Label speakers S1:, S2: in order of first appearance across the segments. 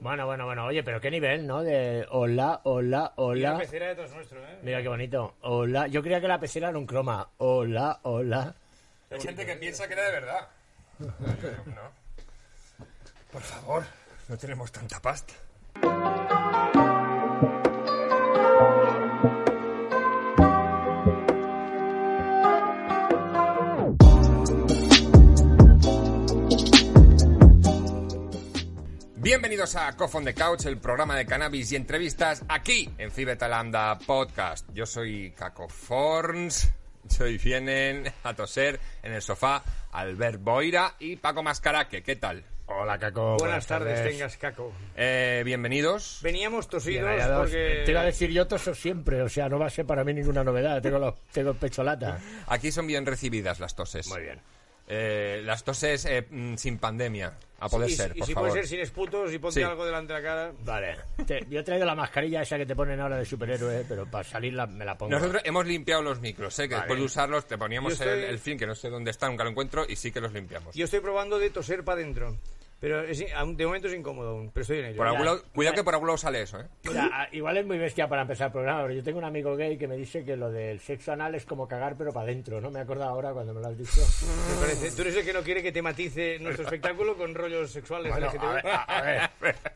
S1: Bueno, bueno, bueno. Oye, pero qué nivel, ¿no? De hola, hola,
S2: La
S1: hola.
S2: pecera de todos nuestros, ¿eh?
S1: Mira qué bonito. Hola. Yo creía que la pecera era un croma. Hola, hola.
S3: Hay gente que piensa que era de verdad. No. Por favor, no tenemos tanta pasta. Bienvenidos a Cough on the Couch, el programa de cannabis y entrevistas aquí en Phi Beta Lambda Podcast. Yo soy Cacoforns, soy vienen a toser en el sofá Albert Boira y Paco Mascaraque. ¿Qué tal?
S1: Hola, Caco.
S2: Buenas tardes, tengas caco.
S3: Eh, bienvenidos.
S2: Veníamos
S1: Bien,
S2: tosidos
S1: rayados.
S2: porque...
S1: eh, Te iba a decir yo toso siempre, o sea, no va a ser para mí ninguna novedad. Tengo, los, tengo el pecho lata.
S3: Aquí son bien recibidas las toses.
S1: Muy bien.
S3: Eh, las toses eh, mm, sin pandemia, a poder
S2: Y,
S3: ser,
S2: y
S3: por
S2: si
S3: favor.
S2: puede ser sin esputos y ponte
S3: Sí.
S2: algo delante de la cara.
S1: Vale. Te- yo he traído la mascarilla esa que te ponen ahora de superhéroe, pero para salir la- me la pongo.
S3: Nosotros hemos limpiado los micros, ¿eh? que después de usarlos te poníamos
S2: Yo estoy-
S3: el, el film, que no sé dónde está, nunca lo encuentro, y sí que los limpiamos.
S2: Yo estoy probando de toser para adentro. Pero es- aún- de momento es incómodo aún, pero estoy en ello.
S3: Por algún
S1: Ya.
S3: lado- cuidado que por algún lado sale eso, ¿eh?
S1: O sea, a- igual es muy bestia para empezar el programa, pero yo tengo un amigo gay que me dice que lo del sexo anal es como cagar pero para adentro, ¿no? Me he acordado ahora cuando me lo has dicho.
S2: Me parece. Tú eres el que no quiere que te matice nuestro espectáculo con rollos sexuales
S1: Bueno,
S2: LGTB.
S1: a ver, a- a ver.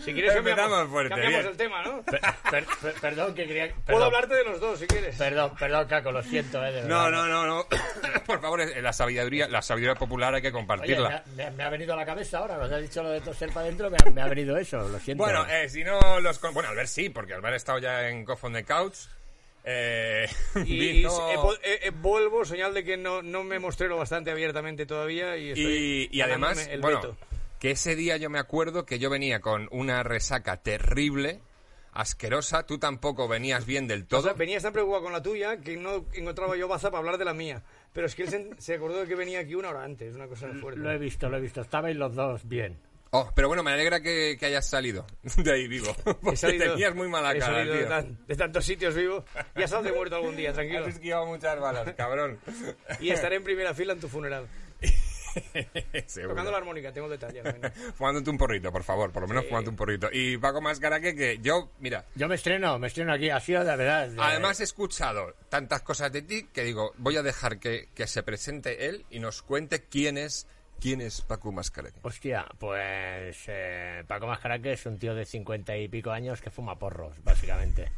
S2: Si quieres
S3: Empezamos
S2: cambiamos,
S3: fuerte,
S2: cambiamos
S3: bien.
S2: el tema, ¿no?
S1: Per- per- per- perdón que quería... Perdón,
S2: Puedo hablarte de los dos si quieres.
S1: Perdón, perdón, Caco, lo siento, eh, de
S3: No,
S1: verdad.
S3: no, no, no. por favor, eh, la sabiduría, la sabiduría popular hay que
S1: Oye,
S3: compartirla.
S1: me ha, me- me ha venido a la cabeza ahora, cuando has dicho lo de toser para adentro, me ha, me ha venido eso, lo siento.
S3: Bueno, eh, si no los... con- Bueno, Albert sí, porque Albert ha estado ya en Cough on the Couch. Eh,
S2: Y, y
S3: vino-
S2: eh, po- eh, eh, vuelvo, señal de que no, no me mostré lo bastante abiertamente todavía. Y, estoy
S3: y, y además,
S2: ganándome el
S3: bueno,
S2: veto.
S3: que ese día yo me acuerdo que yo venía con una resaca terrible, asquerosa, tú tampoco venías bien del
S2: O sea,
S3: todo.
S2: venía tan preocupado con la tuya que no encontraba yo baza para hablar de la mía. Pero es que él se, se acordó de que venía aquí una hora antes, una cosa fuerte.
S1: Lo he visto, lo he visto. Estabais los dos bien.
S3: Oh, pero bueno, me alegra que, que hayas salido de ahí vivo, porque
S2: He salido-
S3: tenías muy mala
S2: he
S3: cara,
S2: salido de,
S3: tío.
S2: tan- de tantos sitios vivo. Ya estás de muerto algún día, tranquilo.
S3: Has esquivado muchas balas, cabrón.
S2: Y estaré en primera fila en tu funeral.
S3: Seguro.
S2: Tocando la armónica, tengo el detalle. al menos.
S3: Fumándote un porrito, por favor, por lo menos fumándote un porrito. Y Paco Mascaraque, que yo, mira,
S1: Yo me estreno, me estreno aquí, así de verdad. de-
S3: Además eh, he escuchado tantas cosas de ti que digo, voy a dejar que, que se presente él y nos cuente quién es, quién es Paco Mascareña.
S1: Hostia, pues eh, Paco Mascaraque es un tío de cincuenta y pico años que fuma porros, básicamente.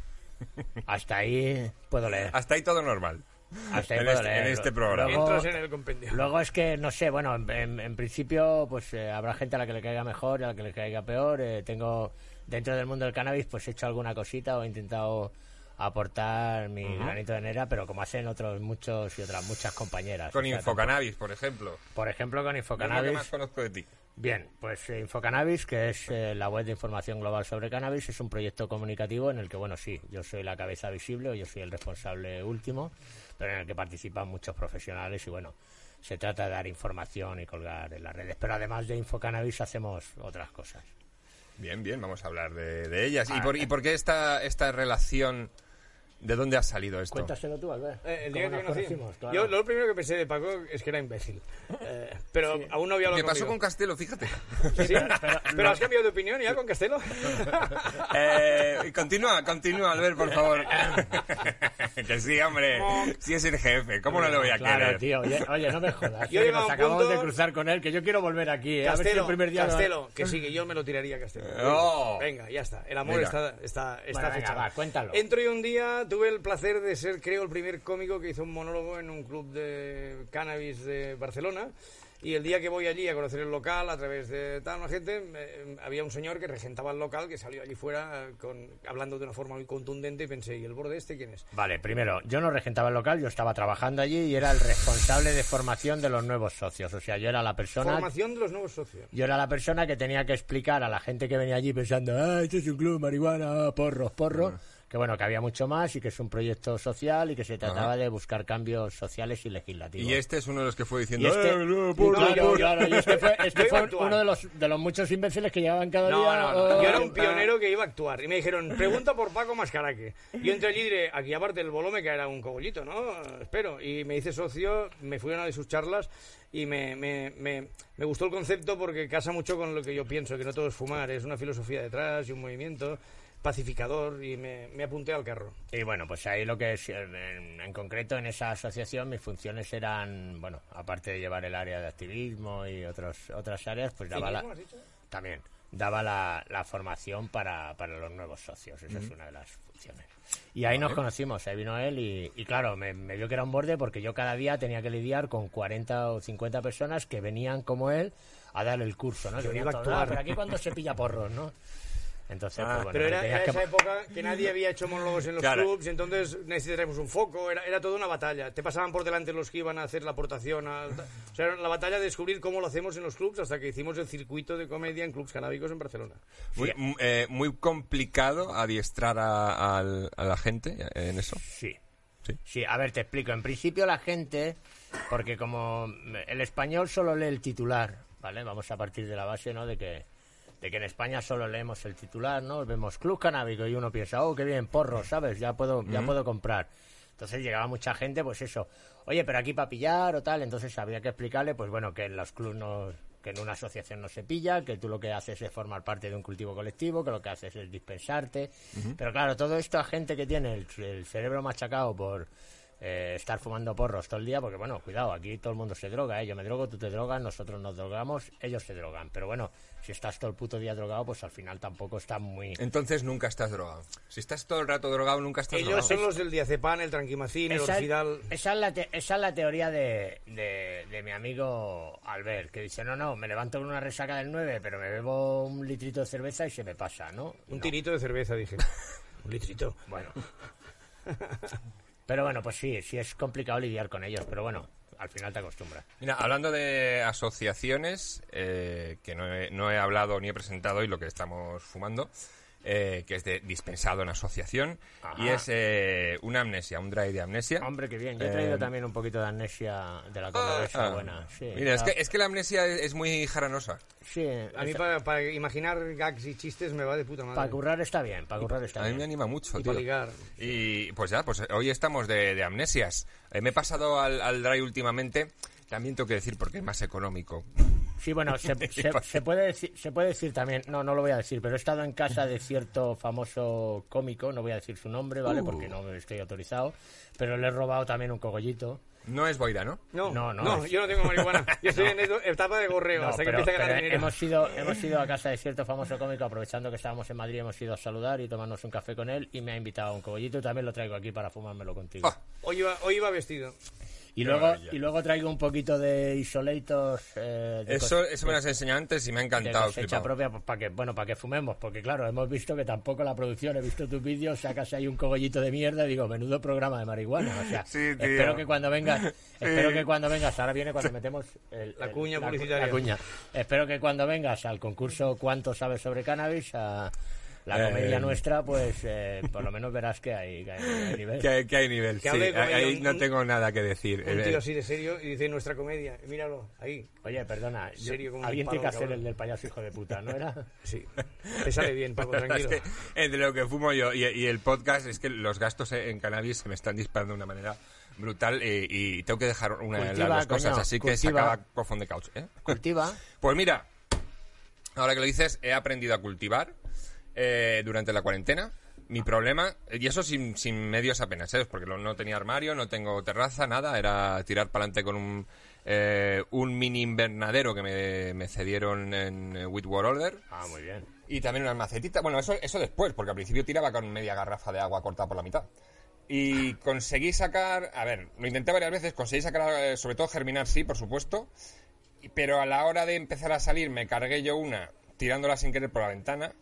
S1: Hasta ahí puedo leer.
S3: Hasta ahí todo normal.
S1: Hasta ahí
S3: Ah, en,
S1: puedo
S3: este,
S1: leer.
S3: en este
S1: Lo-
S3: programa.
S1: luego-
S2: Entras en el compendio.
S1: Luego es que, no sé, bueno, en, en- en principio pues eh, habrá gente a la que le caiga mejor y a la que le caiga peor. Eh, tengo, dentro del mundo del cannabis, pues he hecho alguna cosita o he intentado aportar mi granito de nera, pero como hacen otros muchos y otras muchas compañeras.
S3: Con
S1: O sea,
S3: Infocannabis, por ejemplo.
S1: Por ejemplo, con
S3: Es lo que más
S1: Infocannabis.
S3: conozco de ti.
S1: Bien, pues eh, Infocannabis, que es eh, la web de información global sobre cannabis, es un proyecto comunicativo en el que, bueno, sí, yo soy la cabeza visible o yo soy el responsable último, pero en el que participan muchos profesionales y, bueno, se trata de dar información y colgar en las redes. Pero además de Infocannabis hacemos otras cosas.
S3: Bien, bien, vamos a hablar de, de ellas. ¿Y por, ¿Y por qué esta, esta relación? ¿De dónde ha salido esto?
S1: Cuéntaselo tú, Albert.
S2: Eh, el
S1: ¿Cómo
S2: día que
S1: nos
S2: te conocí.
S1: conocimos? Claro.
S2: Yo lo primero que pensé de Paco es que era imbécil. Eh, pero aún no había hablado
S3: Me pasó con
S2: conmigo.
S3: Castelo, fíjate.
S2: ¿Sí? Pero, has cambiado de opinión ya con Castelo.
S3: Eh, continúa, continúa, Albert, por favor. que sí, hombre. Sí es el jefe. ¿Cómo no lo voy a
S1: Claro,
S3: querer?
S1: tío. Oye, oye, no me jodas.
S2: Yo
S1: eh, que
S2: llego a
S1: nos
S2: un
S1: acabamos
S2: punto-
S1: de cruzar con él, que yo quiero volver aquí. eh, a ver si
S2: Castelo,
S1: el primer día... Eh,
S2: Castelo, que sí, que yo me lo tiraría a Castelo.
S3: No.
S2: Venga, ya está. El amor
S3: Venga.
S2: está, está, está
S1: Oh. Bueno, venga,
S2: fechado.
S1: va, cuéntalo.
S2: Entro y un día tuve el placer de ser, creo, el primer cómico que hizo un monólogo en un club de cannabis de Barcelona. Y el día que voy allí a conocer el local a través de tal una gente, me- había un señor que regentaba el local que salió allí fuera eh, con, hablando de una forma muy contundente y pensé, ¿y el borde este quién es?
S1: Vale, primero, yo no regentaba el local, yo estaba trabajando allí y era el responsable de formación de los nuevos socios. O sea, yo era la persona.
S2: Formación de los nuevos socios.
S1: Yo era la este persona que tenía que explicar a la gente que venía allí pensando, ah, esto es un club, marihuana, ah, porros, porros, que bueno, que había mucho más y que es un proyecto social y que se trataba
S3: Ajá.
S1: de buscar cambios sociales y legislativos.
S3: Y este es uno de los que fue
S1: Y
S3: diciendo.
S1: este,
S3: "Eh, no,
S1: y
S3: por
S1: claro,
S3: favor".
S1: claro, y este fue, este
S2: Yo iba
S1: fue
S2: a actuar.
S1: uno de los, de los muchos imbéciles que llevaban cada
S2: No,
S1: día.
S2: no, no. Yo era
S1: oh,
S2: un pionero que iba a actuar. Y me dijeron, pregunta por Paco Mascaraque. Yo entré allí y diré, aquí aparte del bolo me caerá un cogollito, ¿no? Espero. Y me hice socio, me fui a una de sus charlas y me, me, me, me gustó el concepto porque casa mucho con lo que yo pienso, que no todo es fumar, es una filosofía detrás y un movimiento pacificador y me, me apunté al carro.
S1: Y bueno, pues ahí lo que es, eh, en, en concreto en esa asociación mis funciones eran, bueno, aparte de llevar el área de activismo y otros, otras áreas, pues daba la,
S2: ¿Cinismo has dicho?
S1: también daba la, la formación para, para los nuevos socios, esa es una de las funciones. Y ahí nos conocimos, ahí vino él y, y claro, me, me vio que era un borde porque yo cada día tenía que lidiar con 40 o 50 personas que venían como él a dar el curso, ¿no? Que venían
S2: iba a
S1: todos, "Ah,
S2: actuar".
S1: pero aquí cuando se pilla porros, ¿no? Entonces,
S3: Ah,
S1: pues bueno,
S2: Pero era,
S1: tenías
S2: era
S1: que-
S2: esa época que nadie había hecho monólogos en los
S3: Claro.
S2: clubs, entonces necesitaremos un foco, era, era toda una batalla. Te pasaban por delante los que iban a hacer la aportación. a- o sea, era la batalla de descubrir cómo lo hacemos en los clubs hasta que hicimos el circuito de comedia en clubs canábicos en Barcelona.
S3: Muy, m- eh, muy complicado adiestrar a, al- a la gente en eso.
S1: Sí.
S3: Sí.
S1: Sí, a ver, te explico. En principio la gente, porque como el español solo lee el titular, ¿vale? Vamos a partir de la base, ¿no? De que, de que en España solo leemos el titular, ¿no? Vemos club canábico y uno piensa, oh, qué bien, porro, ¿sabes? Ya puedo, ya puedo comprar. Entonces llegaba mucha gente, pues eso, oye, pero aquí para pillar o tal, entonces había que explicarle, pues bueno, que en los clubs no, que en una asociación no se pilla, que tú lo que haces es formar parte de un cultivo colectivo, que lo que haces es dispensarte. Pero claro, todo esto a gente que tiene el, el cerebro machacado por eh, estar fumando porros todo el día, porque bueno, cuidado, aquí todo el mundo se droga, ¿eh? yo me drogo, tú te drogas, nosotros nos drogamos, ellos se drogan. Pero bueno, si estás todo el puto día drogado, pues al final tampoco estás muy...
S3: Entonces nunca estás drogado. Si estás todo el rato drogado, nunca estás
S2: Ellos son
S3: drogado.
S2: los del diazepam, el tranquimacín, el
S1: Esa es,
S2: orfidal.
S1: esa es la te- esa es la teoría de, de- de mi amigo Albert, que dice, no, no, me levanto con una resaca del 9, pero me bebo un litrito de cerveza y se me pasa, ¿no?
S2: Un
S1: No.
S2: tirito de cerveza, dije. Un litrito.
S1: Bueno. Pero bueno, pues sí, sí es complicado lidiar con ellos, pero bueno, al final te acostumbras.
S3: Mira, hablando de asociaciones, eh, que no he, no he hablado ni he presentado hoy lo que estamos fumando, eh, que es de dispensado en asociación,
S1: Ajá.
S3: y es eh, una amnesia, un dry de amnesia.
S1: Hombre, qué bien. Yo he traído
S3: Eh,
S1: también un poquito de amnesia de la
S3: Ah,
S1: controversia buena. Sí,
S3: Mira, es
S1: está-
S3: que, es que la amnesia es, es muy jaranosa.
S1: sí,
S2: A mí
S1: está-
S2: para, para imaginar gags y chistes me va de puta
S1: para
S2: madre.
S1: currar está bien, para currar está
S3: A mí me
S1: bien.
S3: anima mucho,
S2: Y
S3: tío.
S2: para ligar.
S3: Y pues ya, pues hoy estamos de, de amnesias. Eh, me he pasado al, al dry últimamente. También tengo que decir porque es más económico.
S1: Sí, bueno, se, se- se puede decir, se puede decir también, no, no lo voy a decir, pero he estado en casa de cierto famoso cómico, no voy a decir su nombre, ¿vale? Porque no estoy autorizado, pero le he robado también un cogollito.
S3: No es boira, ¿no?
S2: No,
S1: No,
S2: no,
S1: no, es-
S2: yo no tengo marihuana. Yo estoy en eto- etapa de gorreo
S1: No,
S2: hasta que
S1: pero-
S2: empiece a ganar
S1: pero
S2: dinero.
S1: hemos ido hemos ido a casa de cierto famoso cómico aprovechando que estábamos en Madrid hemos ido a saludar y tomarnos un café con él y me ha invitado a un cogollito y también lo traigo aquí para fumármelo contigo
S3: Ah,
S2: Hoy iba, hoy iba vestido.
S1: y luego
S3: maravilla.
S1: y luego traigo un poquito de isoleitos eh, de
S3: eso,
S1: cos-
S3: eso me lo has enseñado antes y me ha
S1: de
S3: encantado.
S1: cosecha
S3: flipado.
S1: propia pues, para que bueno para que fumemos porque claro hemos visto que tampoco la producción he visto tus vídeos sacas ahí un cogollito de mierda y digo menudo programa de marihuana o sea
S3: Sí, tío.
S1: espero que cuando vengas espero que cuando vengas ahora viene cuando metemos el-
S2: La
S1: el- la
S2: cuña
S1: cu-
S2: publicitaria.
S1: la cuña. espero que cuando vengas al concurso cuánto sabes sobre cannabis a la
S3: Eh,
S1: comedia nuestra pues eh, por lo menos verás que hay, que hay- hay nivel.
S3: Que, hay- que hay nivel.
S2: Que
S3: sí.
S2: hable con
S3: ahí ahí
S2: un-
S3: no
S2: un-
S3: tengo nada que decir.
S2: Un
S3: Eh,
S2: tío así de serio y dice nuestra comedia. Y Míralo, ahí.
S1: oye perdona yo-
S2: Serio como un
S1: alguien tiene que
S2: palo,
S1: hacer
S2: cabrón.
S1: el del payaso hijo de puta no era
S2: Sí. Te sale bien, Paco,
S3: la verdad
S2: tranquilo.
S3: es que entre lo que fumo yo y, y el podcast es que los gastos en cannabis se me están disparando de una manera brutal eh, y, tengo que dejar una de
S1: Cultiva,
S3: las dos cosas,
S1: coño,
S3: así que se
S1: cultiva.
S3: acaba cofón de couch. ¿eh?
S1: cultiva
S3: Pues mira, ahora que lo dices, he aprendido a cultivar eh, durante la cuarentena. Mi problema, y eso sin, sin medios apenas, ¿eh? porque lo- no tenía armario, no tengo terraza, nada, era tirar para adelante con un, eh, un mini invernadero que me, me cedieron en eh, Whitworth Older.
S1: ah muy bien
S3: Y también una macetita. Bueno, eso, eso después, porque al principio tiraba con media garrafa de agua cortada por la mitad.
S2: Ah.
S3: Y conseguí sacar, a ver, lo intenté varias veces, conseguí sacar, eh, sobre todo germinar, sí, por supuesto. y- Pero a la hora de empezar a salir, me cargué yo una tirándola sin querer por la ventana.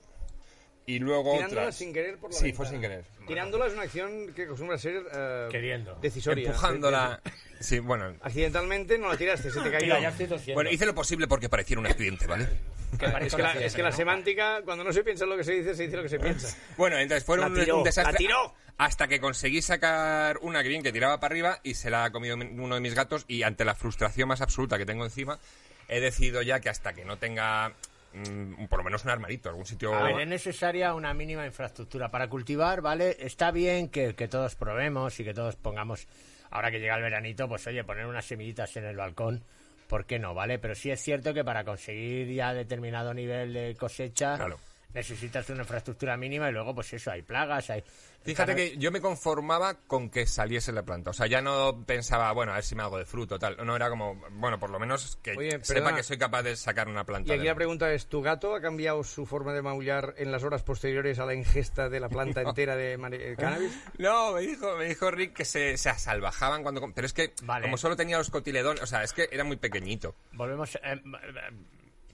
S3: y luego
S2: Tirándola
S3: otras.
S2: sin querer por la
S3: Sí, fue
S2: ventana.
S3: sin querer.
S2: Tirándola es una acción que acostumbra a ser eh,
S1: Queriendo.
S2: decisoria.
S3: Empujándola. Sí, bueno.
S2: Accidentalmente no la tiraste, se te cayó.
S1: Mira, ya estoy tosiendo.
S3: Bueno, hice lo posible porque pareciera un accidente, ¿vale?
S1: Que
S2: Es
S1: parezco
S2: que, la,
S1: accidente,
S2: es que la
S1: ¿no?
S2: semántica, cuando no se piensa en lo que se dice, se dice lo que se piensa.
S3: Bueno, entonces
S2: La
S3: fueron un,
S2: tiró,
S3: un desastre.
S2: la tiró.
S3: Hasta que conseguí sacar una que bien que tiraba para arriba y se la ha comido mi- uno de mis gatos y ante la frustración más absoluta que tengo encima, he decidido ya que hasta que no tenga mm, por lo menos un armarito, algún sitio...
S1: A ver, es necesaria una mínima infraestructura para cultivar, ¿vale? Está bien que, que todos probemos y que todos pongamos, ahora que llega el veranito, pues oye, poner unas semillitas en el balcón, ¿por qué no, ¿vale? Pero sí es cierto que para conseguir ya determinado nivel de cosecha
S3: Claro.
S1: necesitas una infraestructura mínima y luego, pues eso, hay plagas, hay...
S3: Fíjate
S1: Claro,
S3: que yo me conformaba con que saliese la planta. O sea, ya no pensaba, bueno, a ver si me hago de fruto, tal. No era como, bueno, por lo menos que
S2: Oye,
S3: sepa
S2: perdona.
S3: que soy capaz de sacar una planta.
S2: Y aquí
S3: de-
S2: la pregunta es, ¿tu gato ha cambiado su forma de maullar en las horas posteriores a la ingesta de la planta entera de mari- eh, cannabis?
S3: No, me dijo, me dijo Rick que se, se asalvajaban cuando... com- Pero es que,
S1: Vale.
S3: como solo tenía los cotiledones, o sea, es que era muy pequeñito.
S1: Volvemos... eh, eh,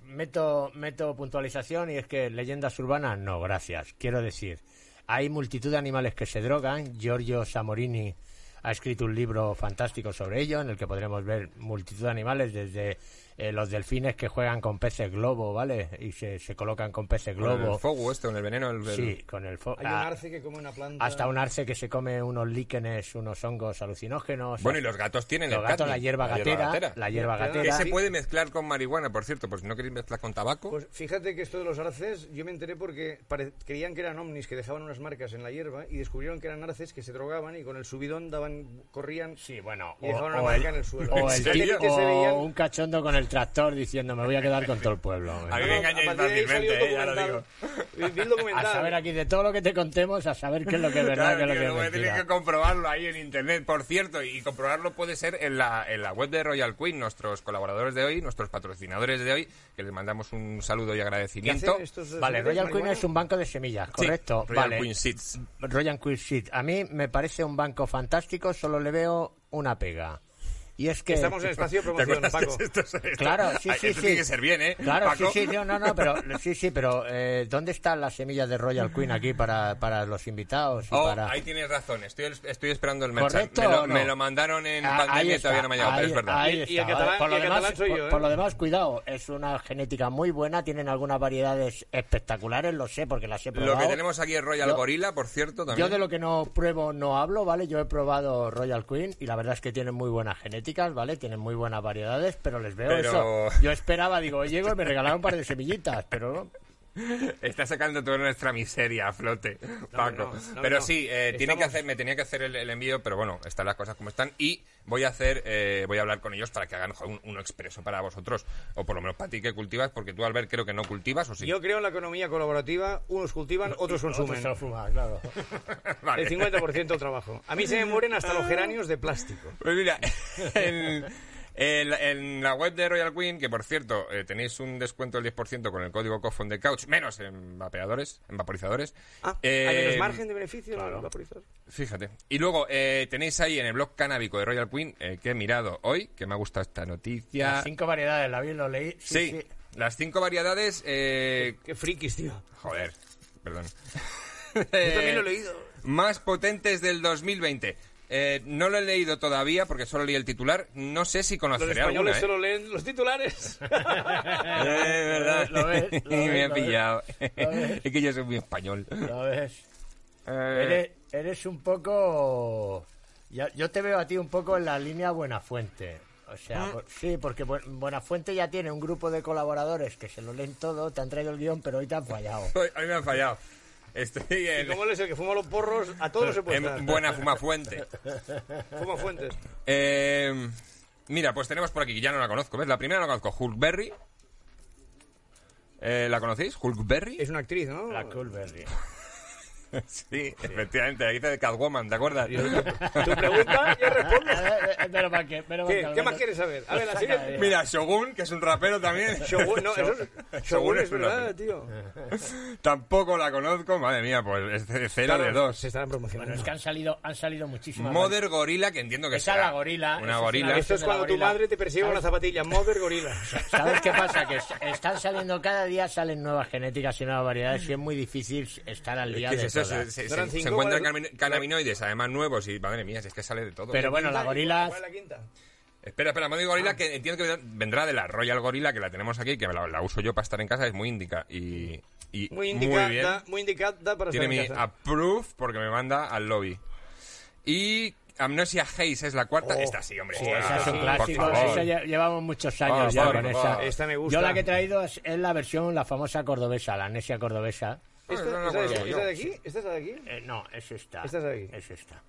S1: meto, meto puntualización y es que leyendas urbanas, no, gracias. Quiero decir, hay multitud de animales que se drogan. Giorgio Samorini ha escrito un libro fantástico sobre ello en el que podremos ver multitud de animales desde eh, los delfines que juegan con peces globo, ¿vale? Y se, se colocan con peces
S3: Con
S1: globo.
S3: el fuego esto, con el veneno. el- el-
S1: Sí, con el fo-
S2: Hay un
S1: ah,
S2: arce que come una planta...
S1: hasta un arce que se come unos líquenes, unos hongos alucinógenos.
S3: Bueno, y los gatos tienen
S1: Los
S3: el
S1: gatos,
S3: catnip,
S1: la hierba gatera, la hierba
S2: Que
S1: gatera.
S3: Que se
S2: Sí.
S3: puede mezclar con marihuana, por cierto, pues si no queréis mezclar con tabaco.
S2: Pues fíjate que esto de los arces, yo me enteré porque pare- creían que eran ovnis que dejaban unas marcas en la hierba y descubrieron que eran arces que se drogaban y con el subidón daban, corrían
S1: Sí, bueno,
S2: y dejaban una marca en el suelo.
S1: o el
S3: ¿En serio?
S1: tío-
S2: Que se veían-
S1: o un cachondo con el tractor diciendo me voy a quedar con todo el pueblo.
S3: A mí
S2: No,
S3: me
S2: no,
S3: engañáis
S2: a partir de ahí salió
S3: fácilmente, eh, ya lo
S2: documental. Vi- vi el
S1: Ah, A
S2: documental.
S1: saber aquí de todo lo que te contemos, a saber qué es lo que es verdad,
S3: Claro,
S1: qué es lo
S3: tío,
S1: que es
S3: luego tienes
S1: mentira.
S3: que comprobarlo ahí en internet, por cierto, y comprobarlo puede ser en la, en la web de Royal Queen, nuestros colaboradores de hoy, nuestros patrocinadores de hoy, que les mandamos un saludo y
S2: ¿Qué hacen
S3: agradecimiento.
S2: estos
S1: Vale,
S2: señores
S1: Royal Queen
S2: marihuana?
S1: es un banco de semillas,
S3: Sí,
S1: correcto.
S3: Royal
S1: vale.
S3: Queen Seeds.
S1: Royal Queen Seed. A mí me parece un banco fantástico, solo le veo una pega. Y es que
S2: Estamos en espacio de
S3: ¿Te
S2: promoción,
S3: acuerdas
S2: Paco.
S3: de esto? Esto-
S1: Claro, sí,
S3: Ay,
S1: sí,
S3: esto
S1: sí.
S3: tiene que ser bien, ¿eh?
S1: Claro,
S3: Paco.
S1: sí, sí, no, no, no, pero sí, sí, pero eh, ¿dónde están las semillas de Royal Queen aquí para, para los invitados y
S3: Oh,
S1: para
S3: ahí tienes razón. Estoy, estoy esperando el merchan.
S1: ¿Correcto
S3: Me lo,
S1: o no?
S3: me lo mandaron en
S1: Ah, ahí
S3: pandemia y
S1: está,
S3: todavía no me ha llegado,
S1: ahí-
S3: pero es verdad.
S1: ahí
S2: Y- y
S1: está,
S2: el
S1: ¿vale?
S2: catalán-
S1: por, lo
S2: y el
S1: demás,
S2: catalán soy
S1: por-
S2: yo, ¿eh?
S1: por lo demás, cuidado, es una genética muy buena, tienen algunas variedades espectaculares, lo sé porque las he probado.
S3: Lo que tenemos aquí es Royal
S1: Yo-
S3: Gorilla, por cierto, también.
S1: Yo de lo que no pruebo no hablo, ¿vale? Yo he probado Royal Queen y la verdad es que tienen muy buenas genéticas, ¿vale? Tienen muy buenas variedades, pero les veo
S3: Pero-
S1: eso. Yo esperaba, digo, llego y me regalaron un par de semillitas, pero no.
S3: Está sacando toda nuestra miseria a flote, Paco.
S2: no, no,
S3: pero
S2: no.
S3: sí, eh, tiene que
S2: Estamos-
S3: hacer, me tenía que hacer el, el envío, pero bueno, están las cosas como están. Y voy a hacer, eh, voy a hablar con ellos para que hagan joder, un, uno expreso para vosotros, o por lo menos para ti que cultivas, porque tú, Albert, creo que no cultivas, ¿o sí?
S2: Yo creo en la economía colaborativa, unos cultivan, otros
S1: Otro
S2: consumen.
S1: se lo fuma, claro.
S3: Vale.
S2: El 50% trabajo. A mí se me mueren hasta los geranios de plástico.
S3: Pues mira, en, en la- en la web de Royal Queen, que por cierto, eh, tenéis un descuento del 10% con el código COF on the couch, menos en vapeadores, en vaporizadores.
S2: Ah,
S3: Eh,
S2: ¿Hay menos margen de beneficio?
S1: claro.
S2: vaporizador?
S3: Fíjate. Y luego eh, tenéis ahí en el blog canábico de Royal Queen, eh, que he mirado hoy, que me ha gustado esta noticia.
S1: Las cinco variedades, la vi, lo leí.
S3: sí, las cinco variedades. eh,
S2: Qué frikis, tío.
S3: joder, perdón.
S2: Yo también lo he
S3: Eh,
S2: leído.
S3: Más potentes del 2020. Eh, no lo he leído todavía porque solo leí el titular. No sé si
S2: Los
S3: conoceré alguna.
S2: españoles
S3: ¿eh?
S2: solo leen los titulares.
S3: Eh, ¿verdad?
S1: Lo ves, lo
S3: Y me
S1: ves,
S3: ha
S1: lo ves.
S3: pillado.
S1: Lo ves.
S3: Es que yo soy muy español.
S1: Lo ves.
S3: Eh,
S1: Eres, eres un poco. ya- yo te veo a ti un poco en la línea Buenafuente. O sea,
S3: Mm.
S1: por- sí, porque Bu- Buenafuente ya tiene un grupo de colaboradores que se lo leen todo, te han traído el guión, pero hoy te han fallado.
S3: hoy- hoy me han fallado. Estoy
S2: Y
S3: en,
S2: como él es el que fuma los porros, a todos se puede
S3: en
S2: dar.
S3: buena fumafuente.
S2: Fuma fuentes.
S3: Eh, mira, pues tenemos por aquí, que ya no la conozco, ¿ves? La primera no la conozco, Hulkberry. Eh, ¿La conocéis? ¿Hulkberry?
S2: Es una actriz, ¿no?
S1: Eh, La Culberry.
S3: Sí, efectivamente, la dice de Catwoman, ¿te acuerdas?
S2: Tu pregunta, yo respondo.
S1: A ver, eh, Menos mal que. menos mal que
S2: ¿Qué, qué
S1: Alberto-
S2: más quieres saber? A ver, la
S1: Saca
S2: siguiente.
S1: de-
S3: Mira, Shogun, que es un rapero también.
S2: Shogun, no, eso es- Shogun es
S3: una-
S2: verdad, tío.
S3: Tampoco la conozco, madre mía, pues es de cero de dos.
S2: Se estarán
S1: Bueno,
S2: promocionando.
S1: es que han salido, han salido muchísimas.
S3: Mother Gorila, que entiendo que
S1: Esa
S3: será
S1: la gorila, esa
S3: Una
S1: es
S3: gorila.
S1: la
S2: Esto es
S1: de la
S2: cuando tu
S1: gorila.
S2: madre te persigue con la zapatilla. Mother Gorila.
S1: ¿Sabes qué pasa? Que es- están saliendo cada día, salen nuevas genéticas y nuevas variedades y es muy difícil estar al día
S3: ¿Qué es
S1: de
S3: eso?
S1: todas.
S3: Se, se-
S2: No eran
S3: se- se
S2: cinco,
S3: encuentran
S2: ¿cuál
S3: cannabino- cannabinoides, además nuevos, y madre mía, si es que sale de todo.
S1: Pero bueno, Ah. la gorila...
S2: ¿Cuál es la quinta?
S3: Espera, espera, Mother Gorila, que entiendo que vendrá de la Royal Gorila, que la tenemos aquí, que la, la uso yo para estar en casa, es muy indica. Y, y
S2: Muy
S3: bien.
S2: indicada, muy indicada para estar
S3: Tiene mi
S2: en casa.
S3: approve porque me manda al lobby. Y Amnesia Haze es la cuarta.
S2: Oh.
S3: esta Ah, sí, hombre.
S1: Sí,
S3: esta,
S1: esa es un
S3: por
S1: clásico,
S3: favor.
S1: esa lle- llevamos muchos años
S3: Por
S1: ya
S3: favor,
S1: con
S3: por
S1: esa.
S3: favor.
S2: Esta me gusta.
S1: Yo la que he traído es, es la versión, la famosa cordobesa, la amnesia cordobesa.
S3: Ah,
S2: ¿Esta,
S3: no la
S2: esa-
S3: conozco
S2: esa-
S3: yo.
S2: esa de aquí? ¿Esta es la de aquí?
S1: Eh, no, es esta.
S2: Esta es la de aquí.
S1: Es esta.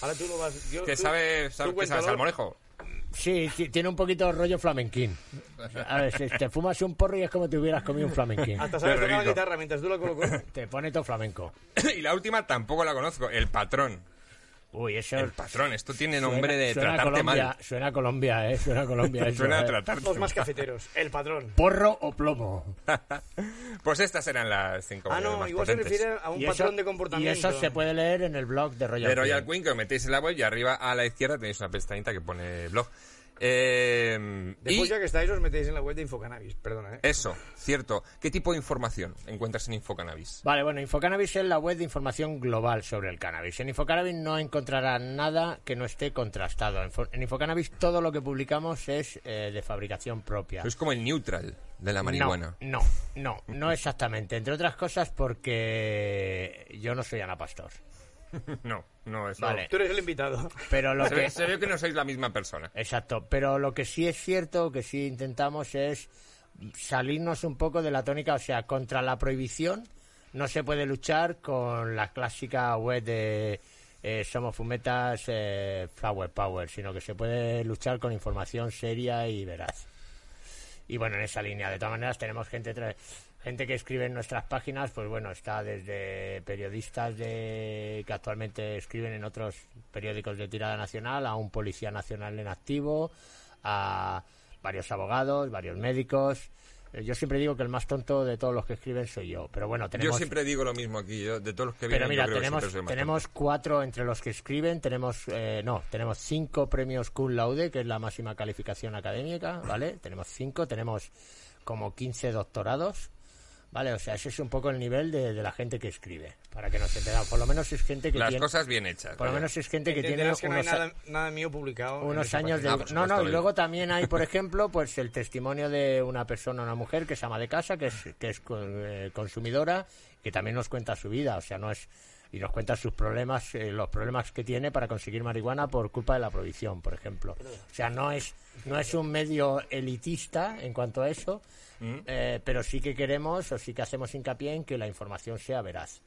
S2: Ahora tú lo vas... Yo,
S3: ¿Qué
S2: tú-
S3: sabe,
S2: tú
S3: sabe, qué sabe
S2: cuéntalo.
S3: salmorejo?
S1: Sí, sí, tiene un poquito rollo flamenquín. A ver, si te fumas un porro y es como si hubieras comido un flamenquín.
S2: Hasta
S3: De
S2: sabes tocar la
S3: Benito.
S2: guitarra mientras tú la colocas.
S1: Te pone todo flamenco.
S3: y la última tampoco la conozco. El patrón.
S1: Uy, eso
S3: El patrón. Esto tiene
S1: suena-
S3: nombre de
S1: suena a
S3: tratarte
S1: Colombia,
S3: mal.
S1: Suena a Colombia, eh. Suena a Colombia. eso,
S3: Suena a
S1: eh.
S3: tratarte
S2: Los
S3: mal.
S2: más cafeteros. El patrón.
S1: Porro o plomo.
S3: Pues estas eran las cinco
S2: Ah, no,
S3: más
S2: igual se
S3: potentes.
S2: refiere a un
S1: Y
S2: patrón
S1: eso-
S2: de comportamiento.
S1: Y eso se puede leer en el blog de Royal
S3: de Royal
S1: Queen.
S3: Queen, que os metéis en la web y arriba a la izquierda tenéis una pestañita que pone blog. Eh,
S2: Después
S3: y
S2: ya que estáis os metéis en la web de Infocannabis, perdona, ¿eh?
S3: eso, cierto. ¿Qué tipo de información encuentras en Infocannabis?
S1: Vale, bueno, Infocannabis es la web de información global sobre el cannabis. En Infocannabis no encontrarás nada que no esté contrastado. En Fo- En Infocannabis todo lo que publicamos es eh, de fabricación propia.
S3: Es como el neutral de la marihuana.
S1: No, no, no, no exactamente. Entre otras cosas porque yo no soy Ana Pastor.
S3: No, no, eso.
S1: Vale.
S2: Tú eres el invitado.
S1: Pero lo
S3: Se ve,
S1: Eh. que...
S3: se ve que no sois la misma persona.
S1: Exacto, pero lo que sí es cierto, que sí intentamos es salirnos un poco de la tónica, o sea, contra la prohibición no se puede luchar con la clásica web de eh, Somos Fumetas eh, Flower Power, sino que se puede luchar con información seria y veraz. Y bueno, en esa línea, de todas maneras, tenemos gente tra- gente que escribe en nuestras páginas, pues bueno, está desde periodistas de que actualmente escriben en otros periódicos de tirada nacional, a un policía nacional en activo, a varios abogados, varios médicos. Eh, Yo siempre digo que el más tonto de todos los que escriben soy yo, pero bueno, tenemos
S3: Yo siempre digo lo mismo aquí, yo, de todos los que
S1: pero
S3: vienen,
S1: mira,
S3: yo creo
S1: tenemos,
S3: que siempre soy más
S1: tenemos cuatro entre los que escriben, tenemos, eh, no, tenemos cinco premios cum laude, que es la máxima calificación académica, ¿vale? tenemos cinco, tenemos como 15 doctorados, ¿vale? O sea, ese es un poco el nivel de, de la gente que escribe, para que nos entendamos. Por lo menos es gente que
S3: Las
S1: tiene...
S3: cosas Eh, bien hechas.
S1: Por lo
S3: vaya.
S1: menos es gente que tiene
S2: Entenderás que no hay
S1: unos a-
S2: nada, nada mío publicado. en
S1: unos
S2: esa
S1: años de...
S3: página. Ah, por
S1: no,
S3: supuesto,
S1: no, y
S3: lo
S1: luego también hay, por ejemplo, pues el testimonio de una persona, una mujer que se ama de casa, que es, que es co- eh, consumidora, que también nos cuenta su vida, o sea, no es... Y nos cuenta sus problemas, eh, los problemas que tiene para conseguir marihuana por culpa de la prohibición, por ejemplo. O sea, no es, no es un medio elitista en cuanto a eso,
S2: Mm.
S1: eh, pero sí que queremos o sí que hacemos hincapié en que la información sea veraz.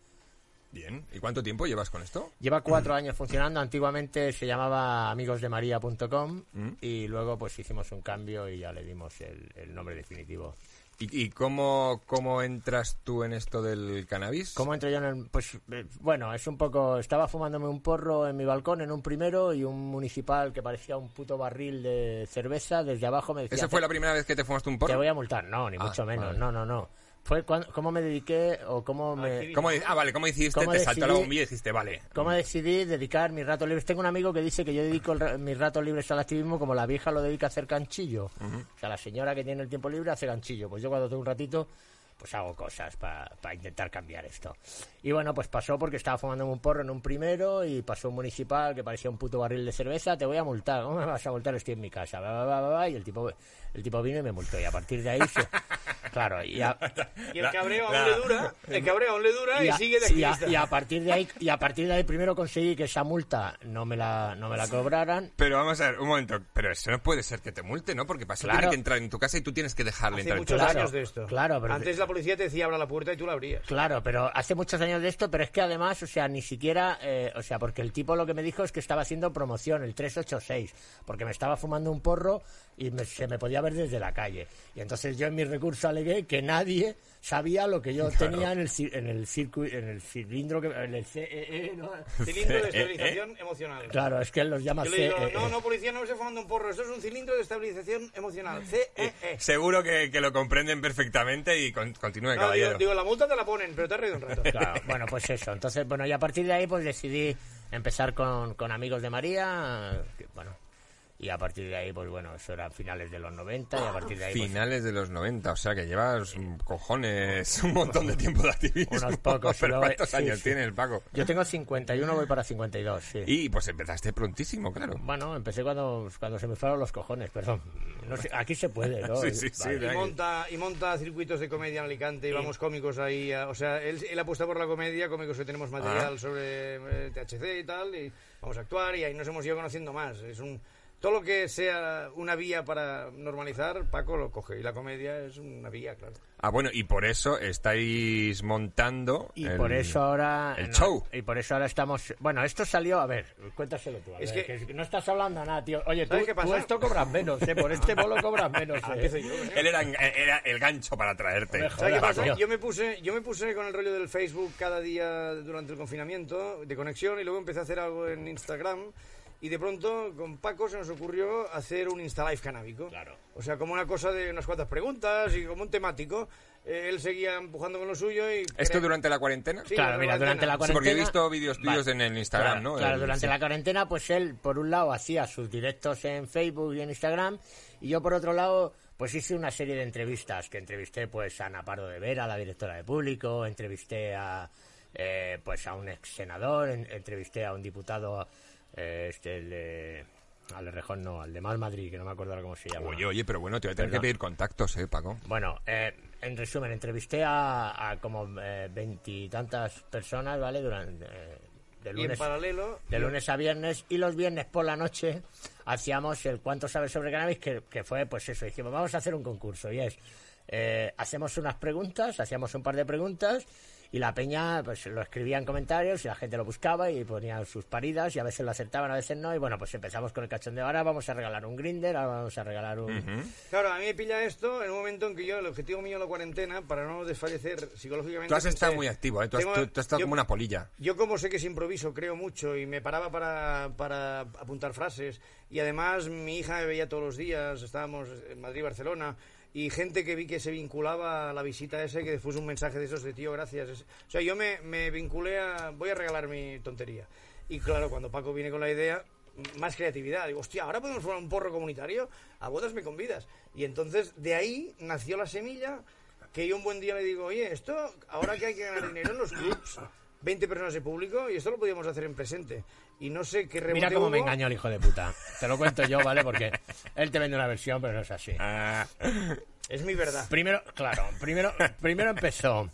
S3: Bien. ¿Y cuánto tiempo llevas con esto?
S1: Lleva cuatro años funcionando. Antiguamente se llamaba amigosdemaria.com
S3: Mm.
S1: y luego pues hicimos un cambio y ya le dimos el, el nombre definitivo.
S3: ¿Y, y cómo, cómo entras tú en esto del cannabis?
S1: ¿Cómo entro yo en el...? Pues eh, bueno, es un poco... Estaba fumándome un porro en mi balcón en un primero y un municipal que parecía un puto barril de cerveza desde abajo me decía...
S3: ¿Esa
S1: "Te-
S3: fue la primera vez que te fumaste un porro?
S1: Te voy a multar. No, ni
S3: Ah,
S1: mucho menos.
S3: vale.
S1: No, no, no. Fue cuando, cómo me dediqué o cómo me...
S3: ¿Cómo di- ah, vale, ¿cómo hiciste?
S1: ¿Cómo
S3: te saltó la
S1: decidí?
S3: bombilla y dijiste, vale.
S1: ¿Cómo decidí dedicar mis ratos libres? Tengo un amigo que dice que yo dedico el ra- mis ratos libres al activismo como la vieja lo dedica a hacer canchillo. O sea, la señora que tiene el tiempo libre hace canchillo. Pues yo cuando tengo un ratito, pues hago cosas para intentar cambiar esto. Y bueno, pues pasó porque estaba fumándome un porro en un primero y pasó un municipal que parecía un puto barril de cerveza. Te voy a multar. ¿Cómo me vas a multar? Estoy en mi casa. Bla, bla, bla, bla, bla. Y el tipo, el tipo vino y me multó. Y a partir de ahí... se- Claro, y a-
S2: página. Y el
S3: La-
S2: cabreo aún
S3: la-
S2: le dura. El cabreo aún le dura y,
S1: y a,
S2: sigue de
S1: y a-
S2: activista.
S1: y a partir de ahí y a partir de ahí primero conseguí que esa multa no me la no me la cobraran
S3: Pero vamos a ver, un momento. Pero eso no puede ser que te multe, ¿no? Porque pasa
S1: Claro.
S3: tiene que entrar en tu casa y tú tienes que dejarle
S2: Hace
S3: entrar en tu
S2: muchos
S3: casa.
S1: Claro,
S2: años de esto.
S1: claro, pero-
S2: Antes la policía te decía abra la puerta y tú la abrías.
S1: claro pero hace muchos años de esto pero es que además o sea ni siquiera eh, o sea porque el tipo lo que me dijo es que estaba haciendo promoción el 386 porque me estaba fumando un porro y me- se me podía ver desde la calle y entonces yo en mi recurso alegué que nadie sabía lo que yo tenía en el, ci- en el circuito, en el cilindro que. en el CEE, ¿no?
S2: Cilindro de estabilización emocional.
S1: eh, Claro, eh, es que él los llama E
S2: Yo le digo,
S1: CEE.
S2: no, no, policía, no se fumando un porro. Esto es un cilindro de estabilización emocional. E CEE.
S3: Eh, Seguro que, que lo comprenden perfectamente y con- continúe,
S2: No, digo,
S3: caballero.
S2: digo, la multa te la ponen, pero te has reído un rato.
S1: Claro, bueno, pues eso. Entonces, bueno, y a partir de ahí, pues decidí empezar con, con Amigos de María. que, bueno, y a partir de ahí, pues bueno, eso eran finales de los 90. Y a partir de ahí, pues,
S3: Finales de los 90, o sea que llevas mm, cojones un montón de tiempo de activismo.
S1: Unos pocos,
S3: Pero
S1: luego-
S3: ¿cuántos
S1: sí,
S3: años
S1: sí.
S3: tienes, Paco?
S1: yo tengo 51, voy para 52, sí.
S3: Y pues empezaste prontísimo, claro.
S1: Bueno, empecé cuando, cuando se me fueron los cojones, perdón. No sé, aquí se puede, ¿no?
S3: Sí, sí, sí,
S1: Vale.
S3: de
S2: Y
S3: aquí.
S2: monta, y monta circuitos de comedia en Alicante y vamos cómicos ahí. a- o sea, él, él apuesta por la comedia, cómicos que tenemos material sobre eh, THC y tal, y vamos a actuar y ahí nos hemos ido conociendo más. Es un todo lo que sea una vía para normalizar, Paco lo coge. Y la comedia es una vía, claro.
S3: Ah, bueno, y por eso estáis montando.
S1: Y
S3: el-
S1: por eso ahora...
S3: el
S1: no,
S3: show.
S1: Y por eso ahora estamos... Bueno, esto salió... A ver, cuéntaselo tú. a
S2: Es
S1: ver,
S2: que-
S1: que no estás hablando nada, tío. Oye, tú,
S2: ¿Sabes qué
S1: tú
S2: pasa?
S1: esto cobras menos, ¿eh? Por este bolo cobras menos, ¿eh?
S2: Empiezo yo, ¿eh?
S3: Él era, era el gancho para traerte.
S1: Hombre,
S2: ¿Sabes qué
S1: Hola,
S2: pasa?
S1: Paco.
S2: Yo me puse, yo me puse con el rollo del Facebook cada día durante el confinamiento de conexión y luego empecé a hacer algo en Instagram y de pronto con Paco se nos ocurrió hacer un Instalife canábico.
S1: Claro.
S2: O sea, como una cosa de unas cuantas preguntas y como un temático. Eh, él seguía empujando con lo suyo y...
S3: ¿Esto durante la cuarentena?
S2: Sí,
S1: Claro, mira, durante la
S3: Sí,
S1: cuarentena...
S3: porque he visto vídeos tuyos en el Instagram,
S1: claro,
S3: ¿no?
S1: Claro,
S3: El-
S1: durante
S3: sí.
S1: la cuarentena, pues él, por un lado, hacía sus directos en Facebook y en Instagram, y yo, por otro lado, pues hice una serie de entrevistas, que entrevisté, pues, a Ana Pardo de Vera, la directora de Público, entrevisté a, eh, pues, a un ex senador, en- entrevisté a un diputado, eh, este, el de... Al de Rejón, no, al de Mal Madrid, que no me acuerdo ahora cómo se llama.
S3: Oye, oye, pero bueno, te voy a tener
S1: Perdón.
S3: que pedir contactos, ¿eh, Paco?
S1: Bueno, eh, en resumen, entrevisté a, a como eh, veintitantas personas, ¿vale? Durante eh, de
S2: Y en
S1: lunes,
S2: paralelo...
S1: de lunes a viernes y los viernes por la noche hacíamos el cuánto sabes sobre cannabis, que, que fue pues eso, dijimos, vamos a hacer un concurso y es, eh, hacemos unas preguntas, hacíamos un par de preguntas y la peña pues lo escribía en comentarios y la gente lo buscaba y ponía sus paridas y a veces lo acertaban, a veces no y bueno, pues empezamos con el cachondeo, ahora vamos a regalar un grinder, ahora vamos a regalar un...
S2: Claro, a mí me pilla esto en un momento en que yo, el objetivo mío de la cuarentena, para no desfallecer psicológicamente...
S3: Tú has estado
S2: pensé,
S3: muy activo, ¿eh? Tú has,
S2: tengo-
S3: tú- tú has estado
S2: yo-
S3: como una polilla.
S2: Yo como sé que es improviso, creo mucho y me paraba para, para apuntar frases y además mi hija me veía todos los días, estábamos en Madrid, Barcelona y gente que vi que se vinculaba a la visita ese que después un mensaje de esos de tío, gracias. Es- O sea, yo me, me vinculé a... voy a regalar mi tontería. Y claro, cuando Paco viene con la idea, más creatividad. Digo, hostia, ahora podemos formar un porro comunitario, a bodas me convidas. Y entonces de ahí nació la semilla que yo un buen día le digo, oye, esto, ahora que hay que ganar dinero en los clubs, 20 personas de público, y esto lo podíamos hacer en presente. Y no sé qué rebote
S1: Mira cómo me
S2: hubo.
S1: engañó el hijo de puta. Te lo cuento yo, ¿vale? Porque él te vende una versión, pero no es así.
S3: Ah,
S2: Es mi verdad.
S1: Primero, claro, primero, primero empezó.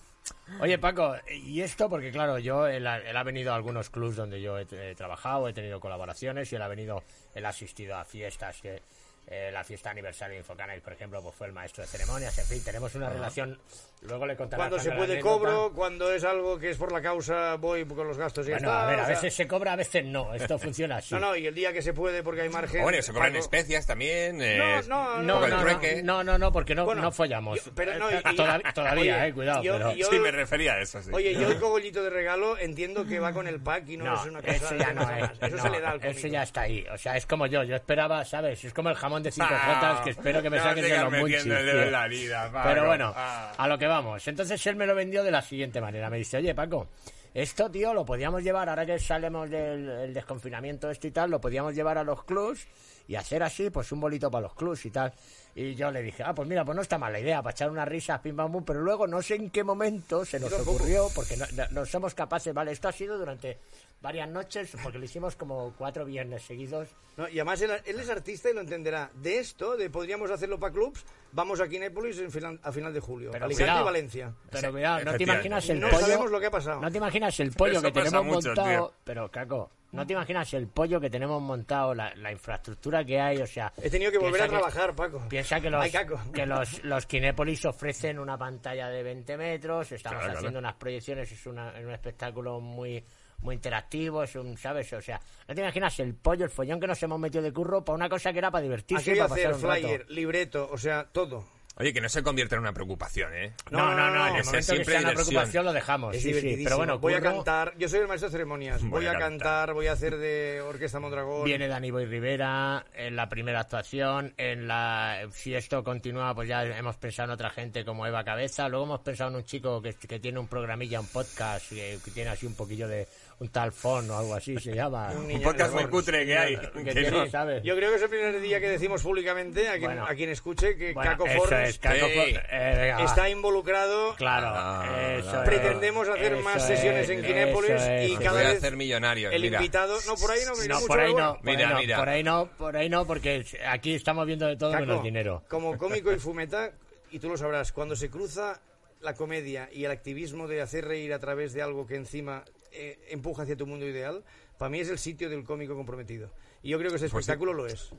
S1: Oye, Paco, y esto porque, claro, yo, él ha, él ha venido a algunos clubs donde yo he, he trabajado, he tenido colaboraciones y él ha venido, él ha asistido a fiestas que. eh, la fiesta aniversario de Infocanais, por ejemplo, pues fue el maestro de ceremonias. En fin, tenemos una relación. Luego le contaré
S2: Cuando se
S1: ¿eh?
S2: puede cobro, cuando es algo que es por la causa, voy con los gastos y ya
S1: Bueno,
S2: está,
S1: a ver,
S2: o
S1: a
S2: sea,
S1: veces se cobra, a veces no. Esto funciona así.
S2: No, no, y el día que se puede porque hay margen...
S3: bueno, se cobran
S2: eh, Paco-
S3: especias también.
S2: No,
S3: eh,
S2: no,
S1: No,
S3: poco el
S1: no, no,
S3: trueque.
S1: no, no, no, porque no,
S2: Bueno,
S1: no follamos.
S2: yo- pero no, y- y-
S1: Todav- todavía,
S2: oye,
S1: eh, cuidado.
S2: yo-
S1: pero...
S2: yo-
S3: Sí, me refería a eso, sí.
S2: Oye, yo el cogollito de regalo entiendo que va con el pack y no,
S1: No,
S2: es una cosa...
S1: eso ya no
S2: más.
S1: es.
S2: Eso se
S1: no,
S2: le da al
S1: Eso
S2: cómico.
S1: ya está ahí. O sea, es como yo. Yo esperaba, ¿sabes? Es como el jamón de 5 jotas que espero que me
S3: no
S1: saquen de
S3: sigas
S1: los munchies.
S3: metiendo el dedo
S1: tío.
S3: en la herida, Paco.
S1: Pero bueno,
S3: Ah.
S1: a lo que vamos. Entonces él me lo vendió de la siguiente manera. Me dice, oye, Paco, esto, tío, lo podíamos llevar, ahora que salemos del el desconfinamiento esto y tal, lo podíamos llevar a los clubs y hacer así, pues un bolito para los clubs y tal. Y yo le dije, ah, pues mira, pues no está mala idea, para echar unas risas, pim, pam, pum. Pero luego no sé en qué momento se nos ocurrió, porque no, no- no somos capaces, ¿vale? Esto ha sido durante varias noches, porque lo hicimos como cuatro viernes seguidos.
S2: No, y además él, él es artista y lo entenderá. De esto, de podríamos hacerlo para clubs, vamos aquí a Népolis en filan- a final de julio.
S1: Pero
S2: Alicante
S1: cuidado.
S2: y Valencia.
S1: Pero cuidado, no te imaginas el
S2: No
S1: pollo.
S2: sabemos lo que ha pasado.
S1: No te imaginas el pollo
S3: Eso
S1: que
S3: pasa
S1: tenemos
S3: mucho,
S1: montado.
S3: tío.
S1: Pero, Caco, no te imaginas el pollo que tenemos montado, la, la infraestructura que hay, o sea.
S2: He tenido que volver
S1: piensa
S2: a trabajar, Paco.
S1: Piensa que los,
S2: Ay, Caco.
S1: que los, los Kinépolis ofrecen una pantalla de 20 metros, estamos
S3: Claro,
S1: haciendo
S3: claro.
S1: unas proyecciones, es una- es un espectáculo muy muy interactivo, es un, ¿sabes? O sea, no te imaginas el pollo, el
S2: Ah,
S1: follón que nos hemos metido de curro para una cosa que era para divertirse,
S2: Aquí
S1: para
S2: hacer
S1: pasar un rato.
S2: flyer, libreto, o sea, todo.
S3: Oye, que no se convierta en una preocupación, ¿eh?
S1: No, no, no, en
S3: Ese
S1: el
S3: es
S1: momento que
S3: siempre
S1: sea una
S3: diversión.
S1: preocupación lo dejamos. Pues
S2: Es
S1: sí, sí,
S2: divertidísimo.
S1: pero bueno,
S2: voy a
S1: Curro,
S2: cantar. Yo soy el maestro de ceremonias. Voy, a cantar, voy a hacer de Orquesta Mondragón.
S1: Viene Dani Boy Rivera en la primera actuación, en la si esto continúa pues ya hemos pensado en otra gente como Eva Cabeza, luego hemos pensado en un chico que, que tiene un programilla, un podcast, eh, que tiene así un poquillo de un tal Fon o algo así se llama.
S2: Un
S3: Un
S2: niño
S3: podcast
S2: de
S3: muy
S2: amor.
S3: cutre que hay.
S1: Que
S3: que no-
S1: tiene, ¿sabes?
S2: Yo creo que es el primer día que decimos públicamente a quien,
S1: Bueno.
S2: a quien escuche que
S1: Bueno,
S2: Caco
S1: eso
S2: Forns
S1: es, Caco
S3: Sí.
S1: Forns, eh, venga, va.
S2: está involucrado.
S1: Claro,
S3: Ah,
S1: eso
S3: claro.
S1: es,
S2: Pretendemos hacer
S1: eso
S2: más
S1: es,
S2: sesiones en
S1: eso
S2: Kinépolis
S1: es,
S2: y
S1: eso
S3: Me
S1: cada
S3: voy a
S2: vez
S3: hacer millonario.
S2: El
S3: mira.
S2: invitado. No, por ahí no, mira
S1: No,
S2: mucho,
S1: por ahí
S2: pero
S1: no,
S2: bueno.
S1: por,
S3: Mira,
S1: ahí no
S3: mira.
S1: por ahí no, por ahí no, porque aquí estamos viendo de todo menos
S2: Caco,
S1: dinero.
S2: Como cómico y fumeta, y tú lo sabrás, cuando se cruza la comedia y el activismo de hacer reír a través de algo que encima eh, empuja hacia tu mundo ideal, para mí es el sitio del cómico comprometido. Y yo creo que ese
S3: Pues sí.
S2: espectáculo lo es.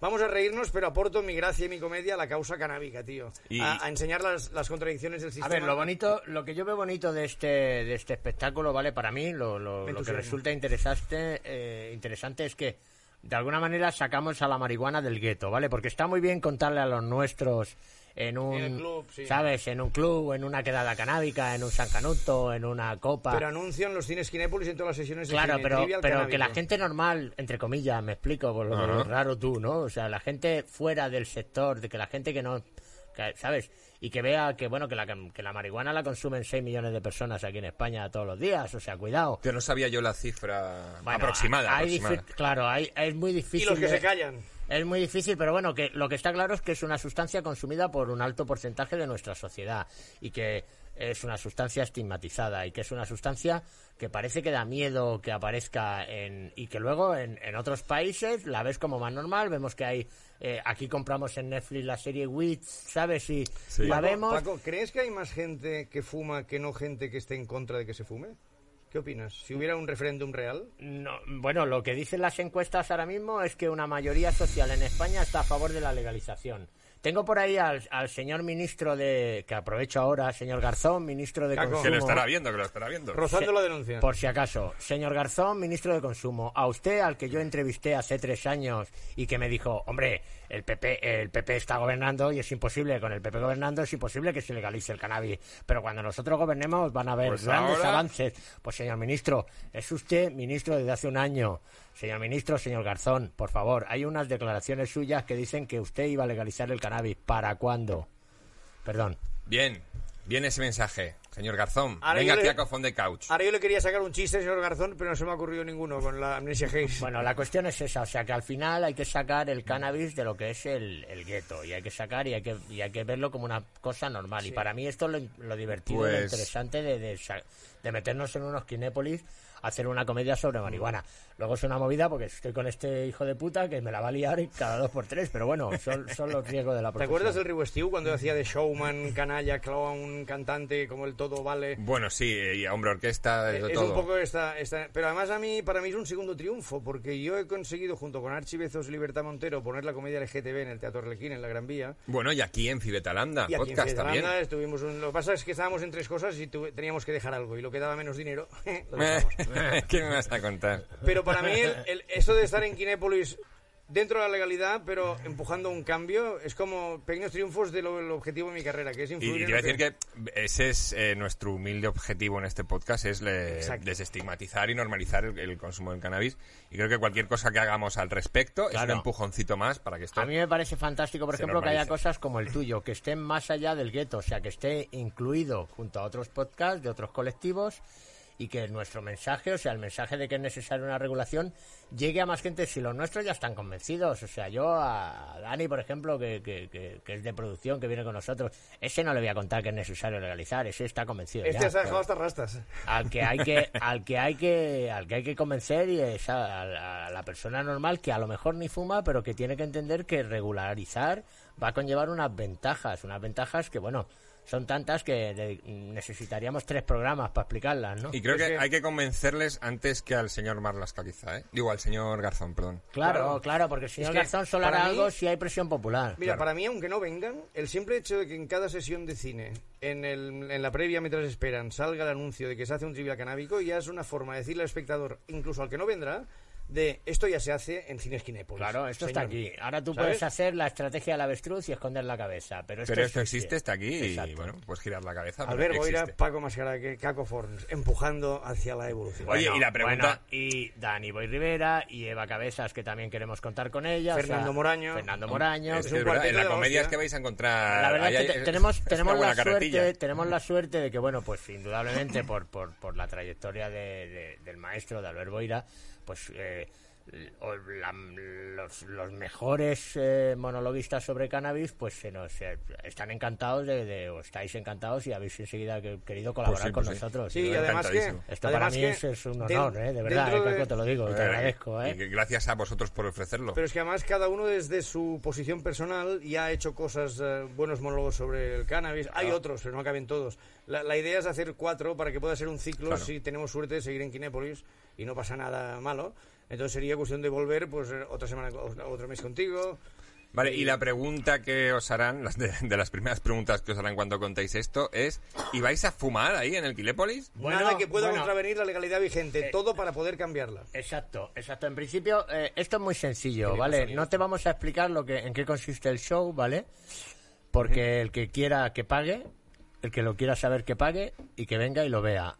S2: Vamos a reírnos, pero aporto mi gracia y mi comedia a la causa canábica, tío.
S3: Y-
S2: A, a enseñar las, las contradicciones del
S1: A
S2: sistema.
S1: ver, lo bonito, lo que yo veo bonito de este, de este espectáculo, ¿vale? Para mí, lo, lo-
S2: Me
S1: lo que
S2: entusiasma.
S1: resulta interesante, eh, interesante es que de alguna manera sacamos a la marihuana del gueto, ¿vale? Porque está muy bien contarle a los nuestros en un,
S2: el club, sí.
S1: ¿sabes? En un club, en una quedada canábica, en un San Canuto, en una copa.
S2: Pero anuncian los cines Kinépolis en todas las sesiones de
S1: Claro,
S2: cine
S1: pero,
S2: trivial
S1: pero que la
S2: canábico.
S1: gente normal, entre comillas, me explico, por lo, por lo
S3: Ajá.
S1: raro tú, ¿no? O sea, la gente fuera del sector, de que la gente que no, que, ¿sabes? Y que vea que, bueno, que la, que la marihuana la consumen 6 millones de personas aquí en España todos los días, o sea, cuidado.
S3: Yo no sabía yo la cifra
S1: Bueno,
S3: aproximada.
S1: hay difi-
S3: aproximada.
S1: claro, hay- es muy
S2: Y
S1: difícil.
S2: los que
S1: de-
S2: se callan.
S1: es muy difícil, pero bueno, que lo que está claro es que es una sustancia consumida por un alto porcentaje de nuestra sociedad y que es una sustancia estigmatizada y que es una sustancia que parece que da miedo que aparezca en, y que luego en, en otros países la ves como más normal. Vemos que hay eh, aquí compramos en Netflix la serie Witch, ¿sabes? Y
S3: Sí.
S1: la
S2: Paco,
S1: vemos.
S2: Paco, ¿crees que hay más gente que fuma que no gente que esté en contra de que se fume? ¿Qué opinas? Si hubiera un referéndum real.
S1: No, bueno, lo que dicen las encuestas ahora mismo es que una mayoría social en España está a favor de la legalización. Tengo por ahí al, al señor ministro de. que aprovecho ahora, señor Garzón, ministro de
S2: Caco.
S1: Consumo.
S3: Que lo estará viendo, que lo estará viendo.
S2: Rozando la denuncia.
S1: Por si acaso, señor Garzón, ministro de Consumo, a usted al que yo entrevisté hace tres años y que me dijo, hombre, el PP, el PP está gobernando y es imposible, con el PP gobernando es imposible que se legalice el cannabis, pero cuando nosotros gobernemos van a haber
S3: Pues
S1: grandes
S3: ahora-
S1: avances. Pues señor ministro, es usted ministro desde hace un año. Señor ministro, señor Garzón, por favor, hay unas declaraciones suyas que dicen que usted iba a legalizar el cannabis. ¿Para cuándo? Perdón.
S3: Bien, bien ese mensaje, señor Garzón.
S2: Ahora
S3: Venga
S2: yo le- Ah.
S3: aquí a Cofón de Couch.
S2: Ahora yo le quería sacar un chiste, señor Garzón, pero no se me ha ocurrido ninguno con la amnesia Hayes.
S1: Bueno, la cuestión es esa, o sea que al final hay que sacar el cannabis de lo que es el, el gueto y hay que sacar y hay que, y hay que verlo como una cosa normal. Y para mí esto es lo, lo divertido y
S3: Pues-
S1: lo interesante de, de sa- de meternos en unos kinépolis a hacer una comedia sobre marihuana. Luego es una movida porque estoy con este hijo de puta que me la va a liar cada dos por tres, pero bueno, son, son los riesgos de la
S2: ¿Te
S1: profesión.
S2: acuerdas del Rigo Stew cuando hacía de showman, canalla, clown, cantante, como el todo vale?
S3: Bueno, sí, y hombre, orquesta, de
S2: Es
S3: todo.
S2: un poco esta, esta- Pero además a mí, para mí es un segundo triunfo, porque yo he conseguido, junto con Archie Bezos y Libertad Montero, poner la comedia LGTB en el Teatro Arlequín, en la Gran Vía.
S3: Bueno, y aquí en Fibetalanda,
S2: Y aquí en
S3: podcast también.
S2: Fidelanda estuvimos un- Lo que pasa es que estábamos en tres cosas y tuve- teníamos que dejar algo, y lo que daba menos dinero,
S3: Eh.
S2: lo dejamos.
S3: ¿Qué me vas a contar?
S2: Pero para mí, el, el- eso de estar en Kinépolis dentro de la legalidad, pero empujando un cambio, es como pequeños triunfos del objetivo de mi carrera, que es
S3: Y, y
S2: influir. en
S3: quiero
S2: lo que-
S3: decir que ese es eh, nuestro humilde objetivo en este podcast, es le-
S2: Exacto.
S3: desestigmatizar y normalizar el, el consumo del cannabis. Y creo que cualquier cosa que hagamos al respecto es un
S1: Claro.
S3: empujoncito más para que esto...
S1: A mí me parece fantástico, por
S3: Se
S1: ejemplo, que haya
S3: normalice.
S1: cosas como el tuyo, que estén más allá del gueto, o sea, que esté incluido junto a otros podcasts de otros colectivos y que nuestro mensaje, o sea, el mensaje de que es necesaria una regulación, llegue a más gente si los nuestros ya están convencidos. O sea, yo a Dani, por ejemplo, que, que- que- que es de producción, que viene con nosotros, ese no le voy a contar que es necesario legalizar, ese está convencido. ya.
S2: Este se ha dejado hasta rastas.
S1: Al que hay que, al que hay que, al que hay que convencer y es a, a la- a la persona normal que a lo mejor ni fuma, pero que tiene que entender que regularizar va a conllevar unas ventajas, unas ventajas que bueno, son tantas que de- necesitaríamos tres programas para explicarlas, ¿no?
S3: Y creo
S2: Es
S3: que,
S2: que-
S3: hay que convencerles antes que al señor Marlasca, quizá, ¿eh? Digo, al señor Garzón, perdón.
S1: Claro, claro, porque el señor
S2: que
S1: Garzón solo
S2: para
S1: hará
S2: mí-
S1: algo si hay presión popular.
S2: Mira, para mí, aunque no vengan, el simple hecho de que en cada sesión de cine, en, el- en la previa mientras esperan, salga el anuncio de que se hace un trivial canábico, ya es una forma de decirle al espectador, incluso al que no vendrá, de esto ya se hace en Cines Kinépolis.
S1: Claro, esto está
S2: señor.
S1: aquí. Ahora tú
S2: ¿Sabes?
S1: puedes hacer la estrategia del avestruz y esconder la cabeza. Pero esto,
S3: Pero esto existe, está aquí y
S1: Exacto.
S3: bueno, puedes girar la cabeza. pero
S2: Albert Boira,
S3: existe.
S2: Paco Mascaraque, Caco Forns, empujando hacia la evolución.
S3: Oye, y la
S1: bueno,
S3: pregunta-
S1: y Dani Boy Rivera y Eva Cabezas, que también queremos contar con ella. o
S2: Fernando
S1: sea,
S2: Moraño.
S1: Fernando Moraño.
S3: Es
S1: que-
S3: que es verdad,
S2: cuarteto
S3: en
S2: de
S3: la
S2: la
S3: comedia es
S2: hostia.
S3: que vais a encontrar.
S1: La verdad
S3: ahí
S1: es que
S3: hay-
S1: te- tenemos,
S3: es
S1: tenemos,
S3: una buena
S1: la suerte,
S3: carretilla.
S1: tenemos la suerte de que, bueno, pues indudablemente por, por, por la trayectoria de- de- del maestro, de Albert Boira, pues eh, l- o la- los, los mejores eh, monologuistas sobre cannabis, pues se nos eh, están encantados de, de- o estáis encantados y habéis enseguida que- querido colaborar
S3: sí,
S1: con
S3: pues sí.
S1: nosotros.
S2: Sí,
S1: Y
S2: y
S1: bueno,
S2: además que...
S3: encantadísimo.
S1: esto
S2: además
S1: para mí
S2: que
S1: es, es un
S2: den-
S1: honor, ¿eh? de verdad,
S2: dentro
S1: eh,
S2: de-
S1: Caco, te lo digo, te
S3: Eh,
S1: agradezco.
S3: y
S1: ¿eh?
S3: que Gracias a vosotros por ofrecerlo.
S2: Pero es que además cada uno desde su posición personal ya ha hecho cosas, eh, buenos monólogos sobre el cannabis. Hay otros, pero no caben todos. La, la idea es hacer cuatro para que pueda ser un ciclo
S3: Claro.
S2: si tenemos suerte de seguir en Kinépolis y no pasa nada malo. Entonces sería cuestión de volver pues eh, otra semana, co- otro mes contigo.
S3: Vale, y la pregunta que os harán, las de, de las primeras preguntas que os harán cuando contéis esto, es: ¿y vais a fumar ahí en el Quilépolis?
S1: Bueno,
S2: Nada que pueda
S1: bueno. Eh,
S2: contravenir la legalidad vigente, todo para poder cambiarla.
S1: Exacto, exacto. En principio, eh, esto es muy sencillo, ¿vale? No te vamos a explicar lo que, en qué consiste el show, ¿vale? Porque el que quiera que pague, el que lo quiera saber que pague y que venga y lo vea.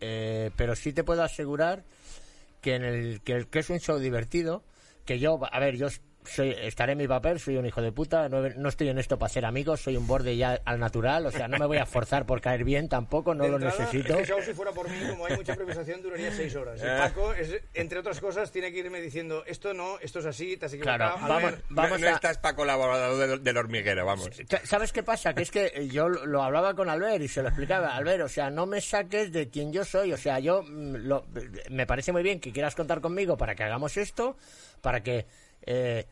S1: Eh, pero sí te puedo asegurar que en el que, que es un show divertido, que yo, a ver, yo soy, estaré en mi papel, soy un hijo de puta, no, no estoy en esto para ser amigos, soy un borde ya al natural, o sea, no me voy a forzar por caer bien tampoco, no
S2: De
S1: lo
S2: entrada,
S1: necesito.
S2: este show, si fuera por mí, como hay mucha improvisación, duraría seis horas. Y Paco, es- entre otras cosas, tiene que irme diciendo esto no, esto es así, te has
S1: Claro,
S2: equivocado. a
S1: vamos-
S2: ver.
S3: No-
S1: Vamos
S3: no,
S1: a-
S3: estás para colaborador del, del hormiguero, vamos.
S1: Sa- ¿Sabes qué pasa? Que es que eh, yo lo lo hablaba con Albert y se lo explicaba. Albert, o sea, no me saques de quien yo soy. O sea, yo mm, lo- me parece muy bien que quieras contar conmigo para que hagamos esto, para que eh,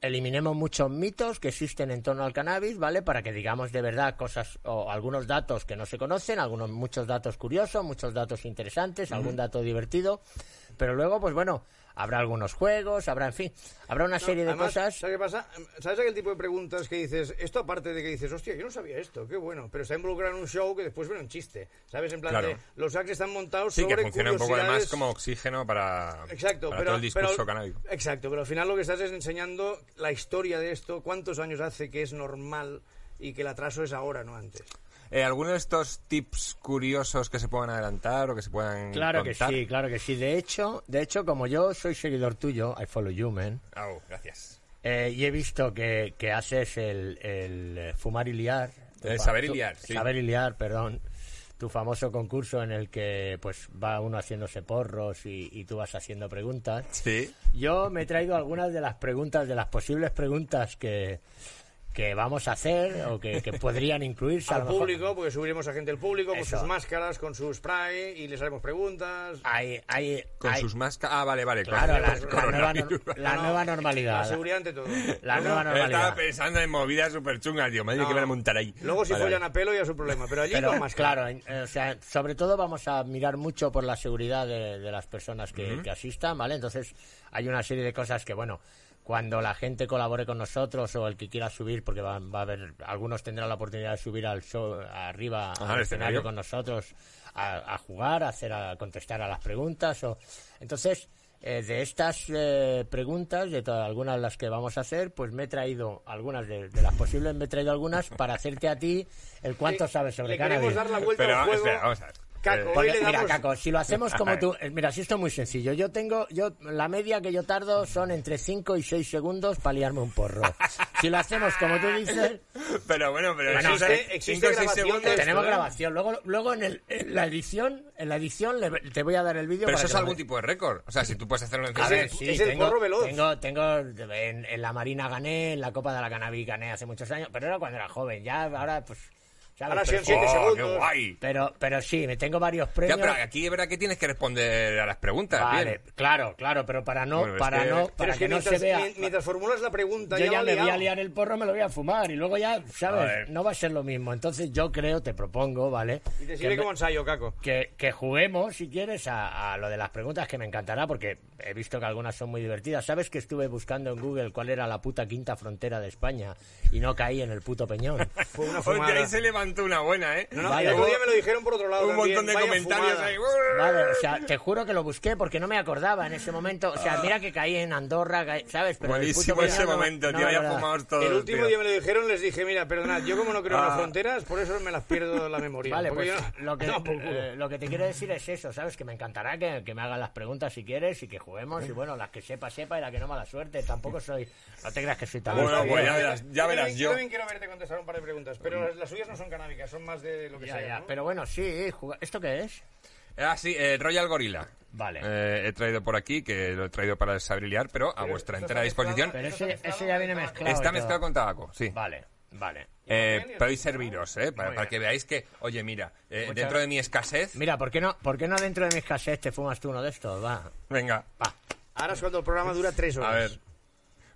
S1: eliminemos muchos mitos que existen en torno al cannabis, ¿vale? Para que digamos de verdad cosas o algunos datos que no se conocen, algunos muchos datos curiosos, muchos datos interesantes, algún dato divertido. Pero luego, pues bueno, habrá algunos juegos, habrá, en fin, habrá una serie de
S2: Además,
S1: cosas.
S2: ¿Sabes qué pasa? ¿Sabes aquel tipo de preguntas que dices, esto aparte de que dices, hostia, yo no sabía esto, qué bueno, pero está involucrado en un show que después viene un chiste, ¿sabes? En plan
S3: Claro.
S2: de, los acts están montados
S3: Sí, que
S2: sobre
S3: funciona un poco además
S2: curiosidades-
S3: como oxígeno para,
S2: Exacto,
S3: para
S2: pero,
S3: todo el discurso
S2: pero-
S3: canábico.
S2: Exacto, pero al final lo que estás es enseñando la historia de esto, cuántos años hace que es normal y que el atraso es ahora, no antes.
S3: Eh, ¿Alguno de estos tips curiosos que se puedan adelantar o que se puedan
S1: Claro
S3: contar?
S1: que sí, claro que sí. De hecho, de hecho, como yo soy seguidor tuyo, I follow you, man,
S3: Au, gracias.
S1: eh, y he visto que, que haces el, el, eh, fumar y liar. tu
S3: El
S1: fa-
S3: saber y
S1: tu-
S3: liar, sí.
S1: Saber y liar, perdón. Tu famoso concurso en el que pues va uno haciéndose porros y, y tú vas haciendo preguntas.
S3: Sí.
S1: Yo me he traído algunas de las preguntas, de las posibles preguntas que, que vamos a hacer o que, que podrían incluirse. a
S2: Al
S1: lo mejor.
S2: público, porque subiremos a gente del público con
S1: Eso. Ah,
S2: sus máscaras, con su spray y les haremos preguntas.
S1: Hay, hay,
S3: Con
S1: hay-
S3: sus máscaras. Ah, vale, vale.
S1: Claro, la,
S3: con
S1: la nueva,
S3: coronavirus.
S1: nor- la nueva normalidad.
S2: La seguridad ante todo.
S1: La nueva
S3: Estaba
S1: normalidad.
S3: pensando en movidas súper chungas, digo, madre, que van a montar ahí.
S2: Luego si
S3: Vale,
S2: follan
S3: vale.
S2: a pelo ya es un problema, pero allí
S1: Pero
S2: con
S1: más
S2: máscara.
S1: claro, en- eh, o sea, sobre todo vamos a mirar mucho por la seguridad de, de las personas que, que asistan, ¿vale? Entonces hay una serie de cosas que, bueno, cuando la gente colabore con nosotros o el que quiera subir, porque va, va a haber, algunos tendrán la oportunidad de subir al show arriba
S3: Ajá,
S1: al
S3: al
S1: escenario
S3: escenario.
S1: con nosotros a, a jugar, a hacer, a contestar a las preguntas. O... Entonces, eh, de estas eh, preguntas, de todas algunas de las que vamos a hacer, pues me he traído algunas de, de las posibles, me he traído algunas para hacerte a ti el cuánto
S2: Le-
S1: sabes sobre
S2: le queremos
S1: cannabis.
S2: dar la vuelta
S3: Pero,
S2: al juego.
S3: espera, vamos a ver.
S2: Caco,
S3: Eh,
S2: hoy
S1: Porque,
S2: le
S1: mira,
S2: damos...
S1: Caco, si lo hacemos
S3: A
S1: como
S3: ver.
S1: tú, eh, mira, si esto es muy sencillo. Yo tengo, yo, la media que yo tardo son entre 5 y 6 segundos para liarme un porro. Si lo hacemos como tú dices,
S3: Eh, Pero bueno, pero
S1: Bueno,
S3: existe,
S2: existe- existe
S3: cinco o seis
S2: grabación de
S3: segundos.
S2: esto,
S1: tenemos
S3: ¿eh?
S1: grabación. Luego, luego en, el- en la edición, en la edición le- te voy a dar el vídeo.
S3: Pero
S1: para
S3: eso es
S1: que lo
S3: algún
S1: veas.
S3: tipo de récord. O sea, si tú puedes hacerlo en
S1: A
S2: Ese-
S1: ver,
S3: cinco-
S1: sí,
S2: es el
S1: tengo,
S2: porro veloz.
S1: tengo, tengo en, en la Marina gané, en la Copa de la Cannabis gané hace muchos años, pero era cuando era joven. Ya, ahora, pues, ¿sabes?
S2: Ahora sí,
S1: pero,
S2: sí. siete
S3: ¡Oh, qué
S2: segundos.
S3: guay!
S1: pero, pero sí, me tengo varios
S3: Ya,
S1: premios.
S3: pero aquí es verdad que tienes que responder a las preguntas.
S1: Vale,
S3: bien.
S1: claro, claro, pero para no,
S3: Bueno, es
S1: para
S3: que-
S1: no,
S3: Pero
S1: para
S2: Pero es
S1: que,
S2: que,
S1: no
S2: mientras,
S1: se vea.
S2: mi- mientras formulas la pregunta,
S1: Yo
S2: ya,
S1: ya
S2: la
S1: me
S2: he
S1: voy a
S2: liado.
S1: liar el porro, me lo voy a fumar y luego ya,
S3: A
S1: ¿sabes?
S3: ver.
S1: No va a ser lo mismo. Entonces yo creo, te propongo, ¿vale?
S2: Y te
S1: Que
S2: sirve
S1: me-
S2: como ensayo, Caco.
S1: que, que juguemos, si quieres, a, a lo de las preguntas, que me encantará, porque he visto que algunas son muy divertidas. ¿Sabes que estuve buscando en Google cuál era la puta quinta frontera de España y no caí en el puto peñón?
S2: Fue una
S3: Hostia,
S2: fumada.
S3: ahí se levantó una buena, ¿eh?
S2: No, no,
S1: Vale.
S2: el otro día me lo dijeron por otro lado.
S3: Un
S2: también.
S3: montón de
S2: Vaya
S3: comentarios
S2: fumada.
S3: ahí. uh, "Brr".
S1: Vale, o sea, te juro que lo busqué porque no me acordaba en ese momento. O sea, mira que caí en Andorra, caí- ¿sabes? Pero el puto
S3: Buenísimo ese
S1: verano no-
S3: momento,
S1: no
S3: tío.
S1: me
S3: Ya
S1: acordaba.
S3: fumados todos.
S2: El último
S3: tío.
S2: día me lo dijeron, les dije, mira, perdonad, yo como no creo en las
S3: Ah.
S2: fronteras, por eso me las pierdo de la memoria.
S1: Vale,
S2: porque
S1: pues
S2: yo no-
S1: lo, que,
S2: no, por culo.
S1: eh, lo que te quiero decir es eso, ¿sabes? Que me encantará que, que me hagan las preguntas si quieres y que juguemos. Y bueno, las que sepa, sepa y la que no, mala suerte. Tampoco soy. No te creas que soy tan.
S3: Bueno,
S1: listo,
S3: bueno,
S1: tío.
S3: ya verás- ya verás
S2: también-
S3: yo.
S2: también quiero verte contestar un par de preguntas, pero las, las suyas no son canábicas, son más de lo que
S1: Mm. Ya,
S2: sea.
S1: ya,
S2: ¿no?
S1: Pero bueno, sí, jugar- ¿esto qué es?
S3: Ah, sí, eh, Royal Gorilla.
S1: Vale.
S3: Eh, he traído por aquí, que lo he traído para desabriliar, pero a vuestra
S2: esto
S3: entera
S2: está
S3: disposición.
S2: mezclado-
S1: Pero
S2: está
S1: ese-
S2: mezclado
S1: ese ya
S2: con
S1: viene
S2: tabaco.
S1: mezclado.
S3: Está
S1: y todo.
S3: mezclado con tabaco, sí.
S1: Vale, vale.
S3: Eh,
S2: bien,
S3: podéis serviros, ¿eh? Para,
S1: Muy bien.
S3: para que veáis que, oye, mira, eh,
S1: Muchas
S3: dentro de mi escasez,
S1: Mira, ¿por qué no, por qué no dentro de mis cassettes te fumas tú uno de estos? Va.
S3: venga,
S2: Ahora es cuando el programa dura tres horas.
S3: a ver.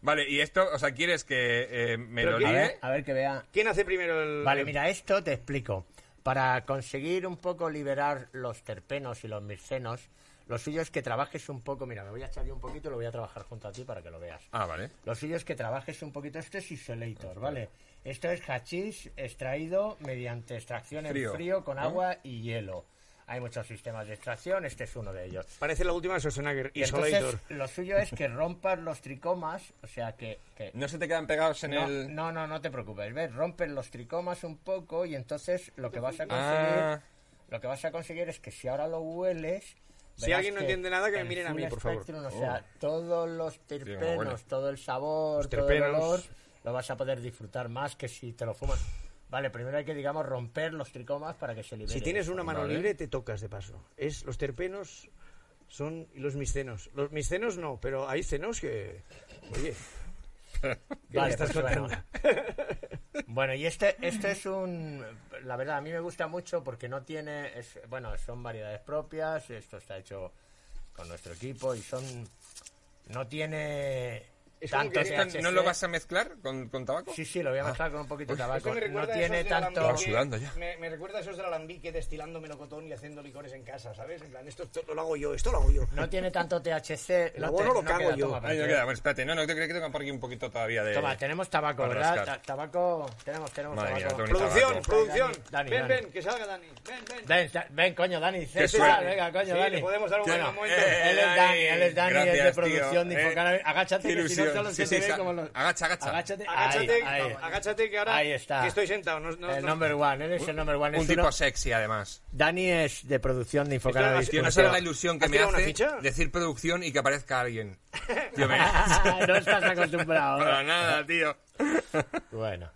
S3: Vale, y esto, o sea, ¿quieres que eh, me
S2: Pero
S3: lo
S2: ¿qué?
S1: A
S3: líe?
S1: ver, a ver que vea.
S2: ¿Quién hace primero el...?
S1: Vale, mira, esto te explico. Para conseguir un poco liberar los terpenos y los mircenos, lo suyo es que trabajes un poco. Mira, me voy a echar yo un poquito y lo voy a trabajar junto a ti para que lo veas.
S3: Ah, vale.
S1: Lo suyo es que trabajes un poquito. Esto es isolator, ¿vale? Esto es hachís extraído mediante extracción en
S3: Frío,
S1: frío, con agua y hielo. Hay muchos sistemas de extracción, este es uno de ellos.
S2: Parece la última de Schwarzenegger,
S1: Y entonces,
S2: Isolator.
S1: lo suyo es que rompas los tricomas, o sea, que, que
S3: ¿No se te quedan pegados en
S1: no,
S3: el...?
S1: no, no, no te preocupes. Ves, rompen los tricomas un poco y entonces lo que vas a conseguir,
S3: Ah.
S1: lo que vas a conseguir es que si ahora lo hueles.
S2: Si
S1: verás
S2: alguien no entiende nada, que me
S1: el
S2: miren a
S1: full
S2: mí, por favor.
S1: spectrum, o sea, todos los
S3: Oh. huele.
S1: terpenos, todo el sabor, todo el
S2: terpenos.
S1: olor, lo vas a poder disfrutar más que si te lo fumas. Vale, primero hay que, digamos, romper los tricomas para que se libere.
S2: Si tienes una mano
S3: Vale.
S2: libre, te tocas de paso. Es los terpenos son y los miscenos. Los miscenos no, pero hay cenos que... Oye, ¿qué me
S1: Vale,
S2: estás
S1: pues
S2: contando?
S1: bueno. Bueno, y este, este es un... La verdad, a mí me gusta mucho porque no tiene... es- bueno, son variedades propias, esto está hecho con nuestro equipo y son... No tiene...
S2: Es como
S1: tanto
S2: que
S3: ¿Esto
S1: THC.
S3: ¿No lo vas a mezclar con, con tabaco?
S1: Sí, sí, lo voy a mezclar con un poquito de
S2: Ah. Pues Esto
S1: tabaco.
S2: me
S1: No
S2: recuerda a
S1: tiene
S2: esos del
S1: tanto...
S3: Estaba
S2: alambique-
S3: sudando ya.
S2: Me, me recuerda a esos del alambique destilando melocotón y haciendo licores en casa, ¿sabes? En plan, esto, esto lo hago yo, esto lo hago yo.
S1: No tiene tanto THC.
S2: El abono lo cago
S1: queda,
S2: yo.
S1: Toma,
S3: Ahí no
S1: porque-
S3: queda. Bueno, espérate. No, no, creo que tengo por aquí un poquito todavía de...
S1: toma, tenemos tabaco,
S3: para
S1: ¿verdad?
S3: rascar.
S1: Ta- tabaco... Tenemos, tenemos
S3: Madre mía,
S1: tabaco.
S3: qué bonito.
S2: Producción,
S3: Tabaco.
S2: producción.
S1: Dani, Dani,
S2: ven,
S1: Dani.
S2: ven, que salga Dani. Ven, ven.
S1: Ven, da- ven, coño, Dani. César,
S3: suerte.
S1: venga, coño,
S2: Sí,
S1: Dani.
S2: le podemos dar un
S1: Bueno,
S2: buen momento.
S1: eh, Él es Dani, él es Dani, es de
S3: Gracias, tío.
S1: producción de
S3: Eh,
S1: Infocanal. Agáchate,
S3: qué
S1: que si no
S3: ilusión.
S1: solo
S3: Sí,
S1: se
S3: sí,
S1: te
S3: sa-
S1: ve como los...
S3: agacha, agacha.
S1: Agáchate,
S2: Agáchate,
S1: ahí, ahí.
S2: agáchate que ahora
S1: Ahí está.
S2: que estoy sentado. No, no,
S1: El
S2: no.
S1: number one, él es el number one.
S3: Un
S1: Es
S3: tipo
S1: uno-
S3: sexy, además.
S1: Dani es de producción de Infocanal.
S2: Esto-
S3: Tío, no
S2: Pues
S3: sabes
S2: tío,
S3: la ilusión que
S2: ¿has
S3: me
S2: tirado una
S3: hace
S2: ficha?
S3: decir producción y que aparezca alguien. Tío, me...
S2: ¿eh?
S1: no estás acostumbrado.
S3: Para
S1: ¿no?
S3: nada, tío.
S1: Bueno.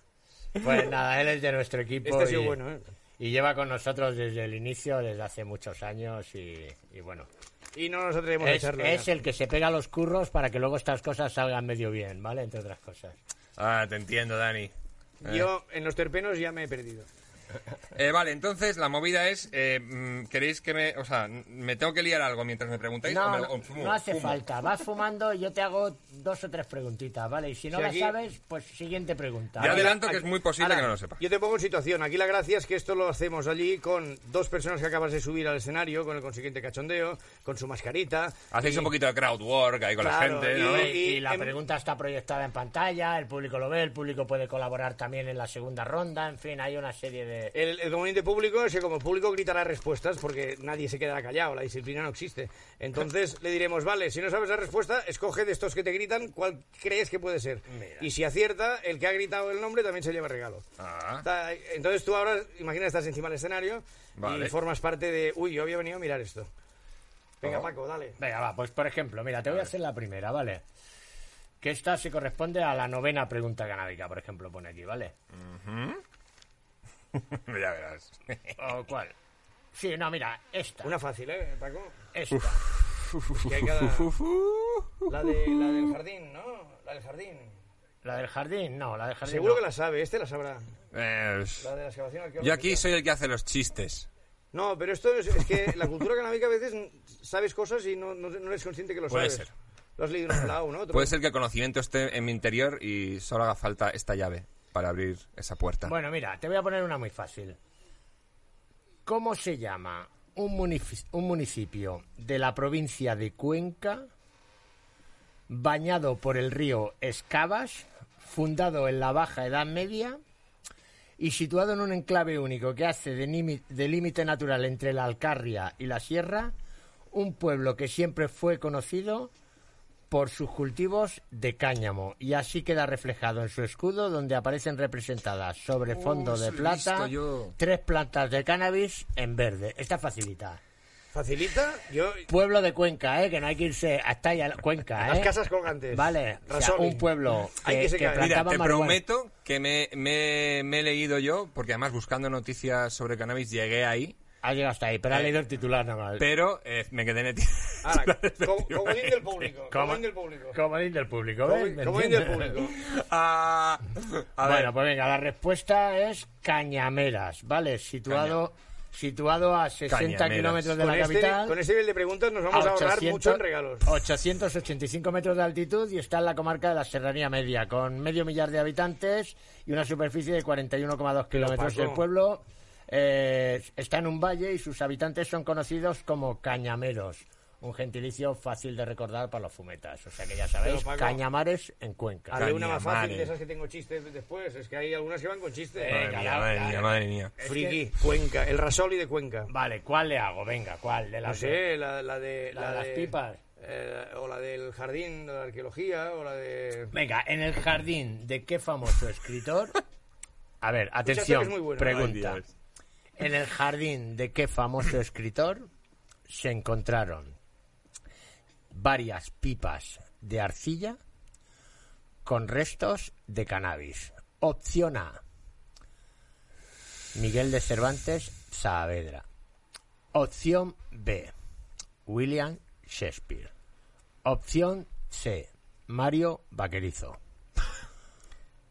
S1: Pues nada, él es de nuestro equipo.
S2: Este ha sido
S1: y,
S2: bueno, ¿eh?
S1: y lleva con nosotros desde el inicio, desde hace muchos años y, y bueno.
S2: Y no nos atrevemos a
S1: Es,
S2: echarlo.
S1: es
S2: ya.
S1: el que se pega los curros para que luego estas cosas salgan medio bien, ¿vale? Entre otras cosas.
S3: Ah, te entiendo, Dani.
S2: Yo en los terpenos ya me he perdido.
S3: Eh, vale, entonces la movida es, eh, mm, ¿queréis que me... O sea, n- ¿me tengo que liar algo mientras me preguntáis? o
S1: No,
S3: me-
S1: no,
S3: o fumo?
S1: no hace
S3: Fumo.
S1: falta. Vas fumando y yo te hago dos o tres preguntitas, ¿vale? Y si no
S2: Si
S1: las
S2: aquí-
S1: sabes, pues siguiente pregunta.
S3: Ya
S1: ¿vale?
S3: adelanto que es muy posible
S2: Ahora,
S3: que no lo sepa.
S2: Yo te pongo en situación. Aquí la gracia es que esto lo hacemos allí con dos personas que acabas de subir al escenario, con el consiguiente cachondeo, con su mascarita.
S3: Hacéis un poquito de crowd work ahí con la
S2: Claro,
S3: gente, ¿no?
S2: y-
S1: Y la
S2: em-
S1: pregunta está proyectada en pantalla, el público lo ve, el público puede colaborar también en la segunda ronda, en fin, hay una serie de...
S2: El, el componente público es que como público gritará respuestas porque nadie se quedará callado, la disciplina no existe. Entonces le diremos, vale, si no sabes la respuesta, escoge de estos que te gritan cuál crees que puede ser. Y si acierta, el que ha gritado el nombre también se lleva regalo.
S3: Ah.
S2: Está- Entonces tú ahora, imagina, estás encima del escenario
S3: Vale.
S2: y formas parte de, uy, yo había venido a mirar esto. Venga,
S3: Ah.
S2: Paco, dale.
S1: Venga, va, pues por ejemplo, mira, te voy a hacer la primera, ¿vale? Que esta se corresponde a la novena pregunta canábica, por ejemplo, pone aquí, ¿vale?
S3: ya verás.
S1: ¿O cuál? Sí, no, mira, esta,
S2: Una fácil, ¿eh, Paco?
S1: esta.
S2: Que hay cada- La, de- la del jardín, ¿no? La del jardín.
S1: ¿La del jardín? No, la del jardín
S2: Seguro
S1: no.
S2: que la sabe, este la sabrá.
S3: Eh, es-
S2: La de la excavación
S3: yo
S2: arqueológica.
S3: aquí soy el que hace los chistes.
S2: No, pero esto es, es que la cultura canábica a veces sabes cosas y no, no, no eres consciente que lo
S3: Puede
S2: sabes.
S3: ser.
S2: Lo has leído en un lado, ¿no? Otro.
S3: Puede ser que el conocimiento esté en mi interior y solo haga falta esta llave para abrir esa puerta.
S1: Bueno, mira, te voy a poner una muy fácil. ¿Cómo se llama un, munif- un municipio de la provincia de Cuenca bañado por el río Escabas, fundado en la Baja Edad Media y situado en un enclave único que hace de nimi- de límite natural entre la Alcarria y la Sierra, un pueblo que siempre fue conocido por sus cultivos de cáñamo y así queda reflejado en su escudo donde aparecen representadas sobre
S3: Oh,
S1: fondo
S3: eso
S1: de
S3: he visto
S1: plata
S3: yo.
S1: tres plantas de cannabis en verde. Esta facilita.
S2: ¿Facilita? Yo...
S1: Pueblo de Cuenca, ¿eh? que no hay que irse hasta allá, Cuenca. ¿eh?
S2: Las casas colgantes.
S1: Vale, o sea,
S2: Rasoli.
S1: un pueblo
S2: Hay
S1: que,
S2: que se
S1: que
S2: cae.
S1: plantaba
S2: Mira,
S3: Mira, te
S1: marihuana.
S3: prometo que me, me- me he leído yo, porque además buscando noticias sobre cannabis llegué ahí,
S1: Ha llegado hasta ahí, pero ha
S3: Eh,
S1: leído el titular nada más.
S3: pero eh, me quedé en el...
S2: Ahora, co- comodín del público. Comodín del público.
S1: Comodín del público, ¿ves?
S2: Comodín
S1: ¿Me
S2: comodín del
S1: entiendes?
S2: público.
S3: Ah, a ver,
S1: Bueno, pues venga, la respuesta es Cañameras, ¿vale? Situado, situado a 60
S3: Cañameras.
S1: kilómetros de
S2: Con
S1: la
S2: este,
S1: capital.
S2: con este nivel de preguntas nos vamos a, ahorrar mucho en regalos.
S1: 885 metros de altitud y está en la comarca de la Serranía Media, con medio millar de habitantes y una superficie de 41,2 kilómetros.
S2: Paco.
S1: El pueblo eh, está en un valle y sus habitantes son conocidos como cañameros, un gentilicio fácil de recordar para los fumetas. O sea que ya sabéis,
S2: Paco,
S1: cañamares en Cuenca.
S2: Haré una más fácil
S3: Cañamares.
S2: de esas que tengo chistes después. Es que hay algunas que van con chistes.
S1: pues, Venga, la- eh.
S3: madre mía, madre
S1: la-
S3: mía, madre mía.
S2: Friki, Cuenca, el Rasoli de Cuenca.
S1: Vale, ¿cuál le hago? Venga, ¿cuál? De
S2: No
S1: las
S2: sé, la, la de...
S1: La de las pipas.
S2: eh, o la del jardín, de la arqueología, o la de...
S1: Venga, en el jardín de qué famoso escritor. A ver,
S2: que
S1: atención,
S2: es muy bueno.
S1: pregunta.
S3: Ay, Dios.
S1: en el jardín de qué famoso escritor se encontraron varias pipas de arcilla con restos de cannabis. Opción A. Miguel de Cervantes Saavedra. Opción B. William Shakespeare. Opción C. Mario Vaquerizo.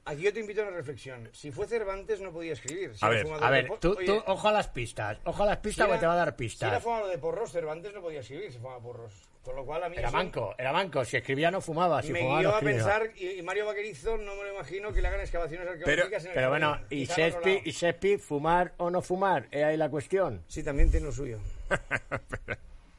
S2: Aquí yo te invito a una reflexión. Si fue Cervantes no podía escribir. Si
S3: A
S2: era
S3: ver,
S2: fumador
S1: A
S2: de
S1: ver,
S2: por-
S1: tú,
S2: Oye,
S1: tú, ojo a las pistas. Ojo a las
S2: si
S1: pistas porque
S2: era-
S1: te va a dar
S2: Si era
S1: pistas.
S2: fumado de porros, Cervantes no podía escribir si fumaba porros. Con lo cual a mí
S1: Era
S2: eso
S1: manco, era manco. Si escribía no fumaba, si
S2: me
S1: fumaba
S2: guió
S1: no
S2: a
S1: escribía.
S2: pensar, y, y Mario Vaquerizo no me lo imagino que le hagan excavaciones arqueológicas en el
S1: Pero bueno,
S2: jardín.
S1: y
S2: Quizá en otro
S1: Shakespeare,
S2: lado.
S1: y Shakespeare, fumar o no fumar, es ahí la cuestión.
S2: Sí, también tiene lo suyo.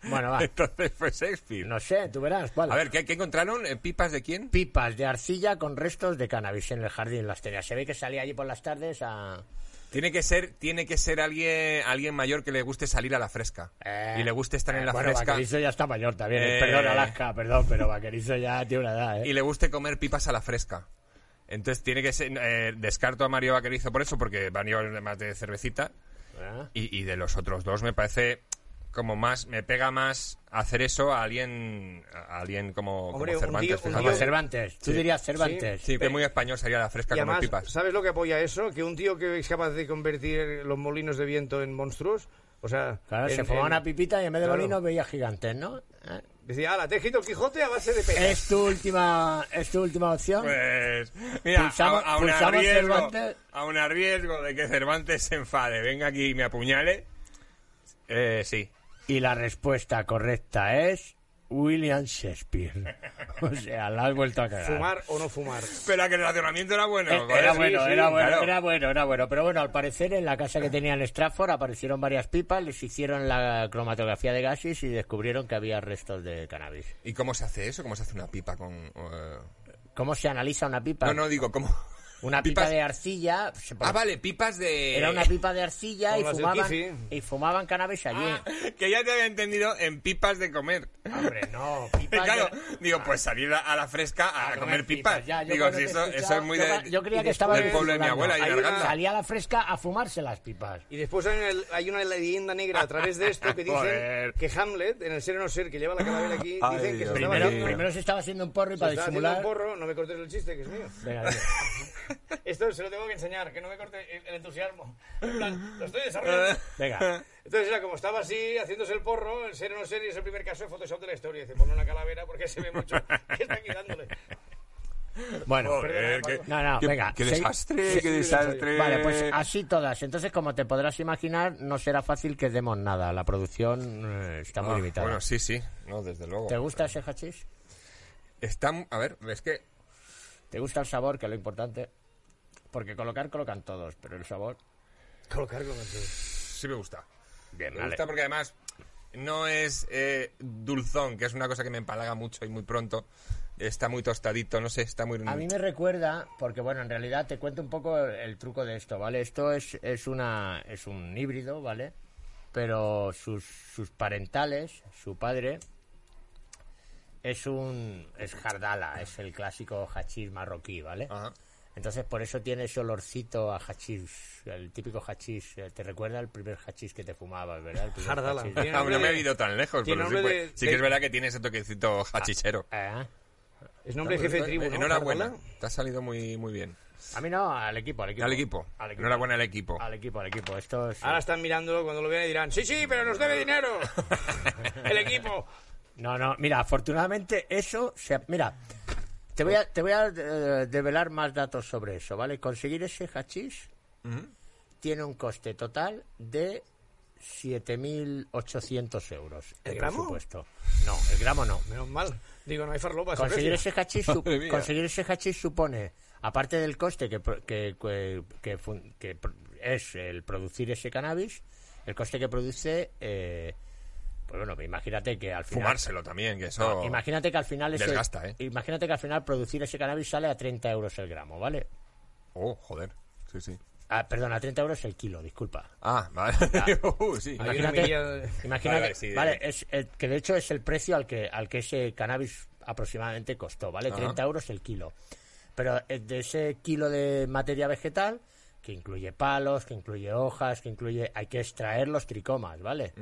S1: Bueno, va.
S3: Entonces fue Shakespeare.
S1: Ah. No sé, tú verás cuál.
S3: A ver, ¿qué, qué encontraron? ¿Eh, ¿Pipas de quién?
S1: Pipas de arcilla con restos de cannabis en el jardín las tenía. Se ve que salía allí por las tardes a...
S3: Tiene que ser, tiene que ser alguien, alguien mayor que le guste salir a la fresca.
S1: Eh,
S3: y le guste estar
S1: eh,
S3: en la
S1: bueno,
S3: fresca.
S1: Vaquerizo ya está mayor también. eh,
S3: Eh.
S1: Perdón, Alaska, perdón, pero Vaquerizo ya tiene una edad, ¿eh?
S3: Y le guste comer pipas a la fresca. Entonces tiene que ser, eh, descarto a Mario Vaquerizo por eso, porque Mario es más de cervecita.
S1: ¿Ah?
S3: Y, y de los otros dos me parece como más, me pega más hacer eso a alguien, a alguien como, como
S2: Hombre, un
S3: Cervantes.
S2: tío- un
S3: fíjate.
S1: Como Cervantes. Tú
S3: Sí.
S1: dirías Cervantes.
S3: Sí, que muy español sería la fresca
S2: Y
S3: comer
S2: además,
S3: pipas.
S2: ¿sabes lo que apoya eso? Que un tío que es capaz de convertir los molinos de viento en monstruos, o sea...
S1: Claro,
S2: en-
S1: se fumaba
S2: en-
S1: una pipita y en vez de
S2: Claro.
S1: molinos veía gigantes, ¿no? Eh.
S2: Decía, ala, te he escrito Quijote a base de pena.
S1: ¿Es tu última, es tu última opción?
S3: Pues, mira,
S1: Pulsamos-
S3: a, a un
S1: pulsamos
S3: arriesgo,
S1: Cervantes.
S3: a un arriesgo de que Cervantes se enfade, venga aquí y me apuñale. Eh, sí.
S1: Y la respuesta correcta es William Shakespeare. O sea, la has vuelto a cagar.
S2: Fumar o no fumar.
S3: Pero que el relacionamiento era bueno.
S1: Eh,
S3: joder.
S1: Era bueno,
S3: Sí, sí,
S1: era bueno,
S3: claro.
S1: era bueno, era bueno. Pero bueno, al parecer en la casa que tenía en Stratford aparecieron varias pipas, les hicieron la cromatografía de gases y descubrieron que había restos de cannabis.
S3: ¿Y cómo se hace eso? ¿Cómo se hace una pipa con...? eh?
S1: ¿Cómo se analiza una pipa?
S3: No, no, digo, ¿cómo...?
S1: Una pipa
S3: pipas-
S1: de arcilla. se pone-
S3: Ah, vale, pipas de...
S1: Era una pipa de arcilla
S2: Como
S1: y
S2: las del
S1: fumaban,
S2: Kifi.
S1: y fumaban cannabis allí.
S3: Ah, que ya te había entendido en pipas de comer.
S1: Hombre, no,
S3: Eh,
S1: pipas
S3: claro,
S1: de-
S3: digo, pues salir a, a la fresca a,
S1: A
S3: comer pipas.
S1: Ya, yo
S3: digo,
S1: cuando
S3: si
S1: te
S3: eso,
S1: he
S3: eso es muy
S1: yo,
S3: de-
S1: yo creía que estaba
S3: del pueblo de mi
S1: difundiendo.
S3: abuela y de
S2: Hay una-
S3: Arganda.
S1: Salía a la fresca a fumarse las pipas.
S2: Y después hay una, hay una leyenda negra a través de esto que dicen
S3: Joder.
S2: que Hamlet, en el ser o no ser, que lleva la calavera aquí,
S3: Ay,
S2: dicen que
S3: Dios
S2: se estaba
S1: Primero,
S3: Sí.
S2: haciendo-
S1: primero se estaba haciendo un porro y para
S2: se estaba haciendo
S1: disimular.
S2: un porro, no me cortes el chiste, que es mío.
S1: Venga, venga.
S2: Esto se lo tengo que enseñar, que no me corte el, el entusiasmo. En plan, lo estoy desarrollando.
S1: Venga.
S2: Entonces era como estaba así, haciéndose el porro, el ser o no ser, y es el primer caso de Photoshop de la historia. Dice, pone una calavera porque se ve mucho que está quitándole.
S1: Bueno,
S3: Joder,
S2: Perdona,
S1: no, no,
S3: qué-
S1: venga.
S3: Qué
S1: segui-
S3: desastre,
S1: se-
S3: qué desastre.
S1: Vale, pues así todas. Entonces, como te podrás imaginar, no será fácil que demos nada. La producción eh, está muy
S3: Ah,
S1: limitada.
S3: Bueno, sí, sí, no, desde luego.
S1: ¿Te gusta ese hachís?
S3: Está, a ver, es que
S1: ¿Te gusta el sabor, que es lo importante? Porque colocar colocan todos, pero el sabor...
S2: Colocar con el
S3: sí me gusta.
S1: Bien,
S3: me
S1: vale.
S3: gusta porque además no es eh, dulzón, que es una cosa que me empalaga mucho y muy pronto. está muy tostadito, no sé, está muy...
S1: A mí me recuerda, porque bueno, en realidad te cuento un poco el, el truco de esto, ¿vale? Esto es, es, una, es un híbrido, ¿vale? Pero sus, sus parentales, su padre, es un... es jardala, es el clásico hachís marroquí, ¿vale?
S3: Ajá.
S1: Entonces por eso tiene ese olorcito a hachís, el típico hachís. eh, Te recuerda el primer hachís que te fumabas, ¿verdad? El primer
S2: Jardala.
S1: hachís.
S2: Tiene
S3: Ah,
S2: nombre
S3: no me
S2: de-
S3: he ido tan lejos,
S2: tiene
S3: pero sí,
S2: nombre
S3: pues-
S2: de-
S3: sí
S2: de-
S3: que es verdad que tiene ese toquecito hachichero.
S1: Ah,
S2: Es nombre de jefe de tribu, ¿no?
S3: Enhorabuena,
S2: Jardala.
S3: te ha salido muy, muy bien.
S1: A mí no, al equipo, al equipo.
S3: Al equipo.
S1: Al equipo.
S3: Enhorabuena al equipo.
S1: Al equipo, al equipo. Esto es...
S2: Ahora están mirándolo cuando lo vean y dirán, sí, sí, pero nos debe dinero. El equipo.
S1: No, no, mira, afortunadamente eso se... Mira, te voy a, te voy a eh, develar más datos sobre eso, ¿vale? Conseguir ese hachís tiene un coste total de 7.800 euros.
S2: ¿El
S1: de
S2: gramo?
S1: presupuesto. No, el gramo no.
S2: Menos mal. Digo, no hay farlopa.
S1: Conseguir ese hachís, su-
S3: Madre mía.
S1: conseguir ese hachís supone, aparte del coste que, pro- que, que, que fun- que pr- es el producir ese cannabis, el coste que produce... eh, pues bueno, imagínate que al final...
S3: Fumárselo también, que
S2: Ah,
S3: eso...
S1: Imagínate que al final ese-
S3: Oh. Desgasta, ¿eh?
S1: Imagínate que al final producir ese cannabis sale a 30 euros el gramo, ¿vale?
S3: Oh, joder. Sí, sí.
S1: Ah, perdón, a 30 euros el kilo, disculpa.
S3: Ah, vale. Uh, sí.
S2: Ahí. Hay una
S1: Imagínate,
S2: media-
S1: imagínate-
S3: Vale, vale, sí,
S1: vale,
S3: de-
S1: es, eh, que de hecho es el precio al que, al que ese cannabis aproximadamente costó, ¿vale? 30 euros el kilo. Pero eh, de ese kilo de materia vegetal, que incluye palos, que incluye hojas, que incluye... Hay que extraer los tricomas, ¿vale?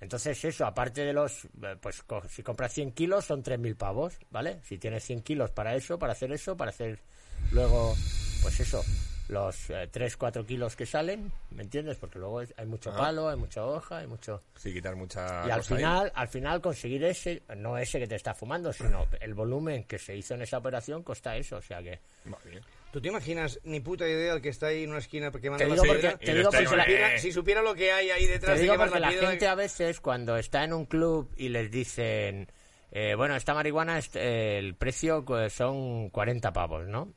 S1: Entonces eso, aparte de los... eh, Pues co- si compras 100 kilos son 3.000 pavos, ¿vale? Si tienes 100 kilos para eso, para hacer eso, para hacer luego, pues eso, los 3-4 kilos que salen, ¿me entiendes? Porque luego es- hay mucho palo, hay mucha hoja, hay mucho...
S3: Sí, quitar mucha
S1: Y al
S3: cosa Ah, ahí.
S1: final, al final conseguir ese, no ese que te está fumando, sino el volumen que se hizo en esa operación cuesta eso, o sea que...
S3: Vale.
S2: ¿Tú te imaginas ni puta idea el que está ahí en una esquina quemando
S1: Te
S2: la
S1: digo porque-
S2: piedra?
S1: te digo
S2: Si
S1: porque la-
S2: supiera, si supiera lo que hay ahí detrás
S1: Te
S2: de
S1: digo
S2: quemar
S1: porque
S2: la
S1: la
S2: piedra...
S1: gente a veces cuando está en un club y les dicen, eh, bueno, esta marihuana, es- eh, el precio pues, son 40 pavos, ¿no?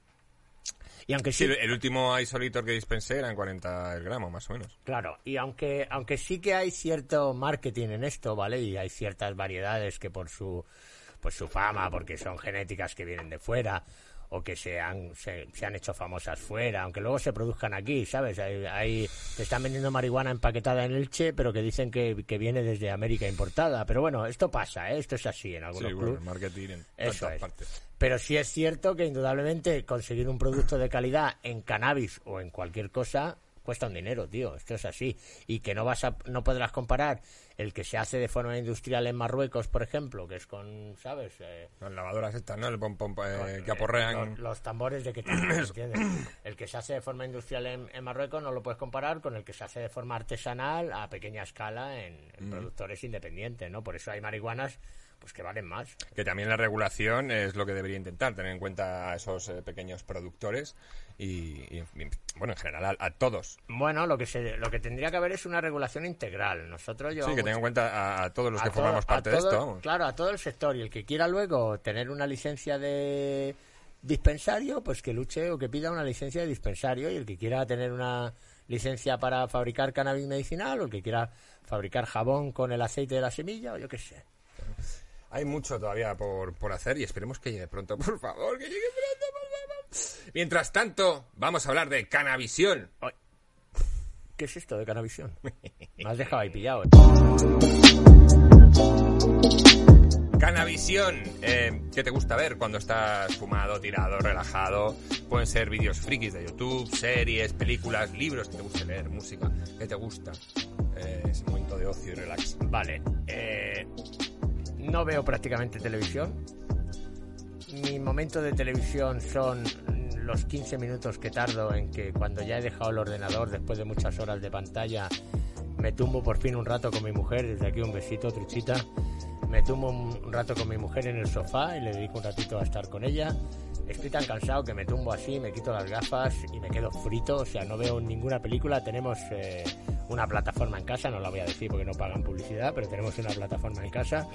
S1: Y aunque
S3: Sí,
S1: sí,
S3: el- el último isolator que dispensé eran 40 el gramo, más o menos.
S1: claro, y aunque, aunque sí que hay cierto marketing en esto, ¿vale? Y hay ciertas variedades que por su, por su fama, porque son genéticas que vienen de fuera o que se han, se, se han hecho famosas fuera, aunque luego se produzcan aquí, ¿sabes? Hay, hay- te están vendiendo marihuana empaquetada en Elche, pero que dicen que, que viene desde América importada. Pero bueno, esto pasa, ¿eh? Esto es así en
S3: Sí,
S1: algunos
S3: bueno,
S1: clubs.
S3: el marketing en
S1: Eso
S3: tantas
S1: es.
S3: partes.
S1: Pero sí es cierto que indudablemente conseguir un producto de calidad en cannabis o en cualquier cosa cuesta un dinero, tío. Esto es así. Y que no vas a, no podrás comparar el que se hace de forma industrial en Marruecos, por ejemplo, que es con, ¿sabes? Eh,
S3: Las lavadoras estas, ¿no? El pom, pom, eh, que
S1: eh,
S3: aporrean...
S1: Los, los tambores de que te- ¿entiendes? El que se hace de forma industrial en, en Marruecos no lo puedes comparar con el que se hace de forma artesanal a pequeña escala en,
S3: Mm.
S1: en productores independientes, ¿no? Por eso hay marihuanas pues que valen más.
S3: Que también la regulación es lo que debería intentar, tener en cuenta a esos eh, pequeños productores y, y, en fin, bueno, en general a, a todos.
S1: Bueno, lo que se, lo que tendría que haber es una regulación integral. Nosotros
S3: Sí,
S1: llevamos
S3: que tengan en cuenta a, a todos los
S1: a
S3: que
S1: todo-
S3: formamos
S1: a
S3: parte de
S1: todo-
S3: esto. vamos.
S1: Claro, a todo el sector y el que quiera luego tener una licencia de dispensario, pues que luche o que pida una licencia de dispensario y el que quiera tener una licencia para fabricar cannabis medicinal o el que quiera fabricar jabón con el aceite de la semilla o yo qué sé.
S3: Hay mucho todavía por, por hacer y esperemos que llegue pronto, por favor, que llegue pronto, por favor. Mientras tanto, vamos a hablar de Canavisión.
S1: ¿Qué es esto de cannabisión? Me has dejado ahí pillado. ¿eh?
S3: Canavisión, eh, ¿qué te gusta ver cuando estás fumado, tirado, relajado? Pueden ser vídeos frikis de YouTube, series, películas, libros que te guste leer, música, ¿qué te gusta? Eh, ese momento de ocio y relax.
S1: Vale. eh, no veo prácticamente televisión. Mi momento de televisión son los 15 minutos que tardo en que cuando ya he dejado el ordenador después de muchas horas de pantalla me tumbo por fin un rato con mi mujer, desde aquí un besito, truchita. Me tumbo un un rato con mi mujer en el sofá y le dedico un ratito a estar con ella. Estoy tan cansado que me tumbo así, me quito las gafas y me quedo frito, o sea, no veo ninguna película. Tenemos eh, una plataforma en casa, no la voy a decir porque no pagan publicidad, pero tenemos una plataforma en casa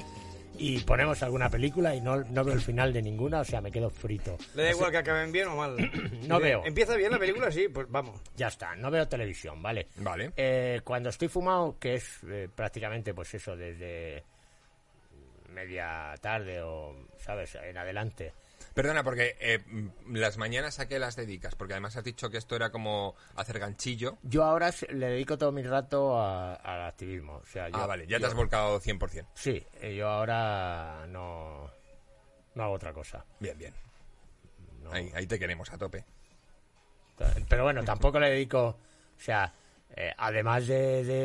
S1: y ponemos alguna película y no, no veo el final de ninguna, o sea, me quedo frito.
S2: Le da igual que acaben bien o mal.
S1: No veo.
S2: Empieza bien la película, sí, pues vamos.
S1: Ya está, no veo televisión, ¿vale?
S3: Vale.
S1: Eh, cuando estoy fumado, que es eh, prácticamente pues eso, desde media tarde o, ¿sabes?, en adelante.
S3: Perdona, porque eh, las mañanas a qué las dedicas, porque además has dicho que esto era como hacer ganchillo.
S1: Yo ahora s- le dedico todo mi rato a- al activismo. O sea, yo,
S3: ah, vale, ya te
S1: yo-
S3: has volcado 100%.
S1: Sí, eh, yo ahora no, no hago otra cosa.
S3: Bien, bien.
S1: No.
S3: Ahí, ahí te queremos a tope.
S1: Ta- Pero bueno, tampoco le dedico. O sea, eh, además del de,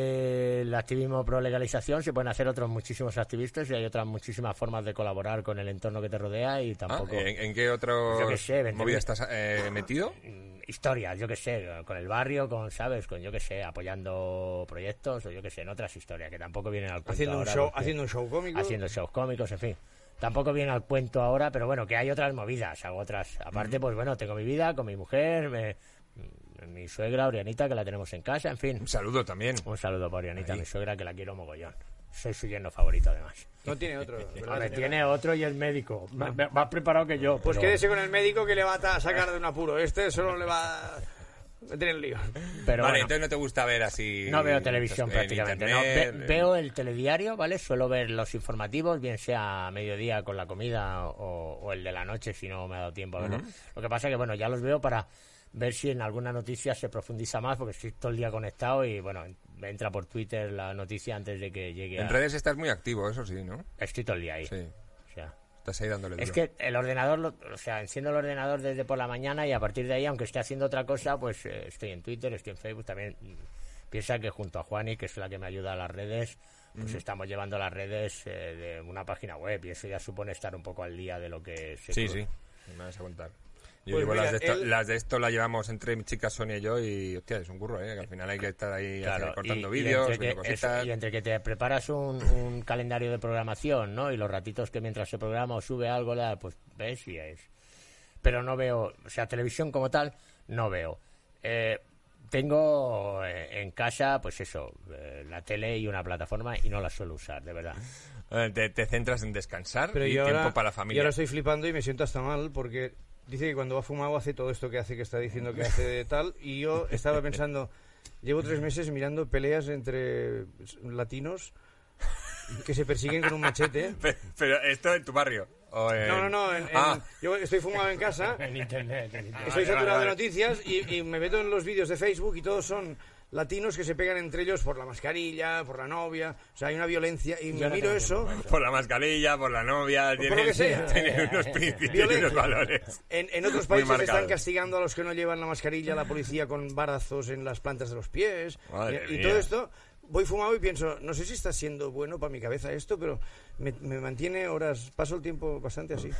S1: del activismo pro legalización, se pueden hacer otros muchísimos activistas y hay otras muchísimas formas de colaborar con el entorno que te rodea y
S3: Ah,
S1: tampoco.
S3: ¿en, en qué otro
S1: Yo qué sé, 20.000.
S3: movida estás eh, metido?
S1: mm, Historias, yo qué sé, con el barrio, con, ¿sabes? Con, yo qué sé, apoyando proyectos o yo qué sé, en otras historias que tampoco vienen al cuento.
S2: Haciendo un,
S1: ahora
S2: show,
S1: porque-
S2: haciendo un show cómico.
S1: haciendo shows cómicos, en fin. Tampoco viene al cuento ahora, pero bueno, que hay otras movidas, hago otras. Aparte, pues bueno, tengo mi vida con mi mujer, me- m- mi suegra Orianita, que la tenemos en casa, en fin.
S3: Un saludo también.
S1: Un saludo para Orianita,
S3: Ahí.
S1: mi suegra, que la quiero mogollón. Soy su yerno favorito, además.
S2: No tiene otro. ¿verdad,
S1: Hombre,
S2: señora?
S1: tiene otro y el médico, ma- ma- más preparado que yo.
S2: Pues
S1: pero-
S2: quédese con el médico que le va a ta- sacar de un apuro. Este solo le va a meter en lío.
S1: pero
S3: vale,
S1: bueno.
S3: entonces no te gusta ver así.
S1: No veo televisión
S3: en
S1: prácticamente. no.
S3: internet, eh,
S1: Ve-
S3: en-
S1: veo el telediario, ¿vale? Suelo ver los informativos, bien sea a mediodía con la comida o, o el de la noche si no me ha dado tiempo a verlo. Lo que pasa que, bueno, ya los veo para ver si en alguna noticia se profundiza más, porque estoy todo el día conectado y, bueno, en- me entra por Twitter la noticia antes de que llegue
S3: en
S1: a...
S3: redes estás muy activo, eso sí, ¿no?
S1: Estoy todo el día ahí.
S3: Sí.
S1: O sea,
S3: Estás ahí dándole duro.
S1: es que el ordenador, lo- o sea, enciendo el ordenador desde por la mañana y a partir de ahí, aunque esté haciendo otra cosa, pues eh, estoy en Twitter, estoy en Facebook. También mm, piensa que junto a Juani, que es la que me ayuda a las redes, pues estamos llevando las redes eh, de una página web y eso ya supone estar un poco al día de lo que se.
S3: Sí,
S1: cru-
S3: sí. Me vas a contar. Yo
S2: Pues
S3: llevo
S2: mira,
S3: las, de esto,
S2: él-
S3: las de esto las llevamos entre mi chica Sonia y yo y, hostia, es un curro, ¿eh? Que al final hay que estar ahí haciendo-
S1: Claro,
S3: cortando
S1: y- y
S3: vídeos,
S1: entre que-
S3: viendo cositas.
S1: eso, y entre que te preparas un, un calendario de programación, ¿no? Y los ratitos que mientras se programa o sube algo, la- pues ves y es. Pero no veo, o sea, televisión como tal, no veo. Eh, tengo eh, en casa, pues eso, eh, la tele y una plataforma y no la suelo usar, de verdad.
S3: Eh, Te, te centras en descansar y
S2: yo
S3: tiempo
S2: ahora-
S3: para la
S2: yo
S3: familia.
S2: ahora estoy flipando y me siento hasta mal porque dice que cuando va fumado hace todo esto que hace, que está diciendo que hace de tal. Y yo estaba pensando, llevo tres meses mirando peleas entre latinos que se persiguen con un machete.
S3: Pe- Pero, esto en tu barrio. o en-
S2: No, no, no. en- en-
S3: Ah,
S2: Yo estoy fumado en casa.
S1: En internet,
S2: Estoy
S3: Vale,
S2: saturado
S3: vale,
S2: de
S3: vale.
S2: noticias y, y me meto en los vídeos de Facebook y todos son latinos que se pegan entre ellos por la mascarilla, por la novia, o sea, hay una violencia y me miro eso
S3: por la mascarilla, por la novia.
S2: por lo
S3: Tienen,
S2: que sea.
S3: tienen unos principios y
S2: Violencia.
S3: unos valores.
S2: en, en otros
S3: Muy
S2: países
S3: marcado.
S2: están castigando a los que no llevan la mascarilla, la policía con barazos en las plantas de los pies
S3: Madre
S2: y, y
S3: mía.
S2: todo esto. Voy fumado y pienso, no sé si está siendo bueno para mi cabeza esto, pero me, me mantiene horas, paso el tiempo bastante así.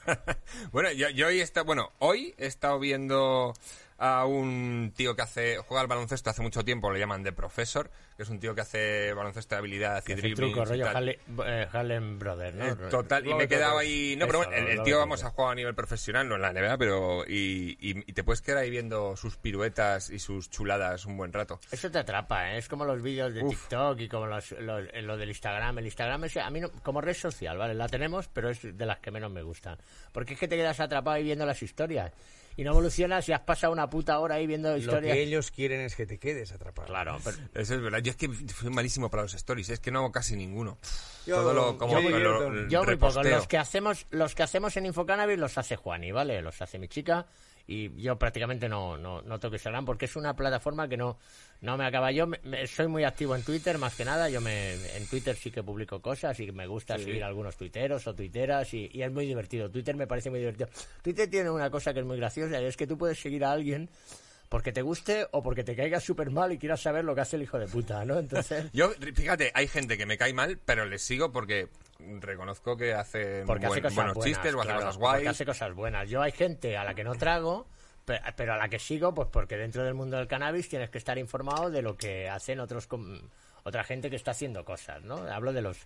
S3: bueno, yo, yo hoy, he estado- bueno, hoy he estado viendo a un tío que hace juega al baloncesto hace mucho tiempo, le llaman de profesor, que es un tío que hace baloncesto de habilidad y
S1: El
S3: driblings
S1: truco,
S3: y
S1: rollo
S3: tal.
S1: Harlem, eh, Harlem Brothers, ¿no?
S3: Eh, Total, y
S1: Lo
S3: me he
S1: de
S3: quedado
S1: todo.
S3: ahí. No, pero
S1: Eso,
S3: bueno, el,
S1: lo
S3: el
S1: de
S3: tío,
S1: todo.
S3: vamos, a jugar a nivel profesional, no en la NBA, pero. Y, y- y te puedes quedar ahí viendo sus piruetas y sus chuladas un buen rato.
S1: Eso te atrapa, ¿eh? es como los vídeos de
S3: Uf.
S1: TikTok y como los, los- eh, lo del Instagram. El Instagram es, a mí no- como red social, ¿vale? La tenemos, pero es de las que menos me gustan. Porque es que te quedas atrapado ahí viendo las historias. Y no evolucionas y has pasado una puta hora ahí viendo
S2: Lo que
S1: historias.
S2: ellos quieren es que te quedes atrapado.
S1: Claro, pero
S3: Eso es verdad. Yo es que soy malísimo para los stories, es que no hago casi ninguno.
S2: Yo-
S3: Todo lo como
S2: yo
S3: lo-
S2: divierto.
S3: lo-
S1: yo muy poco.
S3: reposteo.
S1: Los que, hacemos, los que hacemos en Infocannabis los hace Juani, ¿vale? Los hace mi chica. Y yo prácticamente no, no, no toco Instagram porque es una plataforma que no, no me acaba. Yo me- me- soy muy activo en Twitter, más que nada. Yo me, en Twitter sí que publico cosas y me gusta seguir algunos tuiteros o tuiteras y, y es muy divertido. Twitter me parece muy divertido. Twitter tiene una cosa que es muy graciosa y es que tú puedes seguir a alguien porque te guste o porque te caiga súper mal y quieras saber lo que hace el hijo de puta, ¿no? Entonces...
S3: Yo, fíjate, hay gente que me cae mal, pero les sigo porque reconozco que hace,
S1: porque hace
S3: buen-
S1: cosas
S3: buenos
S1: buenas,
S3: chistes o hace
S1: claro,
S3: cosas
S1: porque
S3: guays.
S1: hace cosas buenas. Yo hay gente a la que no trago, pe- pero a la que sigo, pues porque dentro del mundo del cannabis tienes que estar informado de lo que hacen otros com- otra gente que está haciendo cosas, ¿no? Hablo de los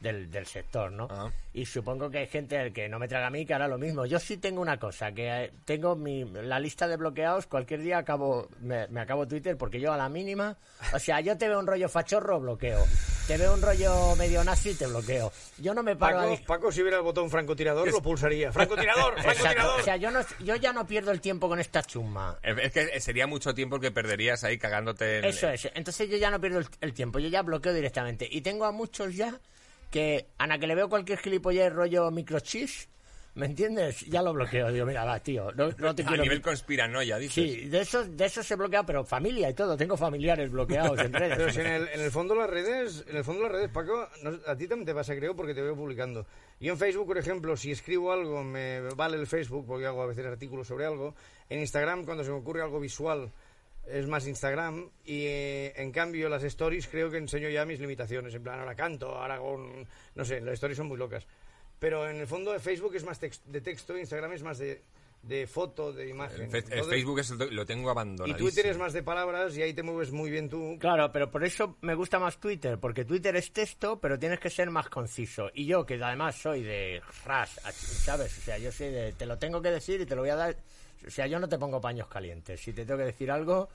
S1: del, del sector, ¿no?
S3: Ah.
S1: Y supongo que hay gente al que no me traga a mí que hará lo mismo. Yo sí tengo una cosa, que eh, tengo mi, la lista de bloqueados, cualquier día acabo me, me acabo Twitter porque yo a la mínima, o sea, yo te veo un rollo fachorro, bloqueo. Te veo un rollo medio nazi, te bloqueo. Yo no me paro a
S2: Paco,
S1: dis-
S2: Paco, si hubiera el botón francotirador, lo pulsaría. ¡Francotirador!
S1: Exacto.
S2: ¡Francotirador!
S1: O sea, yo, no, yo ya no pierdo el tiempo con esta chuma.
S3: Es es que sería mucho tiempo el que perderías ahí cagándote en,
S1: Eso es. Entonces yo ya no pierdo el, el tiempo. Yo ya bloqueo directamente. Y tengo a muchos ya que a la que le veo cualquier gilipollez rollo microchis, ¿me entiendes? Ya lo bloqueo. Digo, mira, va, tío, no, no te
S3: A
S1: quiero...
S3: nivel conspiranoia, dices.
S1: Sí, de eso, de eso se bloquea, pero familia y todo. Tengo familiares bloqueados en redes.
S2: Pero si en el, en el fondo las redes, en el fondo las redes, Paco, no- a ti también te pasa, creo, porque te veo publicando. Yo en Facebook, por ejemplo, si escribo algo, me vale el Facebook, porque hago a veces artículos sobre algo. En Instagram, cuando se me ocurre algo visual, es más Instagram. Y eh, en cambio, las stories creo que enseño ya mis limitaciones. En plan, ahora canto, ahora hago un- No sé, las stories son muy locas. Pero en el fondo, Facebook es más tex- de texto, Instagram es más de, de foto, de imagen.
S3: El fe- el
S2: Entonces-
S3: Facebook es el- lo tengo
S2: Y
S3: abandonado.
S2: Twitter es más de palabras y ahí te mueves muy bien tú.
S1: Claro, pero por eso me gusta más Twitter, porque Twitter es texto, pero tienes que ser más conciso. Y yo, que además soy de ras, ¿sabes? O sea, yo soy de, te lo tengo que decir y te lo voy a dar. O sea, yo no te pongo paños calientes. Si te tengo que decir algo,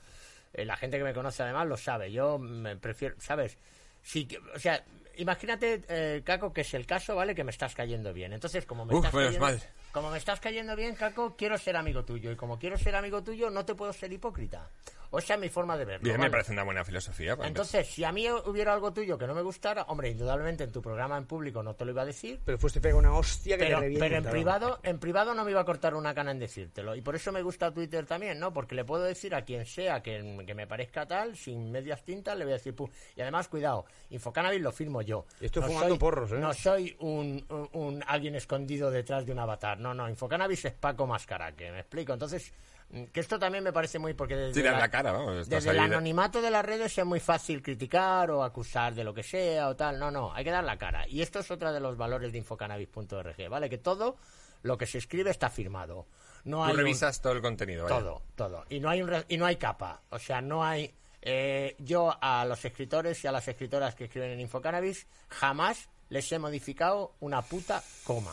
S1: eh, la gente que me conoce además lo sabe. Yo me prefiero, ¿sabes? Si, que- o sea, imagínate, eh, Caco, que es el caso, ¿vale? Que me estás cayendo bien. Entonces, como me
S3: Uf,
S1: estás
S3: menos
S1: cayendo-
S3: mal.
S1: como me estás cayendo bien, Caco, quiero ser amigo tuyo. Y como quiero ser amigo tuyo, no te puedo ser hipócrita. O sea, mi forma de verlo.
S3: Bien, me
S1: ¿vale?
S3: parece una buena filosofía. pues, para empezar.
S1: Entonces, si a mí hubiera algo tuyo que no me gustara, hombre, indudablemente en tu programa en público no te lo iba a decir,
S2: Pero después te pega una hostia que
S1: pero,
S2: te revienta.
S1: pero en privado en privado no me iba a cortar una cana en decírtelo. Y por eso me gusta Twitter también, ¿no? Porque le puedo decir a quien sea que, que me parezca tal, sin medias tintas, le voy a decir... pum. Y además, cuidado, Infocannabis lo firmo yo.
S2: Y estoy fumando porros, ¿eh?
S1: No soy un, un- un alguien escondido detrás de un avatar. No, no, Infocannabis es Paco Mascaraque, ¿me explico? Entonces... mm, Que esto también me parece muy porque desde
S3: Sí, das la cara, vamos, estás
S1: desde el
S3: ahí de-
S1: anonimato de las redes es muy fácil criticar o acusar de lo que sea o tal. No, no, hay que dar la cara. Y esto es otro de los valores de infocannabis.org, ¿vale? Que todo lo que se escribe está firmado. No hay
S3: Tú
S1: un-
S3: revisas todo el contenido. vaya.
S1: todo, todo. Y no hay un re- y no hay capa. O sea, no hay eh, yo a los escritores y a las escritoras que escriben en Infocannabis jamás les he modificado una puta coma.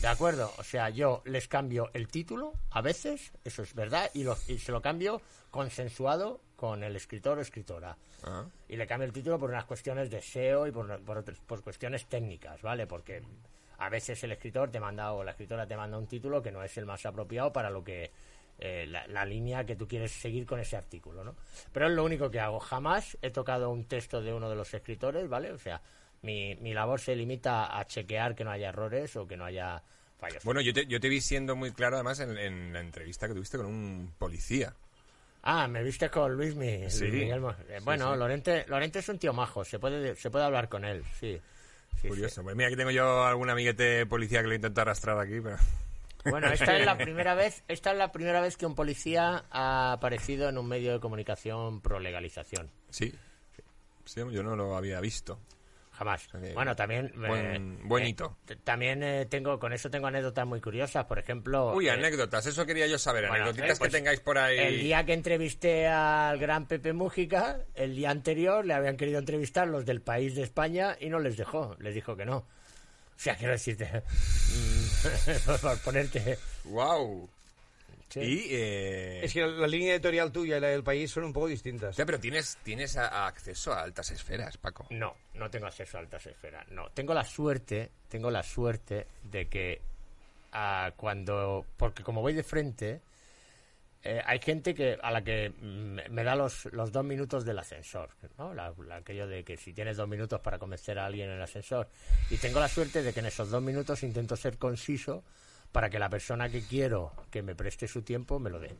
S1: ¿De acuerdo? O sea, yo les cambio el título a veces, eso es verdad, y, lo- y se lo cambio consensuado con el escritor o escritora.
S3: Ah.
S1: Y le cambio el título por unas cuestiones de SEO y por, una- por, otras- por cuestiones técnicas, ¿vale? Porque a veces el escritor te manda o la escritora te manda un título que no es el más apropiado para lo que eh, la, la línea que tú quieres seguir con ese artículo, ¿no? Pero es lo único que hago. Jamás he tocado un texto de uno de los escritores, ¿vale? O sea, mi, mi labor se limita a chequear que no haya errores o que no haya fallos.
S3: Bueno, yo te, yo te vi siendo muy claro, además, en, en la entrevista que tuviste con un policía.
S1: Ah, me viste con Luis, mi,
S3: Sí.
S1: Miguel Mo- eh,
S3: Sí,
S1: bueno,
S3: sí.
S1: Lorente, Lorente es un tío majo, se puede, se puede hablar con él, sí. Sí, sí.
S3: Curioso. Pues mira, que tengo yo algún amiguete policía que lo intento arrastrar aquí, pero.
S1: Bueno, esta es la primera vez, esta es la primera vez que un policía ha aparecido en un medio de comunicación pro legalización.
S3: Sí. Sí, yo no lo había visto.
S1: Jamás.
S3: sea que-
S1: Bueno, también eh,
S3: Buen- buen hito.
S1: t- también eh, tengo con eso tengo anécdotas muy curiosas, por ejemplo,
S3: Uy,
S1: eh,
S3: anécdotas, eso quería yo saber.
S1: bueno,
S3: Anécdotitas
S1: eh, pues,
S3: que tengáis por ahí.
S1: El día que entrevisté al gran Pepe Mújica, el día anterior le habían querido entrevistar los del país de España y no les dejó, les dijo que no. O sea, quiero decirte, mm, por ponerte...
S3: ¡Wow!
S1: sí.
S3: Y. eh,
S2: Es que la, la línea editorial tuya y la del país son un poco distintas.
S3: hostia, pero tienes, tienes a- a acceso a altas esferas, Paco.
S1: No, no tengo acceso a altas esferas. No, tengo la suerte, tengo la suerte de que ah, cuando, porque como voy de frente, eh, hay gente que a la que mm, me da los, los dos minutos del ascensor, ¿no? La, la- aquello de que si tienes dos minutos para convencer a alguien en el ascensor. Y tengo la suerte de que en esos dos minutos intento ser conciso para que la persona que quiero que me preste su tiempo me lo dé.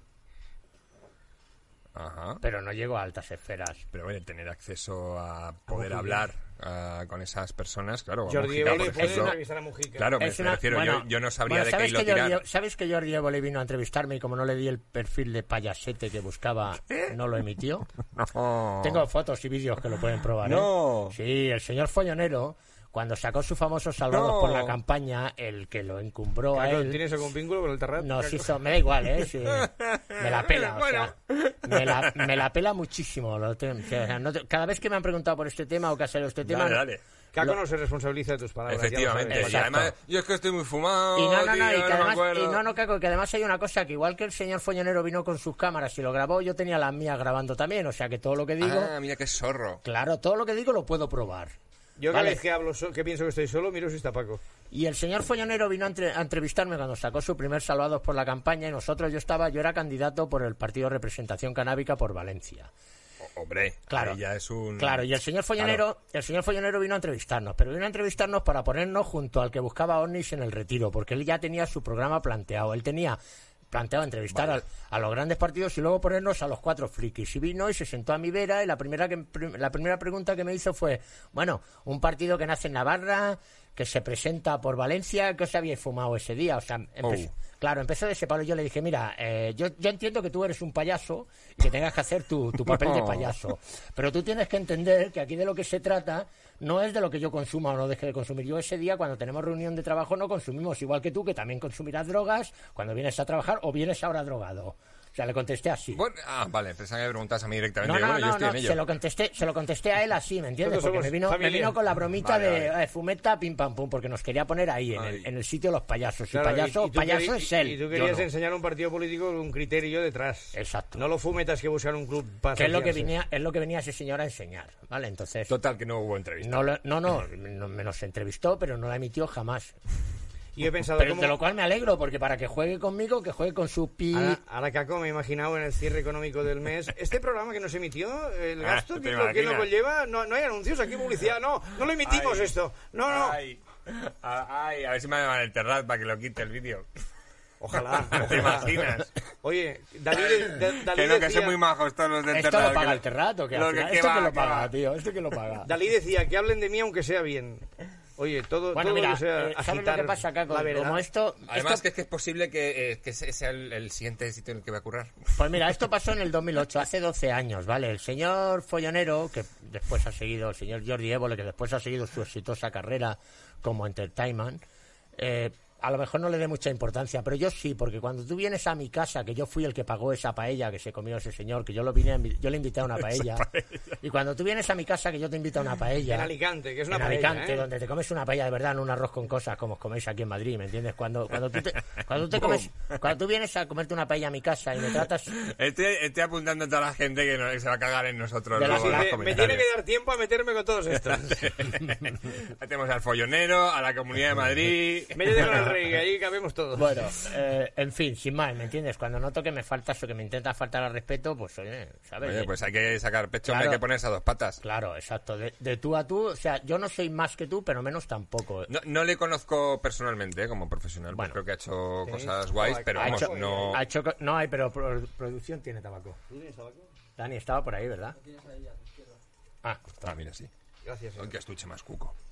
S3: Ajá.
S1: Pero no llego a altas esferas.
S3: Pero bueno, tener acceso a poder
S1: Mujica.
S3: hablar ah, con esas personas, claro. a
S2: Jordi
S3: Mujica,
S2: Evole
S3: por
S2: puede
S3: ejemplo.
S2: entrevistar a Mujica.
S3: Claro, me,
S1: Es
S3: me
S1: una-
S3: refiero,
S1: bueno,
S3: yo, yo no sabría
S1: bueno,
S3: de qué
S1: ¿sabes
S3: hilo
S1: que
S3: tirar.
S1: Jordi- ¿Sabes que Jordi Évole vino a entrevistarme y como no le di el perfil de payasete que buscaba, no lo emitió?
S3: ¿Eh? No.
S1: Tengo fotos y vídeos que lo pueden probar. ¿eh?
S3: No.
S1: Sí, el señor Follonero, cuando sacó su famoso Salvados
S3: No.
S1: por la campaña, el que lo encumbró a
S2: Claro,
S1: él.
S2: ¿Tienes algún vínculo con el Tarrat?
S1: Nos hizo, me da igual, ¿eh? Sí. Me la pela, o sea, me la, me la pela muchísimo. lo te- o sea, no te- cada vez que me han preguntado por este tema o que ha salido este tema,
S3: Dale, dale.
S2: Caco no se responsabiliza de tus palabras. ya lo
S3: Efectivamente.
S2: sabes.
S3: Y además, yo es que estoy muy fumado.
S1: Y no, no, no,
S3: tío,
S1: y
S3: no
S1: que
S3: me
S1: además,
S3: acuerdo.
S1: y no, no, Caco, que además hay una cosa, que igual que el señor Follonero vino con sus cámaras y lo grabó, yo tenía las mías grabando también, o sea que todo lo que digo,
S3: Ah, mira qué zorro.
S1: claro, todo lo que digo lo puedo probar.
S2: Yo cada
S1: Vale.
S2: vez que hablo, so- que pienso que estoy solo, miro si está Paco.
S1: Y el señor Follonero vino a, entre- a entrevistarme cuando sacó su primer Salvados por la campaña y nosotros, yo estaba, yo era candidato por el Partido Representación Canábica por Valencia.
S3: Hombre,
S1: Claro.
S3: ahí ya es un.
S1: Claro, y el señor Follonero, el señor Follonero vino a entrevistarnos, pero vino a entrevistarnos para ponernos junto al que buscaba Onnis en el retiro, porque él ya tenía su programa planteado. Él tenía planteado entrevistar al- a, los grandes partidos y luego ponernos a los cuatro frikis. Y vino y se sentó a mi vera y la primera, que, la primera pregunta que me hizo fue, bueno, un partido que nace en Navarra, que se presenta por Valencia, ¿qué os habéis fumado ese día? O sea, empezó-
S3: Oh.
S1: Claro, empezó de ese palo. Yo le dije, mira, eh, yo, yo entiendo que tú eres un payaso y que tengas que hacer tu, tu papel de
S3: No.
S1: payaso. Pero tú tienes que entender que aquí de lo que se trata no es de lo que yo consuma o no deje de consumir. Yo ese día, cuando tenemos reunión de trabajo, no consumimos. Igual que tú, que también consumirás drogas cuando vienes a trabajar o vienes ahora drogado. O sea, le contesté así.
S3: Bueno, ah, vale, pensaba que me preguntas a mí directamente.
S1: No, no,
S3: bueno, yo
S1: no,
S3: estoy
S1: no,
S3: en ello.
S1: se lo contesté, se lo contesté a él así, ¿me entiendes?
S2: Nosotros
S1: Porque me
S2: somos
S1: vino, me
S2: familia.
S1: vino con la bromita
S3: Vale,
S1: de
S3: vale.
S1: eh, fumeta, pim pam pum, porque nos quería poner ahí, en
S3: Ay.
S1: el, en el sitio de los payasos. Y
S2: Claro,
S1: payaso,
S2: tú
S1: payaso
S2: querí-
S1: es él.
S2: Y tú
S1: yo
S2: querías
S1: no.
S2: enseñar a un partido político con un criterio detrás.
S1: Exacto.
S2: No lo fumetas que buscar un club para
S1: que es lo que
S2: asociarse.
S1: venía, es lo que venía ese señor a enseñar, ¿vale? Entonces,
S3: Total, que no hubo entrevista.
S1: no, lo- no, no, no, me nos entrevistó, pero no la emitió jamás.
S2: Y he pensado,
S1: Pero
S2: ¿cómo-
S1: de lo cual me alegro, porque para que juegue conmigo, que juegue con su pi...
S2: Ahora, ahora Caco, me he imaginado en el cierre económico del mes. Este programa que nos emitió, el
S3: Ah,
S2: gasto,
S3: te
S2: ¿qué es lo que
S3: imaginas.
S2: lo conlleva? No, no hay anuncios, aquí publicidad, no, no lo emitimos
S3: Ay.
S2: esto. No, no.
S3: Ay, a- ay, a ver si me van a enterrar para que lo quite el vídeo.
S2: Ojalá.
S3: ¿Te
S2: ojalá.
S3: imaginas?
S2: Oye, David, Da- Dalí
S3: que no, que
S2: decía-
S3: son muy majos todos los de
S1: Esto
S3: Terrat,
S1: lo paga
S3: que-
S1: el terrato, que, al
S3: los
S1: final-
S3: que
S1: esto
S3: va,
S1: que lo
S3: que va.
S1: paga, tío, esto que lo paga.
S2: Dalí decía que hablen de mí aunque sea bien. Oye, todo,
S1: Bueno,
S2: todo
S1: mira,
S2: lo que sea
S1: eh, ¿sabes lo
S2: agitar
S1: que pasa, Caco?
S2: la verdad.
S1: Como esto...
S3: Además,
S1: esto-
S3: que es que es posible que, eh, que ese sea el, el siguiente sitio en el que va a currar.
S1: Pues mira, esto pasó en el 2008, hace 12 años, ¿vale? El señor Follonero, que después ha seguido, el señor Jordi Évole, que después ha seguido su exitosa carrera como entertainment, eh, a lo mejor no le dé mucha importancia, pero yo sí, porque cuando tú vienes a mi casa, que yo fui el que pagó esa paella que se comió ese señor, que yo lo vine a invi- yo le invité a una paella, y cuando tú vienes a mi casa, que yo te invito a una paella,
S2: En Alicante, que es una
S1: en
S2: paella,
S1: Alicante,
S2: ¿eh?
S1: donde te comes una paella de verdad, no un arroz con cosas como os coméis aquí en Madrid, ¿me entiendes? Cuando, cuando, tú, te, cuando, tú te comes, cuando tú vienes a comerte una paella a mi casa y me tratas...
S3: Estoy, estoy apuntando a toda la gente que, no- que se va a cagar en nosotros.
S1: De la-
S3: luego en
S1: la-
S3: los
S2: me, me tiene
S3: comentarios.
S2: que dar tiempo a meterme con todos estos.
S3: Ahí Tenemos al follonero, a la Comunidad de Madrid.
S2: me llevo al rey, que ahí cabemos todos.
S1: Bueno, eh, en fin, sin más, ¿me entiendes? Cuando noto que me faltas o que me intentas faltar al respeto, pues oye, ¿sabes?
S3: Oye, pues hay que sacar pecho,
S1: Claro.
S3: hay que ponerse a dos patas.
S1: Claro, exacto. De, de tú a tú, o sea, yo no soy más que tú, pero menos tampoco.
S3: No, no le conozco personalmente eh, como profesional,
S1: Bueno.
S3: pues creo que ha hecho
S2: Sí.
S3: cosas guays,
S2: Ha
S3: pero
S1: Ha
S3: vamos,
S1: hecho-
S3: no...
S1: ha hecho co- no hay, pero pro- producción tiene tabaco. Dani estaba por ahí, ¿verdad? Ah,
S3: Ah, mira, sí.
S2: Gracias.
S3: Ay, que estuche más cuco.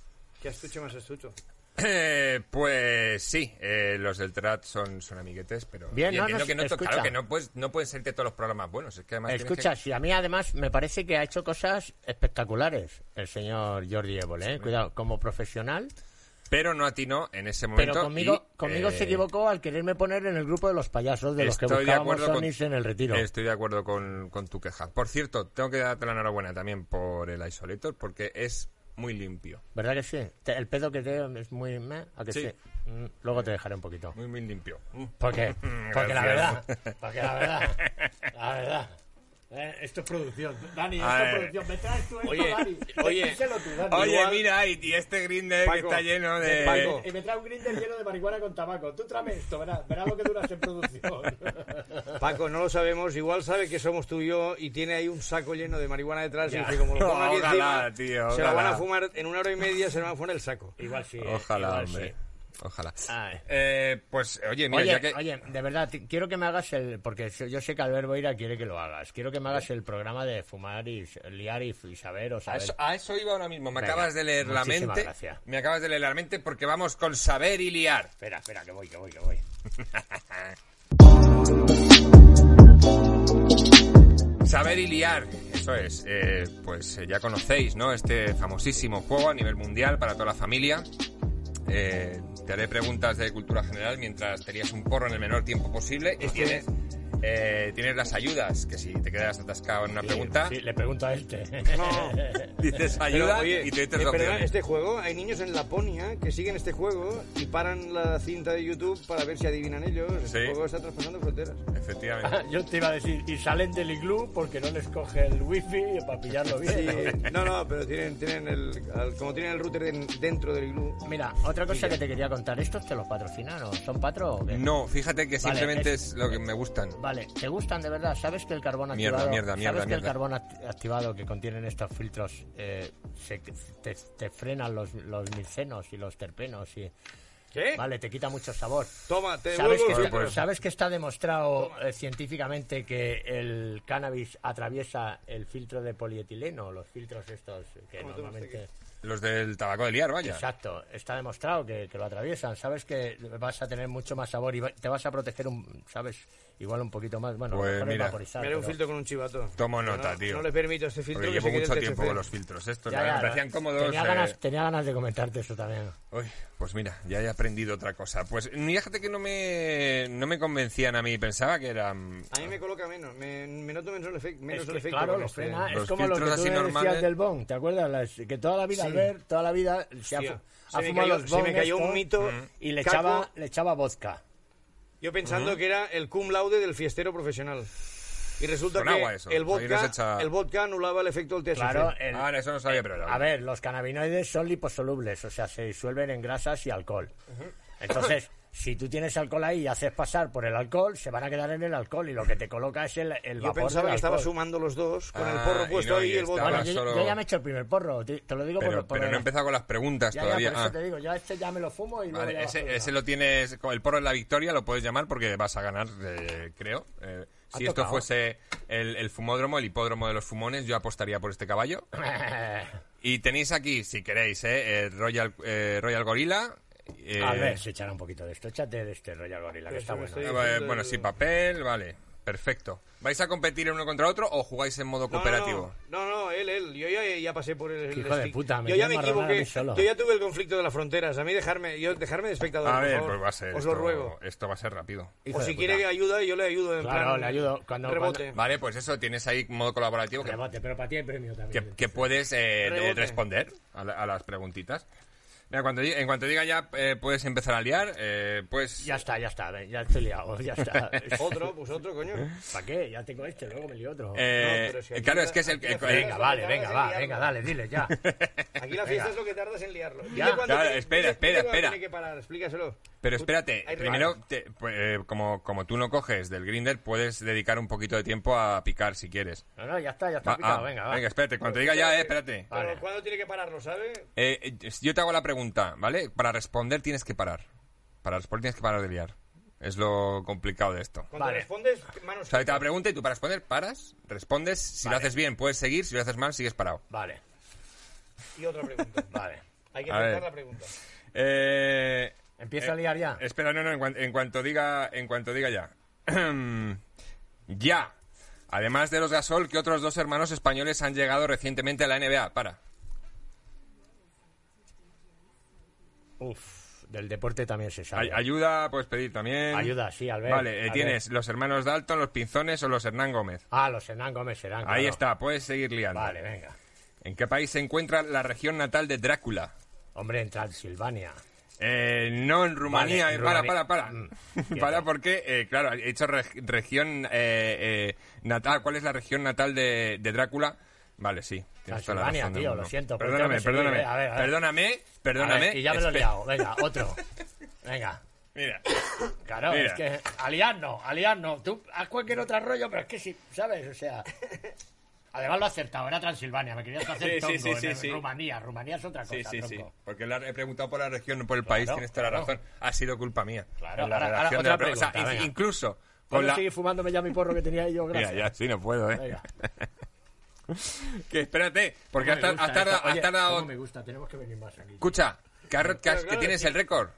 S2: Que estuche más estucho.
S3: Eh, pues sí, eh, los del Trat son, son amiguetes, pero
S1: Bien,
S3: y
S1: no,
S3: entiendo
S1: no,
S3: que no, to-
S1: escucha.
S3: claro que no puedes, no pueden salirte todos los programas buenos, es que además tienes que-
S1: Escucha, sí, a mí además me parece que ha hecho cosas espectaculares el señor Jordi Évole, ¿eh? cuidado, como profesional,
S3: pero no atinó en ese momento.
S1: pero conmigo,
S3: y,
S1: conmigo
S3: eh,
S1: se equivocó al quererme poner en el grupo de los payasos de los que
S3: Estoy de
S1: buscábamos
S3: acuerdo con-
S1: Onis en el retiro.
S3: Estoy de acuerdo con, con tu queja. Por cierto, tengo que darte la enhorabuena también por el Isolator porque es muy limpio.
S1: ¿Verdad que sí? Te- El pedo que te es muy... meh, ¿A que
S3: Sí.
S1: sí? Mm, Luego te dejaré un poquito.
S3: Muy, muy limpio. Mm.
S1: ¿Por qué? Porque la verdad,
S3: Gracias.
S1: porque la verdad, la verdad. Eh, esto es producción. Dani, esto
S3: A
S1: es
S3: ver.
S1: producción. Me traes tú esto,
S2: Oye,
S1: Dani.
S2: oye.
S1: Díselo tú, Dani.
S3: Oye,
S2: Igual-
S3: mira, y, y este grinder que
S2: Paco,
S3: está lleno de...
S2: Paco.
S1: Y me trae un grinder lleno de marihuana con tabaco. Tú tráeme esto, verás, verás lo que duras en producción.
S2: Paco, no lo sabemos. Igual sabe que somos tú y yo y tiene ahí un saco lleno de marihuana detrás. Y
S1: Ya.
S2: dice, como lo pongo aquí
S3: Ojalá,
S2: encima,
S3: tío,
S2: se lo van a
S3: ojalá.
S2: fumar en una hora y media, se lo van a poner el saco.
S1: Igual sí. eh,
S3: Ojalá,
S1: igual
S3: hombre.
S1: sí.
S3: Ojalá.
S1: Ay.
S3: Eh, pues, oye, mira,
S1: oye,
S3: ya que...
S1: oye, de verdad, te- quiero que me hagas el. Porque so- yo sé que Albert Boira quiere que lo hagas. Quiero que me hagas el programa de fumar y s- liar y, f- y saber o
S3: A
S1: saber.
S3: Ah, eso, a eso iba ahora mismo. Me
S1: Venga,
S3: acabas de leer la
S1: muchísimas
S3: mente.
S1: gracias.
S3: Me acabas de leer la mente porque vamos con saber y liar.
S1: Espera, espera, que voy, que voy, que voy.
S3: Saber y liar, eso es. Eh, pues eh, ya conocéis, ¿no? Este famosísimo juego a nivel mundial para toda la familia. Eh, te haré preguntas de cultura general mientras te lías un porro en el menor tiempo posible. Y tienes, eh, tienes las ayudas, que si te quedas atascado en una pregunta,
S1: Sí, le pregunto a este.
S2: No.
S3: dices
S2: Pero,
S3: ayuda
S2: oye,
S3: y te dices
S2: eh,
S3: dos
S2: perdona,
S3: opciones.
S2: este juego, hay niños en Laponia que siguen este juego y paran la cinta de YouTube para ver si adivinan ellos. Este
S3: Sí.
S2: juego está traspasando fronteras.
S3: Efectivamente.
S1: Yo te iba a decir, y salen del iglú porque no les coge el wifi para pillarlo
S2: Sí,
S1: bien.
S2: no, no, pero tienen, tienen el, al- como tienen el router en- dentro del iglú.
S1: Mira, otra cosa que te quería contar, ¿estos te los patrocinan o son patro o qué?
S3: No, fíjate que
S1: Vale,
S3: simplemente
S1: es-
S3: es lo que me gustan.
S1: Vale, ¿te gustan de verdad? ¿Sabes que el carbón
S3: Mierda,
S1: activado,
S3: mierda, mierda,
S1: ¿sabes que el
S3: mierda.
S1: carbón act- activado que contienen estos filtros eh, se- te, te frenan los, los mircenos y los terpenos? y
S2: ¿Qué?
S1: Vale, te quita mucho sabor.
S2: Toma, Eh. te
S1: ¿Sabes
S2: devuelvo el
S1: que,
S3: Vale,
S2: filtro.
S3: pues.
S1: sabes que está demostrado eh, científicamente que el cannabis atraviesa el filtro de polietileno, los filtros estos que
S2: Como tú,
S1: normalmente...
S3: Los del tabaco de liar, vaya.
S1: Exacto, está demostrado que, que lo atraviesan. Sabes que vas a tener mucho más sabor y va- te vas a proteger, un, ¿sabes? Igual un poquito más. Bueno,
S3: Pues
S1: a lo mejor es
S3: mira,
S1: vaporizar,
S2: Mira, un
S1: pero-
S2: filtro con un chivato.
S3: Tomo
S2: No,
S3: nota,
S2: no,
S3: tío.
S2: No le permito a este filtro
S3: Porque
S2: que se
S3: llevo
S2: quede
S3: mucho
S2: el
S3: tiempo
S2: THC.
S3: con los filtros estos.
S1: Ya,
S3: la
S1: ya,
S3: verdad, me parecían cómodos.
S1: Tenía,
S3: eh,
S1: ganas, tenía ganas de comentarte eso también.
S3: Uy, pues mira, ya he aprendido otra cosa. Pues fíjate que no me, no me convencían a mí. Pensaba que eran...
S2: A mí me coloca menos, me, me noto menos el, efec- menos
S1: Es
S2: el
S1: que,
S2: efecto.
S1: claro,
S2: con
S1: lo
S2: este.
S1: frena. eh.
S3: Los
S1: es como lo que tú
S3: filtros así
S1: decías
S3: normales-
S1: del bong, ¿te acuerdas? Las- que toda la vida al ver, toda la vida se ha,
S2: Hostia,
S1: ha
S2: se me
S1: fumado
S2: cayó-
S1: los
S2: se me
S1: bong
S2: cayó un
S1: estos
S2: mito,
S1: y le
S2: Caco.
S1: echaba, le echaba vodka.
S2: Yo pensando que era el cum laude del fiestero profesional. Y resulta
S3: Con
S2: que
S3: agua eso.
S2: El,
S3: Ahí nos
S2: vodka,
S3: echa-
S2: el vodka anulaba el efecto del THC.
S1: Claro, el-
S3: Ahora, eso Ah, no sabía, pero... era-
S1: eh, A ver, los cannabinoides son liposolubles, o sea, se disuelven en grasas y alcohol. Entonces, si tú tienes alcohol ahí y haces pasar por el alcohol, se van a quedar en el alcohol y lo que te coloca es el, el
S2: Yo
S1: vapor
S2: pensaba
S1: del
S2: que estaba
S1: alcohol.
S2: sumando los dos con el
S3: Ah,
S2: porro
S3: y
S2: puesto
S3: no,
S2: ahí
S3: y
S2: y el vodka.
S3: estaba-
S1: Bueno, yo,
S3: solo-
S1: yo ya me he hecho el primer porro, te, te lo digo
S3: Pero,
S1: por, por
S3: pero no he
S1: el-
S3: empezado con las preguntas
S1: ya, ya,
S3: todavía.
S1: por eso
S3: Ah.
S1: te digo, yo a este ya me lo fumo y luego
S3: Vale,
S1: ya bajo
S3: ese,
S1: de
S3: ese
S1: una.
S3: lo tienes con el porro en la victoria, lo puedes llamar porque vas a ganar, eh, creo. Eh,
S1: Ha
S3: si esto
S1: tocado.
S3: fuese el, el fumódromo, el hipódromo de los fumones, yo apostaría por este caballo. Y tenéis aquí, si queréis, eh, el Royal, eh, Royal Gorilla. eh,
S1: A ver, se echará un poquito de esto, échate de este Royal Gorilla, que
S2: Pero
S1: está
S2: si me
S1: bueno.
S2: estoy-
S3: eh, bueno, sí, papel, vale. Perfecto. ¿Vais a competir en uno contra otro o jugáis en modo
S2: No, no,
S3: cooperativo?
S2: No, no, no, él, él. Yo ya, ya pasé por el. el
S1: Hijo de
S2: stick.
S1: puta, me
S2: yo ya
S1: quiere
S2: me
S1: marronar a mí
S2: equivoqué.
S1: solo.
S2: Yo ya tuve el conflicto de las fronteras. A mí dejarme, yo, dejarme de espectador.
S3: A
S2: por
S3: ver,
S2: favor.
S3: pues va a ser.
S2: Os
S3: esto,
S2: lo ruego.
S3: Esto va a ser rápido.
S1: Hijo
S2: O
S1: de
S2: si
S1: puta.
S2: quiere que ayuda, yo le ayudo. En
S1: Claro,
S2: plan,
S1: le ayudo. Cuando-
S2: Rebote.
S3: Vale, pues eso, tienes ahí modo colaborativo que
S1: Rebote, pero para ti hay premio también.
S3: que, que puedes eh,
S2: Rebote.
S3: de- responder a, la- a las preguntas. Mira, cuando, di- en cuanto diga ya, eh, puedes empezar a liar. eh, pues
S1: Ya está, ya está, ven, ya estoy liado, ya está.
S2: Otro, pues otro, coño.
S1: ¿Para qué? Ya tengo este, luego me lío otro.
S3: eh,
S2: No, pero si aquí
S3: claro,
S2: la-
S3: es que es el
S2: aquí
S3: el-
S2: la
S3: el-
S1: Venga, vale, venga, va, venga, dale, dile ya.
S2: Aquí la fiesta es lo que tardas en liarlo. Dile
S1: Ya.
S2: cuándo
S3: Claro,
S2: tiene-
S3: espera,
S2: dile-
S3: espera,
S2: dile cuándo
S3: espera.
S2: Tiene que parar, explícaselo.
S3: Pero espérate,
S2: Hay
S3: primero, te- pues, eh, como, como tú no coges del grinder, puedes dedicar un poquito de tiempo a picar si quieres.
S1: No, no, ya está, ya
S3: Va,
S1: está picado,
S3: ah,
S1: venga, va. Ah.
S3: venga, espérate, cuando te diga ya, eh, espérate.
S2: Pero
S1: Vale.
S2: ¿cuándo tiene que pararlo, sabe?
S3: Eh, eh, yo te hago la pregunta, ¿vale? Para responder tienes que parar. Para responder tienes que parar de liar. Es lo complicado de esto.
S2: Cuando
S1: Vale.
S2: respondes, manos.
S3: O sea, te la pregunta y tú para responder paras, respondes, si lo haces bien puedes seguir, si lo haces mal sigues parado.
S1: Vale,
S2: Y otra pregunta.
S1: vale.
S2: Hay que
S3: A ver.
S2: aceptar la pregunta.
S3: Eh,
S1: ¿Empiezo a liar ya?
S3: espera, no, no, en, cuan- en cuanto diga, en cuanto diga ya. ya. Además de los Gasol, ¿qué otros dos hermanos españoles han llegado recientemente a la NBA? Para.
S1: Uf, del deporte también se
S3: Ay-
S1: sabe.
S3: ayuda, puedes pedir también.
S1: Ayuda, sí, Albert.
S3: Vale, eh,
S1: Albert.
S3: tienes los hermanos Dalton, los Pinzones o los Hernán Gómez.
S1: Ah, los Hernán Gómez serán.
S3: Ahí
S1: claro.
S3: está, puedes seguir liando.
S1: Vale, venga.
S3: ¿En qué país se encuentra la región natal de Drácula?
S1: Hombre, en Transilvania.
S3: Eh, no en Rumanía,
S1: Vale,
S3: eh,
S1: en
S3: para,
S1: Rumanía.
S3: para, para.
S1: Mm,
S3: para
S1: entiendo.
S3: porque, eh, claro, he hecho reg- región eh, eh, natal. ¿Cuál es la región natal de, de Drácula? Vale, sí. tienes toda la
S1: Transilvania,
S3: razón del
S1: tío,
S3: mundo.
S1: lo siento, pero
S3: Perdóname,
S1: tengo que seguir,
S3: perdóname.
S1: eh, a ver, a ver.
S3: Perdóname,
S1: A
S3: perdóname.
S1: ver, y ya me lo he
S3: Espe-
S1: liado, venga, otro. Venga.
S3: Mira,
S1: Claro,
S3: Mira.
S1: es que aliarnos, aliarnos. Tú haz cualquier otro rollo, pero es que sí, ¿sabes? O sea. Además lo he acertado, era Transilvania, me querías hacer
S3: Sí, sí,
S1: tongo,
S3: sí, sí,
S1: en-
S3: sí.
S1: Rumanía, Rumanía es otra cosa,
S3: sí, sí, sí.
S1: tronco.
S3: Porque la- he preguntado por la región, no por el país. Tienes toda la
S1: claro.
S3: razón. Ha sido culpa mía.
S1: Claro,
S3: En la
S1: ahora- ahora
S3: redacción de
S1: otra
S3: la pre- o sea,
S1: pregunta,
S3: in-
S1: venga. Pues
S3: incluso con
S1: ¿Puedo
S3: la.
S1: seguir fumándome ya mi porro que tenía yo,
S3: Mira,
S1: gracias?
S3: ya sí, no puedo, ¿eh?
S1: Venga.
S3: Que espérate, porque has
S1: Cómo me gusta
S3: tar- has tardado.
S1: esto.
S3: has
S1: Oye,
S3: tardado-
S1: cómo me gusta, tenemos que venir más aquí.
S3: Escucha, que, has- que has-
S2: Pero
S3: que
S2: claro,
S3: tienes
S2: sí.
S3: el récord.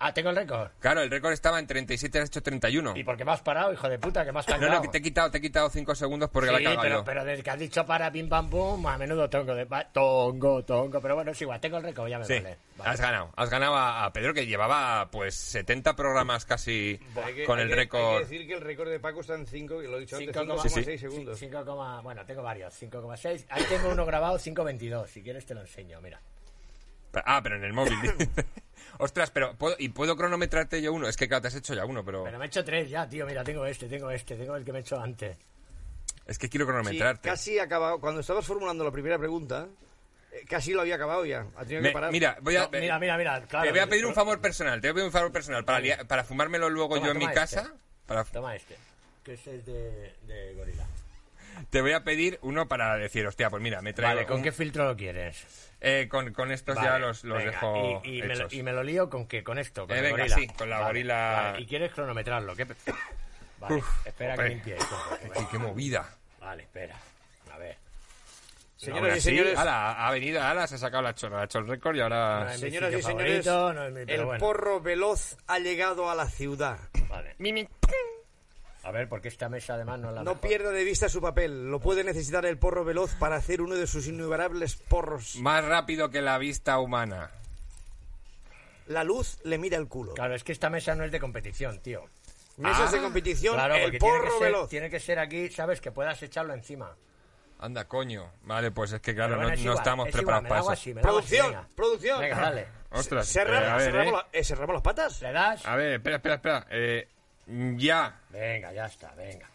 S1: Ah, tengo el récord.
S3: Claro, el récord estaba en 37, has hecho 31.
S1: ¿Y por qué me has parado, hijo de puta, que me has
S3: No,
S1: cagado?
S3: no, que te he quitado, te he quitado 5 segundos porque la he
S1: Sí,
S3: cagado
S1: pero,
S3: yo.
S1: pero desde que has dicho para, pim, pam, pum, a menudo tongo de... pa- Tongo, tongo, pero bueno, es igual, tengo el récord, ya me
S3: Sí,
S1: vale. Vale.
S3: has ganado. Has ganado a, a Pedro que llevaba pues 70 programas casi
S2: Hay que-
S3: con
S2: hay
S3: el
S2: que- Hay que
S3: récord.
S2: decir que el récord de Paco está en 5, que lo he dicho antes,
S1: 5,6
S2: 5,6
S3: sí.
S2: segundos.
S1: 5, coma- bueno, tengo varios, 5,6. Ahí tengo uno grabado, 5,22. Si quieres te lo enseño, mira.
S3: Ah, pero en el móvil. Ostras, pero ¿puedo, ¿y puedo cronometrarte yo uno? Es que claro, te has hecho ya uno, pero
S1: Pero me he hecho tres ya, tío. Mira, tengo este, tengo este, tengo el que me he hecho antes.
S3: es que quiero
S2: Sí,
S3: cronometrarte.
S2: casi acabado. Cuando estabas formulando la primera pregunta, eh, casi lo había acabado ya. Ha tenido
S3: Me-
S2: que parar.
S3: mira, voy a,
S1: No, mira, mira, mira, claro.
S3: te voy a pedir un favor personal, te voy a pedir un favor personal para, lia- para fumármelo luego
S1: Toma,
S3: yo en mi
S1: toma
S3: casa.
S1: este.
S3: Para,
S1: Toma este. que ese es de, de gorila.
S3: Te voy a pedir uno para decir, hostia, pues mira, me traigo.
S1: Vale, ¿con
S3: un-
S1: qué filtro lo quieres?
S3: eh, con, con estos
S1: Vale,
S3: ya los, los
S1: venga,
S3: dejo.
S1: Y, y me lo,
S3: hechos.
S1: y me lo lío con qué, con esto, con
S3: Eh,
S1: el
S3: venga,
S1: gorila.
S3: sí, con la gorila.
S1: vale, y quieres cronometrarlo. ¿qué pe- Vale,
S3: Uf,
S1: espera
S3: hombre.
S1: que limpie esto.
S3: Ay, ¡Qué movida!
S1: Vale, espera. A ver.
S2: Señoras
S3: Ahora
S2: y
S3: sí,
S2: señores,
S3: ala, ha venido, ala, se ha sacado la chorra, ha hecho el récord y ahora.
S1: es mi
S2: señoras y
S1: sitio
S2: señores,
S1: favorito, no es mi- pero
S2: el
S1: bueno.
S2: porro veloz ha llegado a la ciudad.
S1: Vale.
S3: Mimi.
S1: A ver, porque esta mesa además no es la
S2: No
S1: mejor.
S2: pierda de vista su papel. Lo puede necesitar el porro veloz para hacer uno de sus innumerables porros.
S3: Más rápido que la vista humana.
S2: La luz le mira el culo.
S1: Claro, es que esta mesa no es de competición, tío.
S2: Mesas
S3: Ah,
S2: de competición,
S1: Claro,
S2: el
S1: porque tiene que,
S2: porro
S1: ser,
S2: veloz.
S1: tiene que ser aquí, ¿sabes? Que puedas echarlo encima.
S3: Anda, coño. Vale, pues es que claro,
S1: Pero bueno,
S3: no,
S1: es
S3: no
S1: igual,
S3: estamos
S1: es igual,
S3: preparados
S1: me la hago
S3: para
S1: así,
S3: eso.
S1: me la hago así,
S2: Producción,
S1: venga.
S2: producción.
S1: Venga, dale.
S3: Ostras,
S2: Cerramos,
S3: eh, a ver,
S2: cerramos
S3: eh.
S2: la- eh, cerramos las patas.
S1: ¿Le das?
S3: A ver, espera, espera, espera. Eh, ya.
S1: Venga, ya está, venga.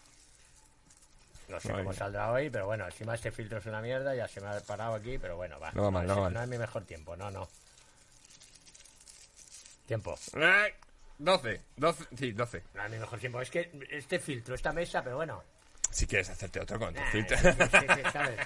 S1: No sé
S3: Vale.
S1: cómo saldrá hoy, pero bueno, encima este filtro es una mierda, ya se me ha parado aquí, pero bueno, va.
S3: No va mal,
S1: es-
S3: no va mal.
S1: es mi mejor tiempo, no, no. Tiempo.
S3: Eh, 12, 12, sí, 12.
S1: No es mi mejor tiempo. Es que este filtro, esta mesa, pero bueno.
S3: Si quieres hacerte otro con tu
S1: Nah,
S3: filtro.
S1: Eh, sí, sí, sí, ¿sabes?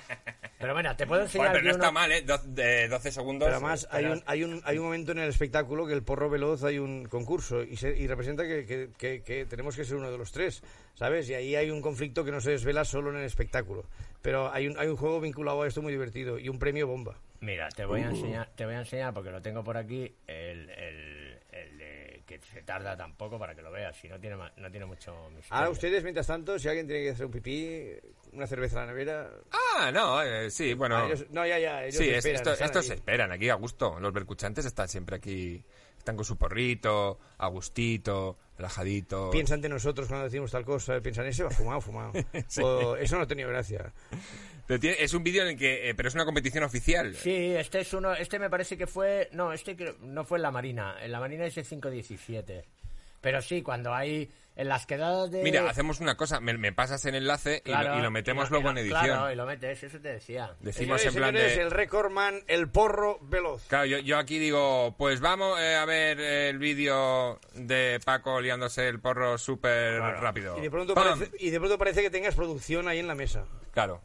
S1: Pero bueno, te puedo
S3: Joder,
S1: enseñar
S3: pero no
S1: aquí uno-
S3: está mal, ¿eh? 12, eh, 12 segundos.
S2: Pero además hay un, hay, un, hay un momento en el espectáculo que el porro veloz hay un concurso y, se- y representa que, que- que- que tenemos que ser uno de los tres, ¿sabes? Y ahí hay un conflicto que no se desvela solo en el espectáculo. Pero hay un, hay un juego vinculado a esto muy divertido y un premio bomba.
S1: Mira, te voy a enseñar, te voy a enseñar porque lo tengo por aquí el, el- el de- que se tarda tampoco para que lo veas, si no tiene ma- no tiene mucho misterio.
S2: Ahora ustedes, mientras tanto, si alguien tiene que hacer un pipí, una cerveza en la nevera...
S3: Ah, no, eh, sí, bueno.
S2: Ah, ellos- no, ya, ya, ellos
S3: sí, es-
S2: esperan,
S3: esto-
S2: están
S3: estos se
S2: ahí.
S3: esperan aquí a gusto. Los bercuchantes están siempre aquí. Están con su porrito, a gustito, relajadito.
S2: Piensan de nosotros cuando decimos tal cosa, piensan, ese va fumado, fumado. O eso no ha tenido gracia.
S3: Pero tiene- es un vídeo en el que. eh, pero es una competición oficial.
S1: Sí, este es uno, este me parece que fue, no, este creo- no fue en la Marina, en la Marina es el 517. Pero sí, cuando hay en las quedadas de
S3: Mira, hacemos una cosa. Me, me pasas el enlace y lo- y,
S1: Claro,
S3: lo, metemos
S1: y lo- y
S3: luego en
S1: lo-
S3: edición.
S1: Claro, y lo metes, eso te decía.
S3: Decimos en
S2: Señores,
S3: plan
S2: señores,
S3: de.
S2: el record man, el porro veloz.
S3: Claro, yo, yo aquí digo, pues vamos eh, a ver el vídeo de Paco liándose el porro súper rápido.
S2: Y de, pronto
S3: ¡Pam!
S2: parece, y de pronto parece que tengas producción ahí en la mesa.
S3: Claro.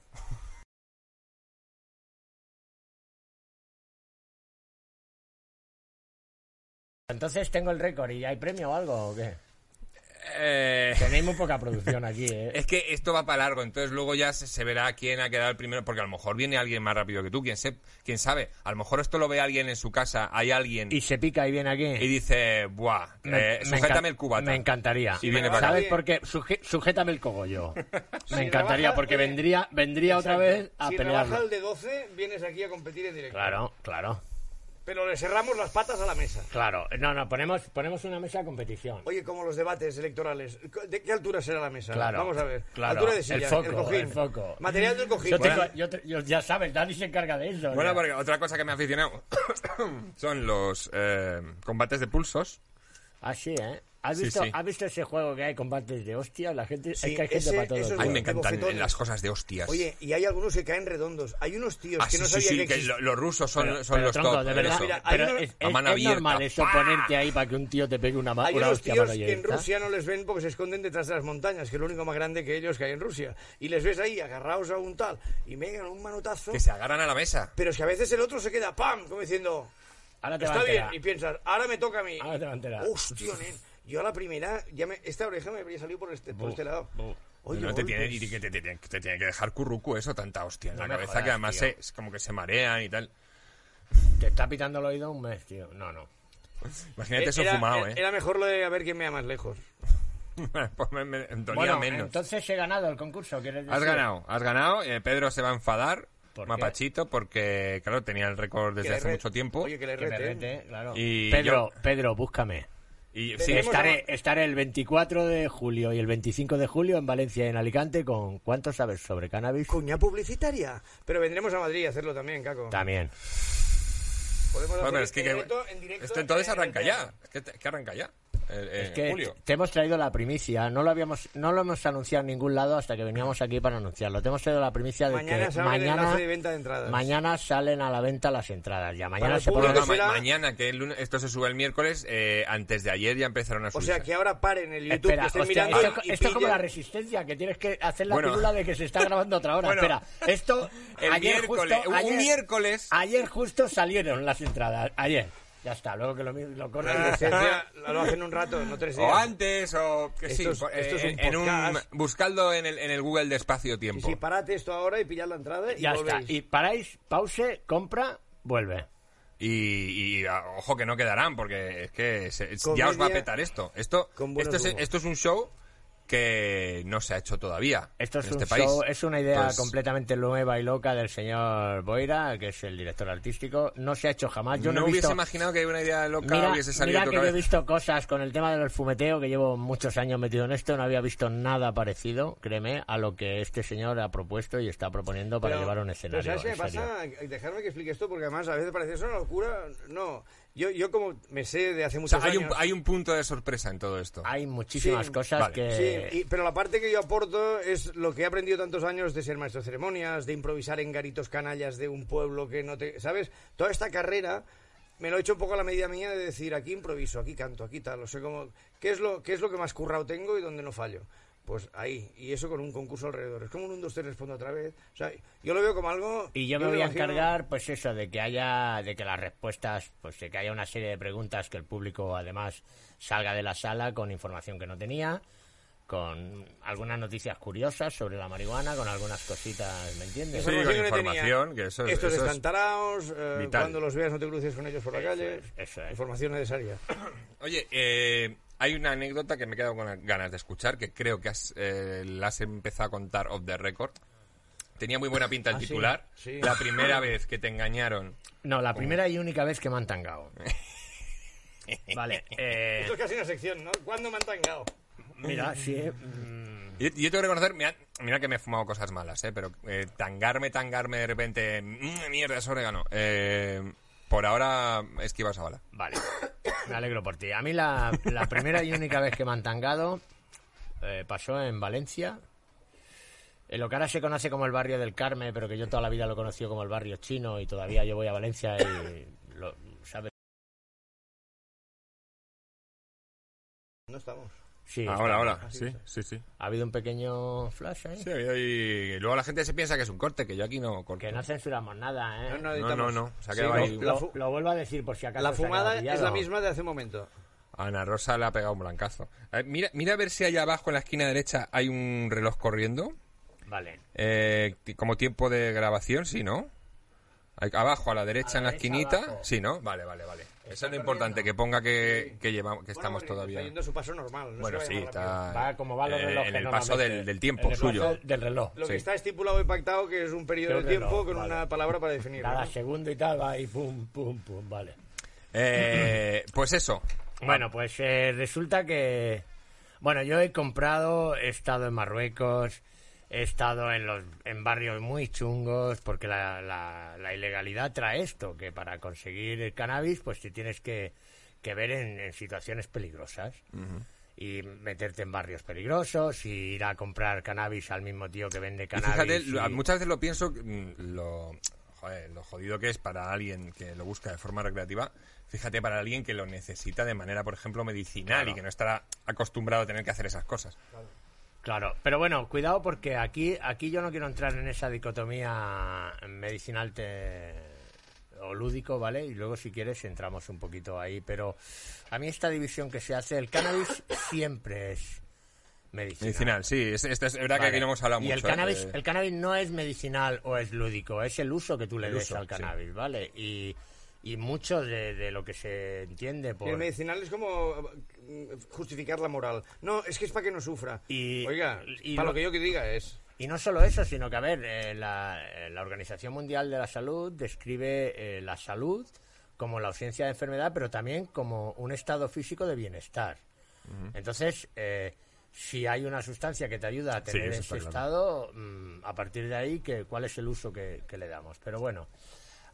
S1: Entonces tengo el récord y hay premio o algo o qué?
S3: Eh,
S1: Tenéis muy poca producción aquí, eh.
S3: es que esto va para largo, entonces luego ya se, se verá quién ha quedado el primero, porque a lo mejor viene alguien más rápido que tú, quién, se, quién sabe. A lo mejor esto lo ve alguien en su casa, hay alguien
S1: Y
S3: y,
S1: se pica y viene aquí.
S3: dice, buah, eh,
S1: Me- me
S3: sujétame
S1: encan-
S3: el cubata.
S1: Me encantaría.
S3: Y viene para acá.
S1: ¿Sabes por qué? Suje- sujétame el cogollo.
S2: Si
S1: Me encantaría
S2: rebaja,
S1: porque
S2: eh,
S1: vendría, vendría otra vez a
S2: si
S1: pelearlo.
S2: rebaja el de 12, vienes aquí a competir en directo.
S1: Claro, claro,
S2: Pero le cerramos las patas a la mesa.
S1: claro. No, no, ponemos, ponemos una mesa de competición.
S2: Oye, como los debates electorales. ¿De qué altura será la mesa?
S1: Claro,
S2: Vamos a ver.
S1: claro.
S2: Altura de silla,
S1: El foco,
S2: cojín.
S1: el foco.
S2: Material del cojín.
S1: Yo tengo-
S2: Bueno,
S1: yo te- yo- ya sabes, Dani se encarga de eso.
S3: Bueno,
S1: ya.
S3: porque otra cosa que me ha aficionado son los eh, combates de pulsos.
S1: Así, ¿eh? ¿Has
S3: Sí,
S1: visto,
S3: sí.
S1: ¿Has visto ese juego que hay combates de hostia? La gente,
S2: Sí,
S1: es que hay gente
S2: ese-
S1: para todo.
S3: A
S2: eso es
S3: mí
S2: bueno.
S3: me
S2: de
S3: encantan
S2: bofetones.
S3: las cosas de hostias.
S2: Oye, y hay algunos que caen redondos. Hay unos tíos
S3: Ah,
S2: que
S3: sí,
S2: no
S3: sí,
S2: sabía
S3: sí,
S2: que
S3: que
S2: existían.
S3: lo- los rusos son,
S1: Pero-
S3: son
S1: pero,
S3: los
S1: tronco,
S3: top.
S1: de
S3: en
S1: verdad.
S3: eso.
S2: Mira, hay
S1: pero
S2: uno-
S1: es,
S3: A
S1: es-
S3: mano
S1: es
S3: abierta.
S1: normal eso,
S3: ¡Pah!
S1: ponerte ahí para que un tío te pegue una, ma-
S2: Hay
S1: una
S2: unos
S1: hostia
S2: tíos
S1: mano
S2: que en
S1: abierta.
S2: Rusia no les ven porque se esconden detrás de las montañas, que es lo único más grande que ellos que hay en Rusia. Y les ves ahí agarrados a un tal y megan un manotazo.
S3: Que se agarran a la mesa.
S2: Pero es que a veces el otro se queda ¡pam! como diciendo
S1: Ahora te va
S2: Está
S1: a
S2: bien.
S1: enterar.
S2: Y piensas, ahora me toca a mí.
S1: Ahora te va a enterar.
S2: Hostia, nen. Yo a la primera, ya me- esta oreja me habría salido por este, por
S1: Bu,
S2: este lado.
S1: bu.
S2: Oye, pues,
S3: no te tiene,
S2: golpes.
S3: y que te, te- te- te tiene que dejar currucu eso, tanta hostia en
S1: No
S3: la
S1: me
S3: cabeza
S1: jodas,
S3: que además
S1: tío.
S3: se, es como que se marean y tal.
S1: Te está pitando el oído un mes, tío. No, no.
S3: Imagínate eso
S2: era,
S3: fumado,
S2: era-
S3: ¿eh?
S2: era mejor lo de a ver quién me da más lejos.
S3: Pues me- me- dolía
S1: Bueno,
S3: menos.
S1: entonces he ganado el concurso, ¿quieres decir?
S3: Has ganado, has ganado. eh, Pedro se va a enfadar,
S1: ¿Por qué?
S3: Mapachito, porque, claro, tenía el récord
S2: Que
S3: desde
S2: le
S3: hace
S2: re-
S3: mucho tiempo.
S2: Oye, que le
S1: Que me
S2: rete. ¿eh?
S1: rete, claro.
S3: Y
S1: Pedro, Pedro, búscame.
S3: y
S2: Sí,
S3: sí,
S2: tenemos-
S1: estaré, estaré el 24 de julio y el 25 de julio en Valencia y en Alicante con ¿Cuánto sabes sobre cannabis?
S2: Cuña publicitaria. Pero vendremos a Madrid a hacerlo también, Caco.
S1: También.
S2: Podemos
S3: joder,
S2: hacer
S3: es que,
S2: el
S3: que-
S2: reto en directo
S3: esto entonces
S2: en el
S3: arranca
S2: teatro.
S3: ya. Es que, que arranca ya. eh,
S1: Es
S3: en
S1: que
S3: julio.
S1: te- te hemos traído la primicia, no lo habíamos no lo hemos anunciado en ningún lado hasta que veníamos aquí para anunciarlo. Te hemos traído la primicia de
S2: Mañana
S1: que
S2: sale el
S1: mañana,
S2: enlace de venta de entradas.
S1: mañana salen a la venta las entradas. Ya mañana
S2: el
S1: se
S2: público
S3: No,
S1: pone-
S3: no, ma-
S2: será-
S3: mañana, que el lunes- esto se sube el miércoles, eh, antes de ayer ya empezaron a
S2: O
S3: subir.
S2: sea, que ahora paren el YouTube,
S1: Espera,
S2: que estén
S1: hostia,
S2: mirando
S1: esto,
S2: y
S1: esto es como la
S2: pillen.
S1: resistencia, que tienes que hacer la
S3: Bueno.
S1: película de que se está grabando otra hora.
S3: Bueno,
S1: Espera, esto
S3: el
S1: ayer
S3: miércoles,
S1: justo,
S3: un
S1: ayer-
S3: miércoles.
S1: ayer justo salieron las entradas, ayer. Ya está, luego que lo, mi- lo corten.
S3: Ah,
S2: La resistencia lo hacen un rato, no tres días.
S3: o antes, o que sí,
S2: Esto es-
S3: por-
S2: esto es un
S3: eh, en un,
S2: podcast.
S3: buscando en el, en el Google de
S2: Y
S3: espacio-tiempo.
S2: si parate esto ahora y pillad la entrada y
S1: ya está.
S2: volvéis.
S1: Y paráis, pause, compra, vuelve.
S3: Y, y, a- ojo que no quedarán, porque es que se- es- ya
S2: Comedia
S3: os va a petar esto. Esto,
S2: con buenos
S3: esto, es,
S2: humos.
S3: esto es un show que no se ha hecho todavía
S1: Esto es
S3: en este
S1: un
S3: país.
S1: show, es una idea
S3: Pues,
S1: completamente nueva y loca del señor Boira, que es el director artístico. No se ha hecho jamás. Yo no,
S3: no,
S1: he
S3: hubiese
S1: visto.
S3: imaginado que una idea loca
S1: Mira,
S3: hubiese salido
S1: mira que
S3: de tu
S1: yo he
S3: cabeza.
S1: visto cosas con el tema del fumeteo, que llevo muchos años metido en esto, no había visto nada parecido, créeme, a lo que este señor ha propuesto y está proponiendo para
S2: Pero-
S1: llevar a un
S2: pero
S1: escenario.
S2: ¿Sabes qué me
S1: en serio.
S2: pasa? Dejarme que explique esto porque además a veces parece "Es una locura. No, yo, yo como me sé de hace
S3: O sea,
S2: muchos
S3: hay un,
S2: años.
S3: hay un punto de sorpresa en todo esto.
S1: Hay muchísimas
S2: Sí,
S1: cosas
S3: vale.
S1: que...
S2: Sí, y- pero la parte que yo aporto es lo que he aprendido tantos años de ser maestro de ceremonias, de improvisar en garitos canallas de un pueblo que no te... ¿Sabes? Toda esta carrera me lo he hecho un poco a la medida mía de decir aquí improviso, aquí canto, aquí tal. O sea, como, ¿qué, es lo, ¿qué es lo que más currado tengo y donde no fallo? Pues ahí, y eso con un concurso alrededor. Es como un 1, 2, 3, respondo otra vez. O sea, yo lo veo como algo...
S1: Y yo me voy a
S2: imagino-
S1: encargar, pues eso, de que haya, de que las respuestas, pues de que haya una serie de preguntas que el público además salga de la sala con información que no tenía, con algunas noticias curiosas sobre la marihuana, con algunas cositas, ¿me entiendes?
S3: Sí, con
S2: que no
S3: información,
S2: tenía.
S3: que eso es-
S2: Estos
S3: eso es
S2: descantaraos, eh,
S3: vital.
S2: cuando los veas no te cruces con ellos por la
S1: Eso
S2: calle.
S1: es, eso es.
S2: Información necesaria.
S3: Oye, eh, hay una anécdota que me he quedado con ganas de escuchar, que creo que has, eh, la has empezado a contar off the record. Tenía muy buena pinta el
S2: Ah, sí,
S3: titular.
S2: sí.
S3: La primera vez que te engañaron.
S1: No,
S2: Eh.
S1: la primera y única vez que me han tangado. Vale, eh,
S2: Esto es casi una sección, ¿no? ¿Cuándo me han tangado?
S1: mira, sí, mm,
S3: Yo, yo tengo que reconocer, mira, mira que me he fumado cosas malas, ¿eh? pero eh, tangarme, tangarme de repente, mm, mierda, es orégano. Eh, por ahora esquivas a bala.
S1: vale, me alegro por ti. A mí la, la primera y única vez que me han tangado eh, pasó en Valencia, En lo que ahora se conoce como el barrio del Carmen, pero que yo toda la vida lo he conocido como el barrio chino y todavía yo voy a Valencia y lo, ¿sabes?
S2: No estamos.
S1: Sí, está.
S3: Ahora, ahora. Sí, sí, sí.
S1: Ha habido un pequeño flash ahí.
S3: Sí, y luego la gente se piensa que es un corte, que yo aquí no corto.
S1: Que no censuramos nada, ¿eh?
S2: No, no,
S3: no, no,
S2: editamos.
S3: no, se ha
S2: Sí,
S3: quedado
S2: no,
S3: ahí.
S2: la
S1: Lo,
S2: fu-
S1: lo vuelvo a decir por si acaso.
S2: La
S1: se ha
S2: fumada
S1: quedado
S2: es la
S1: pillado.
S2: misma de hace un momento.
S3: Ana Rosa le ha pegado un blancazo. A ver, mira, mira a ver si allá abajo en la esquina derecha hay un reloj corriendo.
S1: Vale.
S3: Eh, ti- como tiempo de grabación, sí, ¿no? Ahí Abajo, a la derecha,
S1: A la
S3: en la
S1: derecha,
S3: esquinita.
S1: abajo.
S3: Sí, ¿no? Vale, vale, vale. Eso es lo
S2: corriendo.
S3: importante, que ponga que, que, llevamos, que estamos
S2: Bueno,
S3: todavía.
S2: Está yendo a su paso normal. no
S3: Pues Bueno,
S2: se
S3: sí,
S2: vaya más rápido.
S3: está.
S1: Va como va los
S3: eh,
S1: relojes
S3: En el paso
S1: normalmente.
S3: del, del tiempo
S1: En el
S3: suyo.
S1: paso del reloj.
S2: Lo que
S3: sí.
S2: está estipulado y pactado que es un periodo
S1: Creo
S2: de
S1: que
S2: tiempo
S1: no,
S2: con
S1: vale.
S2: una palabra para definirlo.
S1: Cada
S2: ¿no?
S1: segundo y tal va y pum, pum, pum, vale.
S3: Eh, pues eso.
S1: Bueno, pues eh, resulta que. Bueno, yo he comprado, he estado en Marruecos, he estado en, los, en barrios muy chungos, porque la, la- la ilegalidad trae esto, que para conseguir el cannabis, pues te tienes que, que ver en, en situaciones peligrosas. Y meterte en barrios peligrosos, y ir a comprar cannabis al mismo tío que vende
S3: Y
S1: cannabis.
S3: fíjate,
S1: y-
S3: lo- muchas veces lo pienso, mm, lo, joder, lo jodido que es para alguien que lo busca de forma recreativa. Fíjate, para alguien que lo necesita de manera, por ejemplo, medicinal y que no estará acostumbrado a tener que hacer esas cosas.
S1: Claro, pero bueno, cuidado porque aquí, aquí yo no quiero entrar en esa dicotomía medicinal te- o lúdico, ¿vale? Y luego si quieres entramos un poquito ahí, pero a mí esta división que se hace, el cannabis siempre es medicinal.
S3: Medicinal, sí. Es, es- es verdad que
S1: Vale.
S3: aquí no hemos hablado
S1: y
S3: mucho.
S1: el cannabis,
S3: eh,
S1: el cannabis no es medicinal o es lúdico, es el uso que tú le
S3: El
S1: des
S3: uso,
S1: al
S3: sí.
S1: cannabis, ¿vale? Y, y mucho de, de lo que se entiende por...
S2: El medicinal es como eh, justificar la moral. No, es que es para que no sufra.
S1: Y-
S2: Oiga,
S1: y
S2: para
S1: lo-
S2: lo que yo que diga es.
S1: Y no solo eso, sino que, a ver, eh, la, eh, la Organización Mundial de la Salud describe eh, la salud como la ausencia de enfermedad, pero también como un estado físico de bienestar. Entonces, eh, si hay una sustancia que te ayuda a
S3: Sí,
S1: tener
S3: eso
S1: ese
S3: está claro.
S1: estado, mm, a partir de ahí, que, ¿cuál es el uso que, que le damos? Pero bueno,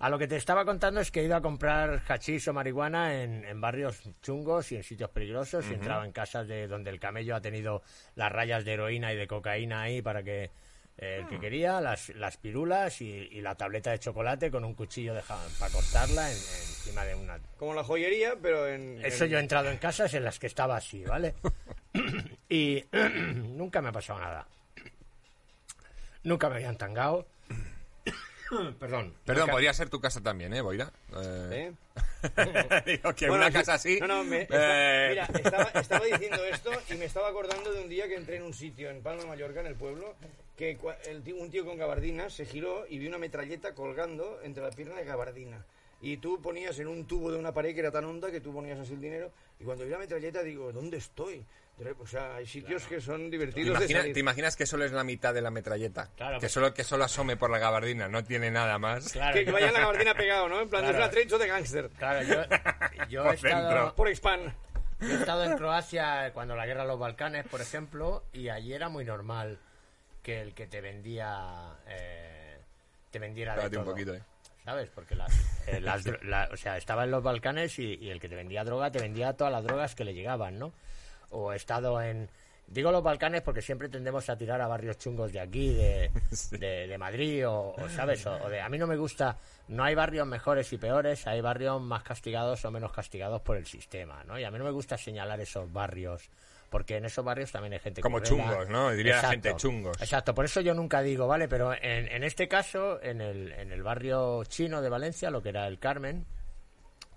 S1: A lo que te estaba contando es que iba a comprar hachís o marihuana en, en barrios chungos y en sitios peligrosos y entraba en casas de donde el camello ha tenido las rayas de heroína y de cocaína ahí para que eh, el
S2: Ah.
S1: que quería, las, las pirulas y, y la tableta de chocolate con un cuchillo de ja- para cortarla en- encima de una...
S2: Como la joyería, pero en...
S1: Eso
S2: en-
S1: yo he entrado en casas en las que estaba así, ¿vale? y nunca me ha pasado nada. Nunca me habían tangado. Perdón.
S3: Perdón,
S1: Nunca-
S3: podría ser tu casa también, ¿eh, Boira? Eh,
S2: ¿eh?
S3: Digo que
S2: Bueno,
S3: una
S2: sí.
S3: casa así.
S2: No, no, me-
S3: eh,
S2: esta- mira, estaba, estaba diciendo esto y me estaba acordando de un día que entré en un sitio en Palma, Mallorca, en el pueblo, que cua- el tío- un tío con gabardina se giró y vi una metralleta colgando entre la pierna de gabardina. Y tú ponías en un tubo de una pared que era tan honda que tú ponías así el dinero. Y cuando vi la metralleta digo, ¿dónde estoy? De rep- O sea, hay sitios que son
S3: ¿Te,
S2: divertidos de
S3: imagina-
S2: salir.
S3: ¿Te imaginas que solo es la mitad de la metralleta?
S1: Claro,
S3: que,
S1: pues-
S3: solo, que solo asome por la gabardina, no tiene nada más.
S1: Claro,
S2: Que, que vaya la gabardina pegado, ¿no? En plan,
S1: Claro.
S2: es un atrecho de gángster.
S1: Claro, yo, yo
S3: Por
S1: he, estado,
S3: dentro.
S2: Por expand.
S1: yo he estado en Croacia cuando la guerra de los Balcanes, por ejemplo, y allí era muy normal que el que te vendía eh, te vendiera de
S3: Espérate un
S1: todo.
S3: poquito, eh.
S1: ¿Sabes? Porque las, eh, las dro- la- o sea, estaba en los Balcanes y, y el que te vendía droga te vendía todas las drogas que le llegaban, ¿no? O he estado en... Digo los Balcanes porque siempre tendemos a tirar a barrios chungos de aquí, de, de, de Madrid, o, o, ¿sabes? O, o de, a mí no me gusta, no hay barrios mejores y peores, hay barrios más castigados o menos castigados por el sistema, ¿no? Y a mí no me gusta señalar esos barrios, porque en esos barrios también hay gente que
S3: Como
S1: vela.
S3: chungos, ¿no? Diría la gente chungos.
S1: Exacto, por eso yo nunca digo, ¿vale? Pero en, en este caso, en el, en el barrio chino de Valencia, lo que era el Carmen,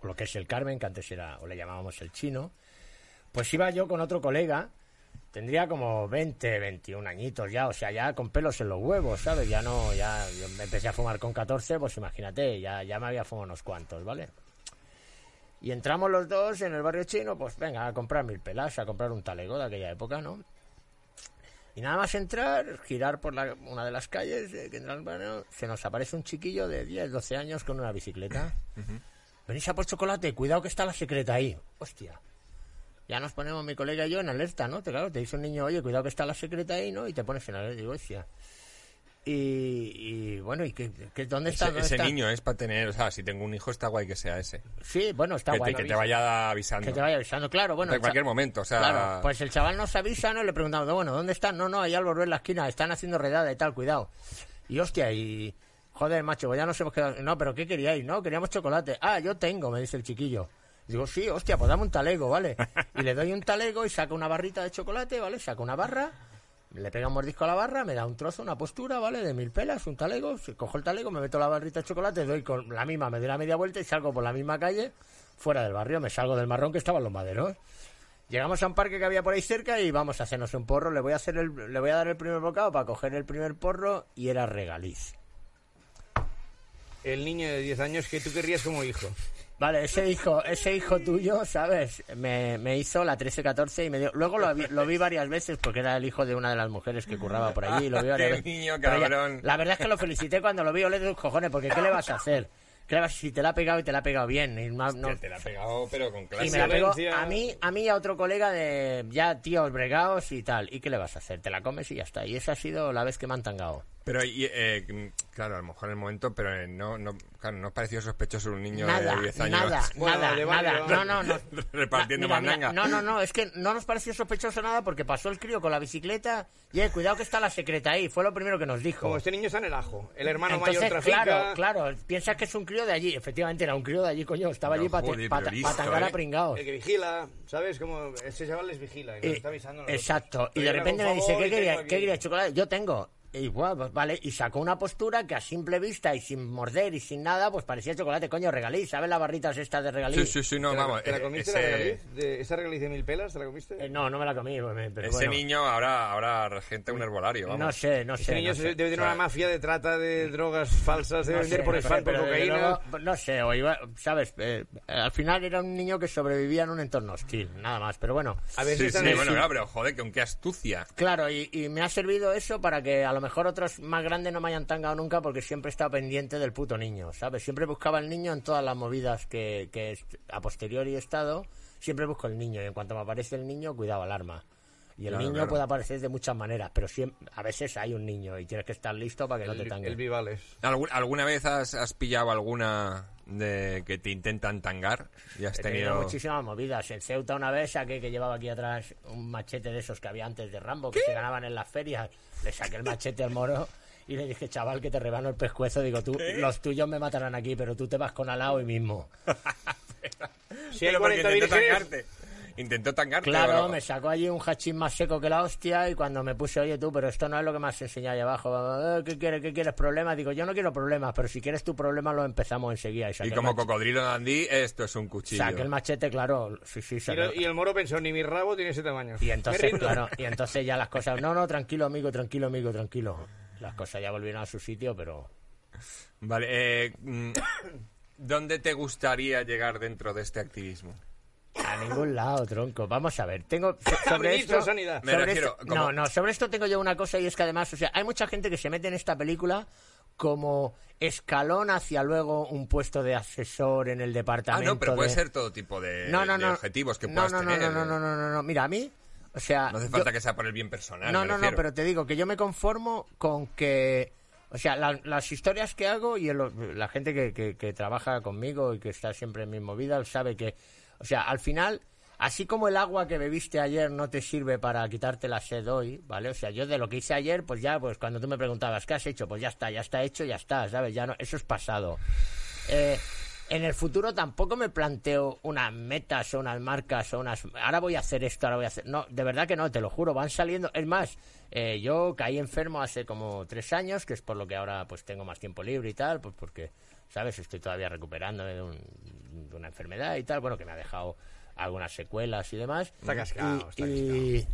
S1: o lo que es el Carmen, que antes era, o le llamábamos el chino, pues iba yo con otro colega, tendría como 20, 21 añitos ya, o sea, ya con pelos en los huevos, ¿sabes? Ya no, ya yo me empecé a fumar con 14, pues imagínate, ya, ya me había fumado unos cuantos, ¿vale? Y entramos los dos en el barrio chino, pues venga, a comprar mil pelas, a comprar un talego de aquella época, ¿no? Y nada más entrar, girar por la- una de las calles, eh, que entra al barrio, se nos aparece un chiquillo de 10, 12 años con una bicicleta. Venís a por chocolate, cuidado que está la secreta ahí. Hostia. Ya nos ponemos mi colega y yo en alerta, ¿no? Te, claro, te dice un niño, oye, cuidado que está la secreta ahí, ¿no? Y te pones en alerta, digo, hostia. Y, y bueno, ¿y qué, qué- dónde está?
S3: Ese,
S1: dónde
S3: ese
S1: está?
S3: niño es para tener, o sea, si tengo un hijo está guay que sea ese.
S1: Sí, bueno, está
S3: Que
S1: guay.
S3: te, que te vaya avisando.
S1: Que te vaya avisando, claro, bueno.
S3: En
S1: el cha-
S3: cualquier momento, o sea-
S1: Claro, pues el chaval nos avisa, ¿no? Le preguntamos, bueno, ¿dónde están? No, no, ahí al volver la esquina, están haciendo redada y tal, cuidado. Y hostia, y... Joder, macho, pues ya nos hemos quedado... No, pero ¿qué queríais? No, queríamos chocolate. Ah, yo tengo, me dice el chiquillo. Digo, sí, hostia, pues dame un talego, ¿vale? Y le doy un talego y saca una barrita de chocolate, ¿vale? Saca una barra, le pega un mordisco a la barra, me da un trozo, una postura, ¿vale? De mil pelas, un talego, si cojo el talego, me meto la barrita de chocolate, doy con la misma, me doy la media vuelta y salgo por la misma calle, fuera del barrio, me salgo del marrón que estaban los maderos. Llegamos a un parque que había por ahí cerca y vamos a hacernos un porro. Le voy a, hacer el- le voy a dar el primer bocado para coger el primer porro y era regaliz.
S2: El niño de 10 años que tú querrías como hijo.
S1: Vale, ese hijo, ese hijo tuyo, ¿sabes? Me, me hizo la 13-14 y me dio... Luego lo vi, lo vi varias veces porque era el hijo de una de las mujeres que curraba por allí. y Lo vi varias
S3: ¡Qué
S1: veces.
S3: niño
S1: Pero ya-
S3: cabrón!
S1: la verdad es que lo felicité cuando lo vi oler tus cojones porque ¿qué le vas a hacer? ¿Qué le vas- si te la ha pegado y te la ha pegado bien. y más- no-
S3: Que te la ha pegado, pero con
S1: Y
S3: clase.
S1: me la pegó
S2: Violencia.
S1: a mí, a mí y a otro colega de ya tíos bregados y tal. ¿Y qué le vas a hacer? Te la comes y ya está. Y esa ha sido la vez que me han tangado.
S3: Pero, y, eh, claro, a lo mejor en el momento, pero eh, no, no, claro, no pareció sospechoso un niño
S1: Nada,
S3: de 10 años.
S1: nada,
S2: Bueno,
S1: nada,
S2: vale, vale,
S1: nada.
S2: vale.
S1: No, no, no.
S3: Repartiendo
S1: Na- mira,
S3: mandanga.
S1: mira, No, no, no. Es que no nos pareció sospechoso nada porque pasó el crío con la bicicleta. Y eh, cuidado que está la secreta ahí. Fue lo primero que nos dijo.
S3: Oh.
S2: Como este niño está en el ajo. El hermano
S1: Entonces,
S2: mayor trafica.
S1: claro, claro. Piensas que es un crío de allí. Efectivamente, era un crío de allí, coño. Estaba
S3: No,
S1: allí para
S3: joder, pero listo,
S1: tangar a
S3: ¿eh?
S1: pringados.
S2: El que vigila, ¿sabes? Como ese chaval les vigila y nos
S1: Eh,
S2: está avisando. a nosotros.
S1: Exacto. Y de
S2: Oye,
S1: repente me
S2: por
S1: dice,
S2: favor,
S1: ¿qué
S2: tengo
S1: quería?
S2: aquí".
S1: ¿Qué quería? ¿Chocolate? Yo tengo. Y guau, pues vale. Y sacó una postura que a simple vista y sin morder y sin nada, pues parecía chocolate, coño, regalí. ¿Sabes las barritas estas de regalí?
S3: Sí, sí, sí, no,
S2: ¿Te la-
S3: vamos.
S2: ¿Te la
S3: eh,
S2: comiste la
S3: ese
S2: regaliz? De, ¿Esa regaliz de mil pelas te la comiste?
S1: Eh, no, no me la comí. me- Pero
S3: ese
S1: bueno,
S3: niño ahora, ahora regenta un herbolario, vamos.
S1: No sé, no
S2: Ese
S1: sé.
S2: Este niño
S1: no
S2: se-
S1: sé.
S2: debe tener una
S3: Claro.
S2: mafia de trata
S3: eh,
S2: de drogas falsas, de
S1: No
S2: vender
S1: sé,
S2: por
S1: no sé,
S2: spam, por
S1: pero desde
S2: cocaína.
S1: luego, pues, no sé, o iba, ¿sabes? Eh, al final era un niño que sobrevivía en un entorno hostil, nada más. Pero bueno,
S2: A ver si
S3: Sí, sí,
S2: están en-
S3: bueno, claro, pero joder, con qué astucia.
S1: Claro, y, y me ha servido eso para que a lo mejor otros más grandes no me hayan tangado nunca porque siempre he estado pendiente del puto niño, ¿sabes? Siempre buscaba al niño en todas las movidas que, que est- a posteriori he estado, siempre busco el niño y en cuanto me aparece el niño, cuidado, alarma. Y el
S3: Claro,
S1: niño
S3: claro.
S1: puede aparecer de muchas maneras, pero siem- a veces hay un niño y tienes que estar listo para que no te
S2: El, el
S1: tangue.
S2: Vivales.
S3: ¿Algu- ¿Alguna vez has, has pillado alguna de que te intentan tangar? Y has
S1: He tenido
S3: tenido...
S1: muchísimas movidas. En Ceuta una vez saqué que llevaba aquí atrás un machete de esos que había antes de Rambo, que se ganaban en las ferias. Le saqué el machete al moro y le dije, chaval, que te rebano el pescuezo. Digo, tú, los tuyos me matarán aquí, pero tú te vas con Alá hoy mismo.
S2: Si hay
S3: Pero porque
S2: 40
S3: intentó
S2: vírgenes,
S3: tangarte. Intentó tangarte.
S1: Claro,
S3: o-
S1: me sacó allí un hachín más seco que la hostia y cuando me puse, oye tú, pero esto no es lo que me has enseñado ahí abajo. Eh, ¿Qué quieres? ¿Qué quieres? ¿Problemas? Digo, yo no quiero problemas, pero si quieres tu problema lo empezamos enseguida. Y saqué,
S3: Y
S1: el
S3: como
S1: mach-
S3: cocodrilo dandí, esto es un cuchillo.
S1: saqué el machete, claro. Sí, sí,
S2: y,
S1: saqué-
S2: lo- y el moro pensó, ni mi rabo tiene ese tamaño.
S1: Y
S2: Me
S1: entonces,
S2: rindo.
S1: claro, y entonces ya las cosas, no, no, tranquilo amigo, tranquilo amigo, tranquilo. Las cosas ya volvieron a su sitio, pero
S3: Vale, eh, mm, ¿dónde te gustaría llegar dentro de este activismo?
S1: a ningún lado, tronco. Vamos a ver, tengo so- sobre
S2: Ministro
S1: esto,
S2: de Sanidad.
S3: Me
S1: sobre
S3: refiero,
S1: esto-
S3: como-
S1: no, no, sobre esto tengo yo una cosa y es que además, o sea, hay mucha gente que se mete en esta película como escalón hacia luego un puesto de asesor en el
S3: Ah,
S1: departamento.
S3: no, pero puede
S1: de-
S3: ser todo tipo de,
S1: no, no,
S3: de
S1: no.
S3: objetivos que
S1: No,
S3: puedas
S1: no, no,
S3: tener.
S1: No, no, no, no, no, no. Mira, a mí, o sea,
S3: No hace
S1: yo-
S3: falta que sea por el bien personal.
S1: No,
S3: me
S1: no, no,
S3: refiero.
S1: pero te digo que yo me conformo con que. O sea, la- las historias que hago y el- la gente que, que- que trabaja conmigo y que está siempre en mi movida sabe que. O sea, al final, así como el agua que bebiste ayer no te sirve para quitarte la sed hoy, ¿vale? O sea, yo de lo que hice ayer, pues ya, pues cuando tú me preguntabas, ¿qué has hecho? Pues ya está, ya está hecho, ya está, ¿sabes? Ya no, eso es pasado. Eh, en el futuro tampoco me planteo unas metas o unas marcas o unas... Ahora voy a hacer esto, ahora voy a hacer... No, de verdad que no, te lo juro, van saliendo... Es más, eh, yo caí enfermo hace como tres años, que es por lo que ahora pues tengo más tiempo libre y tal, pues porque, ¿sabes? Estoy todavía recuperándome de, un- de una enfermedad y tal, bueno, que me ha dejado algunas secuelas y demás.
S2: Está
S1: Y-
S2: cascado, está
S1: y-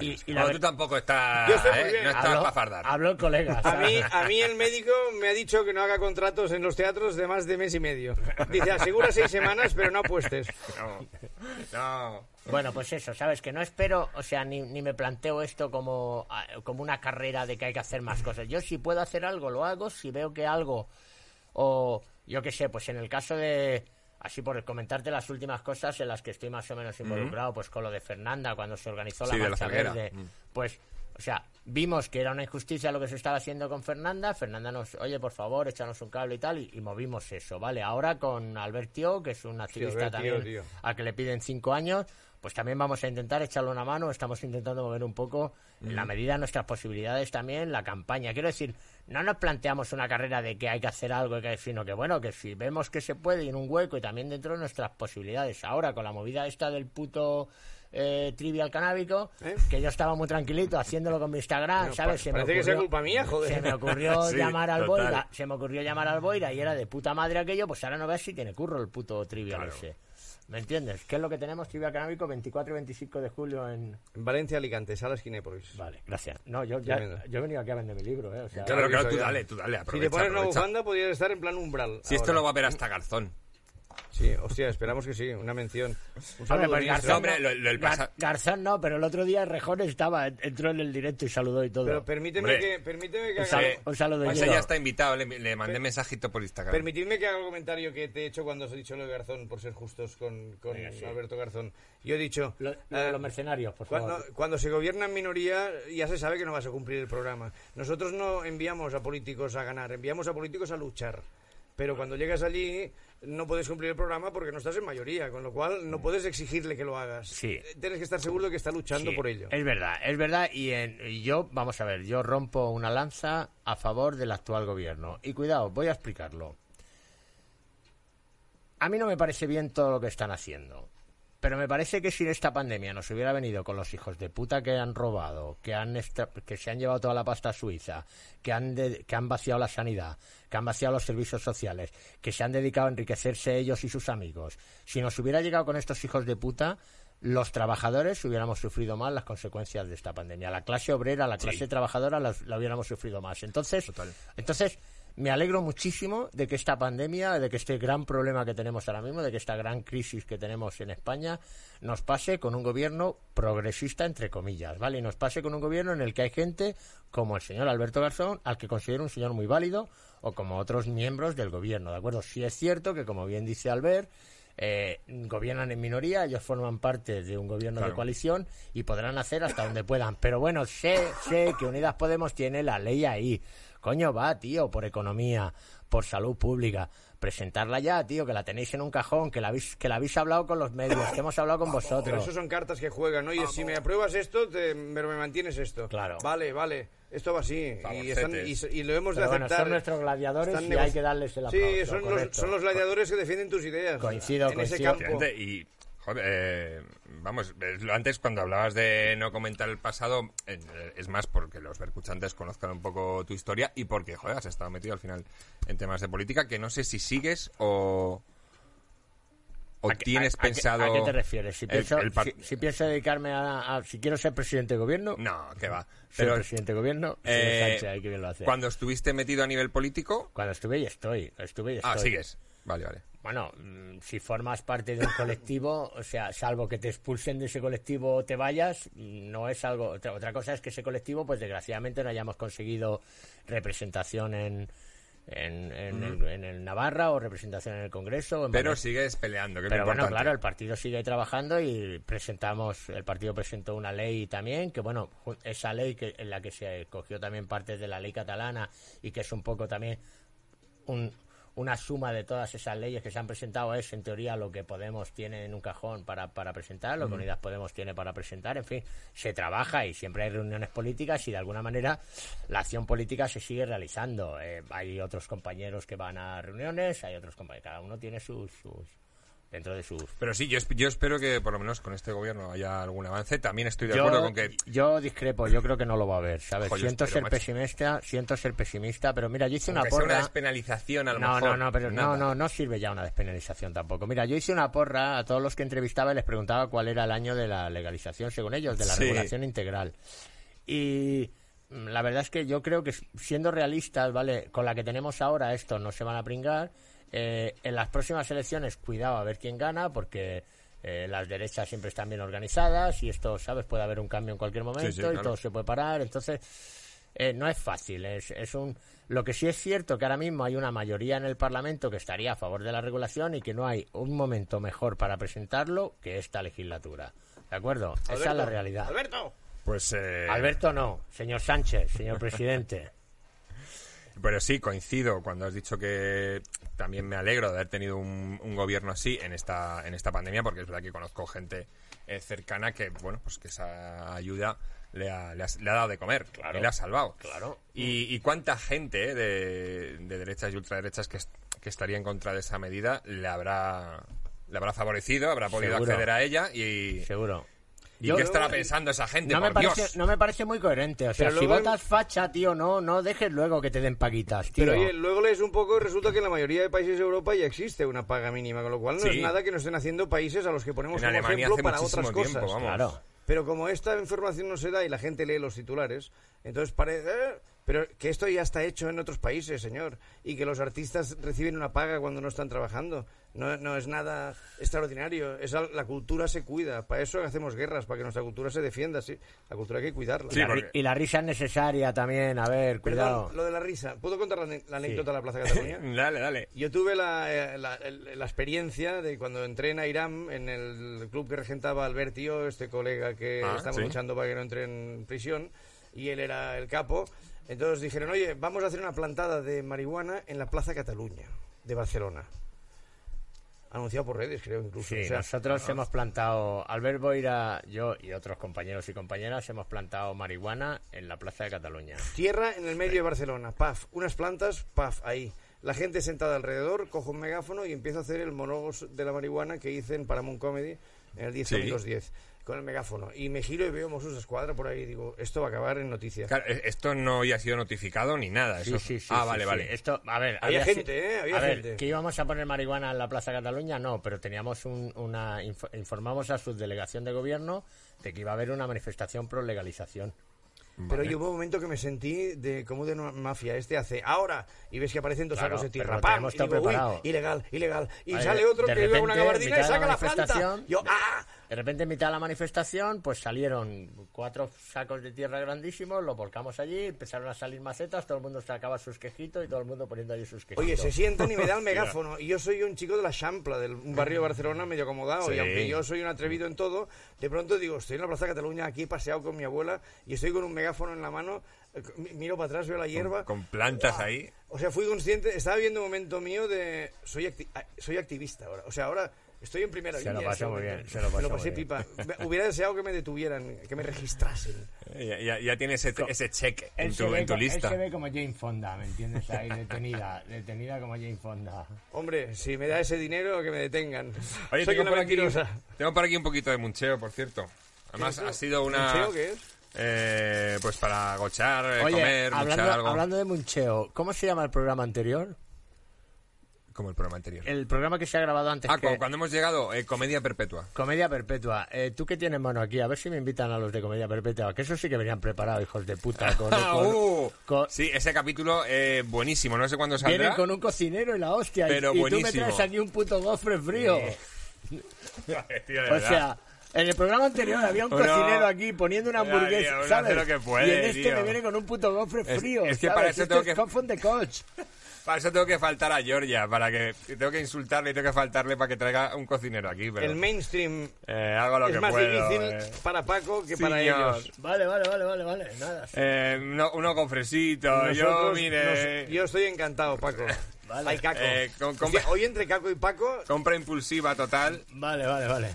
S1: y- y la
S3: Bueno,
S1: ver-
S3: tú tampoco estás,
S2: Yo estoy muy
S3: ¿eh?
S2: bien.
S3: no estás
S1: Hablo-
S3: para fardar.
S1: Hablo el colega.
S2: A
S1: ¿sabes?
S2: mí, a mí el médico me ha dicho que no haga contratos en los teatros de más de mes y medio. Dice, asegura seis semanas, pero no apuestes.
S3: No, no.
S1: Bueno, pues eso, ¿sabes? Que no espero, o sea, ni, ni me planteo esto como, ah, como una carrera de que hay que hacer más cosas. Yo si puedo hacer algo, lo hago. Si veo que algo, o yo qué sé, pues en el caso de, así por comentarte las últimas cosas en las que estoy más o menos involucrado, pues con lo de Fernanda, cuando se organizó la
S3: Sí, de la
S1: marcha
S3: ceguera.
S1: verde,
S3: Mm.
S1: pues... O sea, vimos que era una injusticia lo que se estaba haciendo con Fernanda. Fernanda nos, oye, por favor, échanos un cable y tal, y, y movimos eso, ¿vale? Ahora con Albertio, que es un activista
S2: Albert Tío,
S1: también,
S2: tío.
S1: a que le piden cinco años, pues también vamos a intentar echarle una mano, estamos intentando mover un poco en la medida de nuestras posibilidades también la campaña. Quiero decir, no nos planteamos una carrera de que hay que hacer algo, que- sino que bueno, que si vemos que se puede y en un hueco y también dentro de nuestras posibilidades. Ahora, con la movida esta del puto... eh, trivial canábico,
S2: ¿Eh?
S1: que yo estaba muy tranquilito haciéndolo con mi Instagram,
S2: No,
S1: ¿sabes?
S2: pa-
S1: Se me
S2: parece que sea
S1: ocurrió-
S2: culpa mía, joder.
S1: Se me ocurrió
S3: Sí,
S1: llamar al
S3: total.
S1: Boira, se me ocurrió llamar al Boira y era de puta madre aquello, pues ahora no ves si tiene curro el puto trivial
S3: Claro.
S1: ese. ¿Me entiendes? ¿Qué es lo que tenemos? Trivial Canábico 24 y 25 de julio en...
S2: Valencia, Alicante, Salas Ginépolis.
S1: Vale, gracias. No, yo, ya,
S2: Tremendo.
S1: yo he venido aquí a vender mi libro, ¿eh? O sea,
S3: Claro, claro, tú
S2: ya.
S3: dale, tú dale,
S2: Si
S3: aprovecha,
S2: te pones una
S3: aprovecha.
S2: bufanda, podrías estar en plan umbral.
S3: Si esto
S2: ahora.
S3: lo va a ver hasta Garzón.
S2: Sí, hostia, esperamos que sí, una mención. Un saludo,
S1: hombre, pues
S2: ministro.
S1: Garzón,
S3: Hombre, lo- lo- el
S1: Gar-
S3: pasa-
S1: Garzón no, pero el otro día Rejón estaba, entró en el directo y saludó y todo.
S2: Pero permíteme
S3: Hombre.
S2: que, permíteme que
S1: Un
S2: haga...
S1: saludo. Un saludo,
S3: Pues
S1: Diego.
S3: ella está invitado, le, le mandé mensajito por Instagram.
S2: Permitidme que haga el comentario que te he hecho cuando has dicho lo de Garzón, por ser justos con, con Alberto Garzón. Yo he dicho...
S1: Lo- lo de
S2: eh,
S1: los mercenarios, por favor.
S2: Cuando, cuando se gobierna en minoría ya se sabe que no vas a cumplir el programa. Nosotros no enviamos a políticos a ganar, enviamos a políticos a luchar. Pero cuando llegas allí no puedes cumplir el programa porque no estás en mayoría, con lo cual no puedes exigirle que lo hagas.
S1: Mm. Sí.
S2: Eh, Tienes que estar seguro de que está luchando
S1: Sí,
S2: por ello.
S1: Es verdad, es verdad. Y, en- y yo, vamos a ver, yo rompo una lanza a favor del actual gobierno. Y cuidado, voy a explicarlo. A mí no me parece bien todo lo que están haciendo. Pero me parece que si esta pandemia nos hubiera venido con los hijos de puta que han robado, que han extra- que se han llevado toda la pasta a Suiza, que han de- que han vaciado la sanidad, que han vaciado los servicios sociales, que se han dedicado a enriquecerse ellos y sus amigos, si nos hubiera llegado con estos hijos de puta, los trabajadores hubiéramos sufrido más las consecuencias de esta pandemia. La clase obrera, la clase trabajadora las- la, hubiéramos sufrido más. Entonces, entonces me alegro muchísimo de que esta pandemia, de que este gran problema que tenemos ahora mismo, de que esta gran crisis que tenemos en España, nos pase con un gobierno progresista, entre comillas, ¿vale? Y nos pase con un gobierno en el que hay gente como el señor Alberto Garzón, al que considero un señor muy válido, o como otros miembros del gobierno, ¿de acuerdo? Sí es cierto que, como bien dice Albert, eh, gobiernan en minoría, ellos forman parte de un gobierno
S3: Claro.
S1: de coalición y podrán hacer hasta donde puedan. Pero bueno, sé, sé que Unidas Podemos tiene la ley ahí. Coño, va, tío, por economía, por salud pública. Presentarla ya, tío, que la tenéis en un cajón, que la habéis, que la habéis hablado con los medios, que hemos hablado con
S2: Pero
S1: vosotros.
S2: eso son cartas que juegan, ¿no? Y si me apruebas esto, te- pero me mantienes esto.
S1: Claro.
S2: Vale, vale. Esto va así. Y,
S3: Favorcetes.
S2: están- y s- y lo hemos
S1: Pero
S2: de
S1: bueno,
S2: aceptar.
S1: son nuestros gladiadores
S2: Están
S1: y
S2: nego-
S1: hay que darles el
S2: Sí,
S1: aplauso,
S2: son los,
S1: correcto.
S2: son los gladiadores que defienden tus ideas.
S1: Coincido,
S2: en ese
S1: coincido.
S2: campo.
S3: Efectivamente, Y, joder, eh, vamos, eh, lo antes cuando hablabas de no comentar el pasado, eh, eh, es más porque los escuchantes conozcan un poco tu historia y porque, joder, has estado metido al final en temas de política que no sé si sigues o... ¿O
S1: ¿A qué-
S3: tienes
S1: a- a qué-
S3: pensado...?
S1: ¿A qué te refieres? Si
S3: el-
S1: pienso,
S3: el par-
S1: si, si pienso dedicarme a, a- Si quiero ser presidente de gobierno,
S3: No, que va.
S1: ser
S3: Pero
S1: presidente de gobierno,
S3: eh,
S1: señor Sánchez, hay que bien lo hace. Cuando,
S3: cuando estuviste metido a nivel político...
S1: estuve y estoy. Estuve y estoy.
S3: Ah, sigues. Vale, vale.
S1: Bueno, mm, si formas parte de un colectivo, o sea, salvo que te expulsen de ese colectivo o te vayas, mm, no es algo. Otra, otra cosa es que ese colectivo, pues desgraciadamente no hayamos conseguido representación en. En, en el, en el Navarra o representación en el Congreso. o en
S3: Pero
S1: Valencia.
S3: sigues peleando, que es lo
S1: Pero bueno,
S3: importante.
S1: claro, el partido sigue trabajando y presentamos, el partido presentó una ley también, que bueno, ju- esa ley que, en la que se cogió también parte de la ley catalana y que es un poco también un- una suma de todas esas leyes que se han presentado es, en teoría, lo que Podemos tiene en un cajón para, para presentar, lo que Unidas Podemos tiene para presentar, en fin, se trabaja y siempre hay reuniones políticas y, de alguna manera, la acción política se sigue realizando. Eh, hay otros compañeros que van a reuniones, hay otros compañeros, cada uno tiene sus... sus dentro de sus
S3: Pero sí, yo, esp- yo espero que por lo menos con este gobierno haya algún avance. También estoy de
S1: yo,
S3: acuerdo con que
S1: yo discrepo, yo creo que no lo va a haber, ¿sabes?
S3: Ojo, yo
S1: siento
S3: espero,
S1: ser
S3: macho.
S1: pesimista, siento ser pesimista, pero mira, yo hice una
S3: Aunque sea una
S1: porra.
S3: despenalización a lo
S1: no,
S3: mejor.
S1: no, no, pero no,
S3: Nada.
S1: no, no sirve ya una despenalización tampoco. Mira, yo hice una porra a todos los que entrevistaba y les preguntaba cuál era el año de la legalización, según ellos, de la
S3: Sí.
S1: regulación integral. Y mm, la verdad es que yo creo que s- siendo realistas, ¿vale? Con la que tenemos ahora, estos no se van a pringar. Eh, en las próximas elecciones, cuidado a ver quién gana, porque eh, las derechas siempre están bien organizadas y esto, ¿sabes? Puede haber un cambio en cualquier momento
S3: Sí, sí,
S1: y
S3: claro.
S1: todo se puede parar. Entonces, eh, no es fácil. Es, es un, lo que sí es cierto que ahora mismo hay una mayoría en el Parlamento que estaría a favor de la regulación y que no hay un momento mejor para presentarlo que esta legislatura. ¿De acuerdo? Esa es la
S2: Alberto,
S1: realidad.
S2: Alberto.
S3: Pues, eh,
S1: Alberto no, señor Sánchez, señor presidente.
S3: Pero sí, coincido cuando has dicho que también me alegro de haber tenido un, un gobierno así en esta, en esta pandemia, porque es verdad que conozco gente eh, cercana que, bueno, pues que esa ayuda le ha, le ha- le ha dado de comer y le ha salvado.
S1: Claro.
S3: Y, y cuánta gente eh, de, de derechas y ultraderechas que, est- que estaría en contra de esa medida le habrá, le habrá favorecido, habrá podido
S1: Seguro.
S3: acceder a ella y,
S1: Seguro.
S3: y
S1: Yo-
S3: qué estará pensando esa gente,
S1: No me,
S3: por Dios.
S1: parece, no me parece muy coherente. O sea,
S2: Pero
S1: si
S2: luego-
S1: votas facha, tío, no, no dejes luego que te den paquitas, tío.
S2: Pero oye, luego lees un poco y resulta que en la mayoría de países de Europa ya existe una paga mínima, con lo cual no
S3: Sí.
S2: es nada que no estén haciendo países a los que ponemos
S3: En
S2: como
S3: Alemania
S2: ejemplo
S3: hace
S2: para otras
S3: muchísimo
S2: cosas.
S3: tiempo, vamos.
S1: Claro.
S2: Pero como esta información no se da y la gente lee los titulares, entonces parece... "Eh, pero que esto ya está hecho en otros países, señor. Y que los artistas reciben una paga cuando no están trabajando. No, no es nada extraordinario. Es al- la cultura se cuida. Para eso hacemos guerras, para que nuestra cultura se defienda. ¿sí? La cultura hay que cuidarla.
S3: Sí,
S1: La ri-
S3: porque-
S1: Y la risa es necesaria también, a ver,
S2: Perdón,
S1: cuidado.
S2: lo de la risa. ¿Puedo contar la, ane- la anécdota de la Plaza Cataluña?
S3: Dale, dale.
S2: Yo tuve la, eh, la- el- la experiencia de cuando entré en Airam, en el club que regentaba Albertio, este colega que
S3: Ah,
S2: estamos
S3: sí.
S2: luchando para que no entre en prisión, y él era el capo. Entonces dijeron, oye, vamos a hacer una plantada de marihuana en la Plaza Cataluña de Barcelona. Anunciado por redes, creo, incluso.
S1: Sí,
S2: O sea,
S1: nosotros hemos plantado, Albert Boira, yo y otros compañeros y compañeras hemos plantado marihuana en la Plaza de Cataluña.
S2: Tierra en el medio de Barcelona, paf, unas plantas, paf, ahí. La gente sentada alrededor, cojo un megáfono y empiezo a hacer el monólogo de la marihuana que hice en Paramount Comedy en el 10
S3: Sí.
S2: amigos 10, con el megáfono. Y me giro y veo Mossos Escuadra por ahí y digo, esto va a acabar en noticias.
S3: Claro, e- esto no había sido notificado ni nada.
S1: Sí,
S3: eso-
S1: sí, sí.
S3: ah,
S1: sí,
S3: vale,
S1: sí.
S3: vale.
S1: Esto, a ver,
S2: Había
S1: si-
S2: gente, ¿eh? Había
S1: a ver,
S2: gente.
S1: que íbamos a poner marihuana en la Plaza Cataluña, no, pero teníamos un- una inf- informamos a su delegación de gobierno de que iba a haber una manifestación pro legalización.
S2: Pero yo hubo un momento que me sentí de como de una mafia. Este hace ahora y ves que aparecen dos
S1: Claro,
S2: sacos de
S1: pero
S2: tierra.
S1: lo
S2: ¡Pam!
S1: tenemos
S2: Y
S1: todo
S2: digo, "Uy,
S1: preparado".
S2: ilegal, ilegal. Y
S1: Vale,
S2: sale otro
S1: de
S2: que lleva una
S1: repente, en
S2: gabardina y
S1: mitad de
S2: saca
S1: la
S2: la planta.
S1: manifestación-
S2: Yo, ¡ah!
S1: De repente, en mitad de la manifestación, pues salieron cuatro sacos de tierra grandísimos, los volcamos allí, empezaron a salir macetas, todo el mundo sacaba sus quejitos y todo el mundo poniendo allí sus quejitos.
S2: Oye, se sientan y me dan el megáfono. Y yo soy un chico de la Champla, del un barrio de Barcelona medio acomodado.
S3: Sí.
S2: Y aunque yo soy un atrevido en todo, de pronto digo, estoy en la Plaza de Cataluña, aquí he paseado con mi abuela y estoy con un megáfono en la mano. eh, mi- Miro para atrás, veo la hierba.
S3: Con plantas
S2: Ah,
S3: ahí.
S2: O sea, fui consciente, estaba viendo un momento mío de. Soy, acti- ah, soy activista ahora. O sea, ahora estoy en primera
S1: Se
S2: línea.
S1: lo
S2: en ese
S1: pasó muy
S2: momento.
S1: bien, se lo
S2: Me
S1: pasó muy
S2: pasé
S1: bien.
S2: pipa. Me- Hubiera deseado que me detuvieran, que me registrasen.
S3: eh, Ya, ya, ya tienes ese, ese cheque en
S1: Él se
S3: tu,
S1: ve
S3: en
S1: co-
S3: tu
S1: él
S3: lista.
S1: se ve como Jane Fonda, ¿me entiendes? Ahí detenida, detenida como Jane Fonda.
S2: Hombre, si me da ese dinero, que me detengan.
S3: Oye,
S2: soy
S3: tengo
S2: una
S3: por, aquí,
S2: mentirosa.
S3: tengo por aquí un poquito de muncheo, por cierto. Además, ha sido una.
S2: ¿Muncheo qué es?
S3: Eh, pues para gochar, eh, comer,
S1: hablando,
S3: munchear algo.
S1: hablando de Muncheo, ¿cómo se llama el programa anterior?
S3: Como el programa anterior.
S1: El programa que se ha grabado antes
S3: Ah,
S1: que...
S3: como cuando hemos llegado, eh, comedia perpetua.
S1: Comedia Perpetua. Eh, ¿Tú qué tienes mano aquí? A ver si me invitan a los de Comedia Perpetua, que eso sí que venían preparados, hijos de puta. Con,
S3: Ah,
S1: con-
S3: uh,
S1: con-
S3: sí, ese capítulo eh, buenísimo. No sé cuándo
S1: vienen
S3: saldrá.
S1: con un cocinero y la hostia. y-
S3: Pero
S1: y, tú me
S3: buenísimo. Eh,
S1: traes aquí un puto gofre frío.
S3: Tío, de
S1: o
S3: verdad.
S1: sea... En el programa anterior había un
S3: Uno-
S1: cocinero aquí poniendo una
S3: Ya,
S1: hamburguesa,
S3: tío, uno
S1: ¿sabes?
S3: hace lo que puede,
S1: y en este
S3: tío.
S1: me viene con un puto gofre
S3: Es-
S1: frío.
S3: es que
S1: ¿sabes?
S3: para eso
S1: Esto
S3: tengo
S1: es
S3: que-
S1: Cough on the Couch.
S3: Para eso tengo que faltar a Georgia, para que tengo que insultarle y tengo que faltarle para que traiga un cocinero aquí. Pero,
S2: El mainstream
S3: eh, hago lo
S2: es
S3: que
S2: más
S3: puedo.
S2: difícil
S3: eh.
S2: para Paco que para
S3: Señor.
S2: ellos.
S1: Vale, vale, vale, vale, vale. Nada. sí.
S3: Eh, no- uno con fresito, yo
S2: Nosotros
S3: mire,
S2: nos- yo estoy encantado, Paco.
S1: Vale.
S2: Ay, Caco.
S3: Eh, con- con-
S2: Hostia, hoy entre Caco y Paco
S3: compra impulsiva total.
S1: Vale, vale, vale.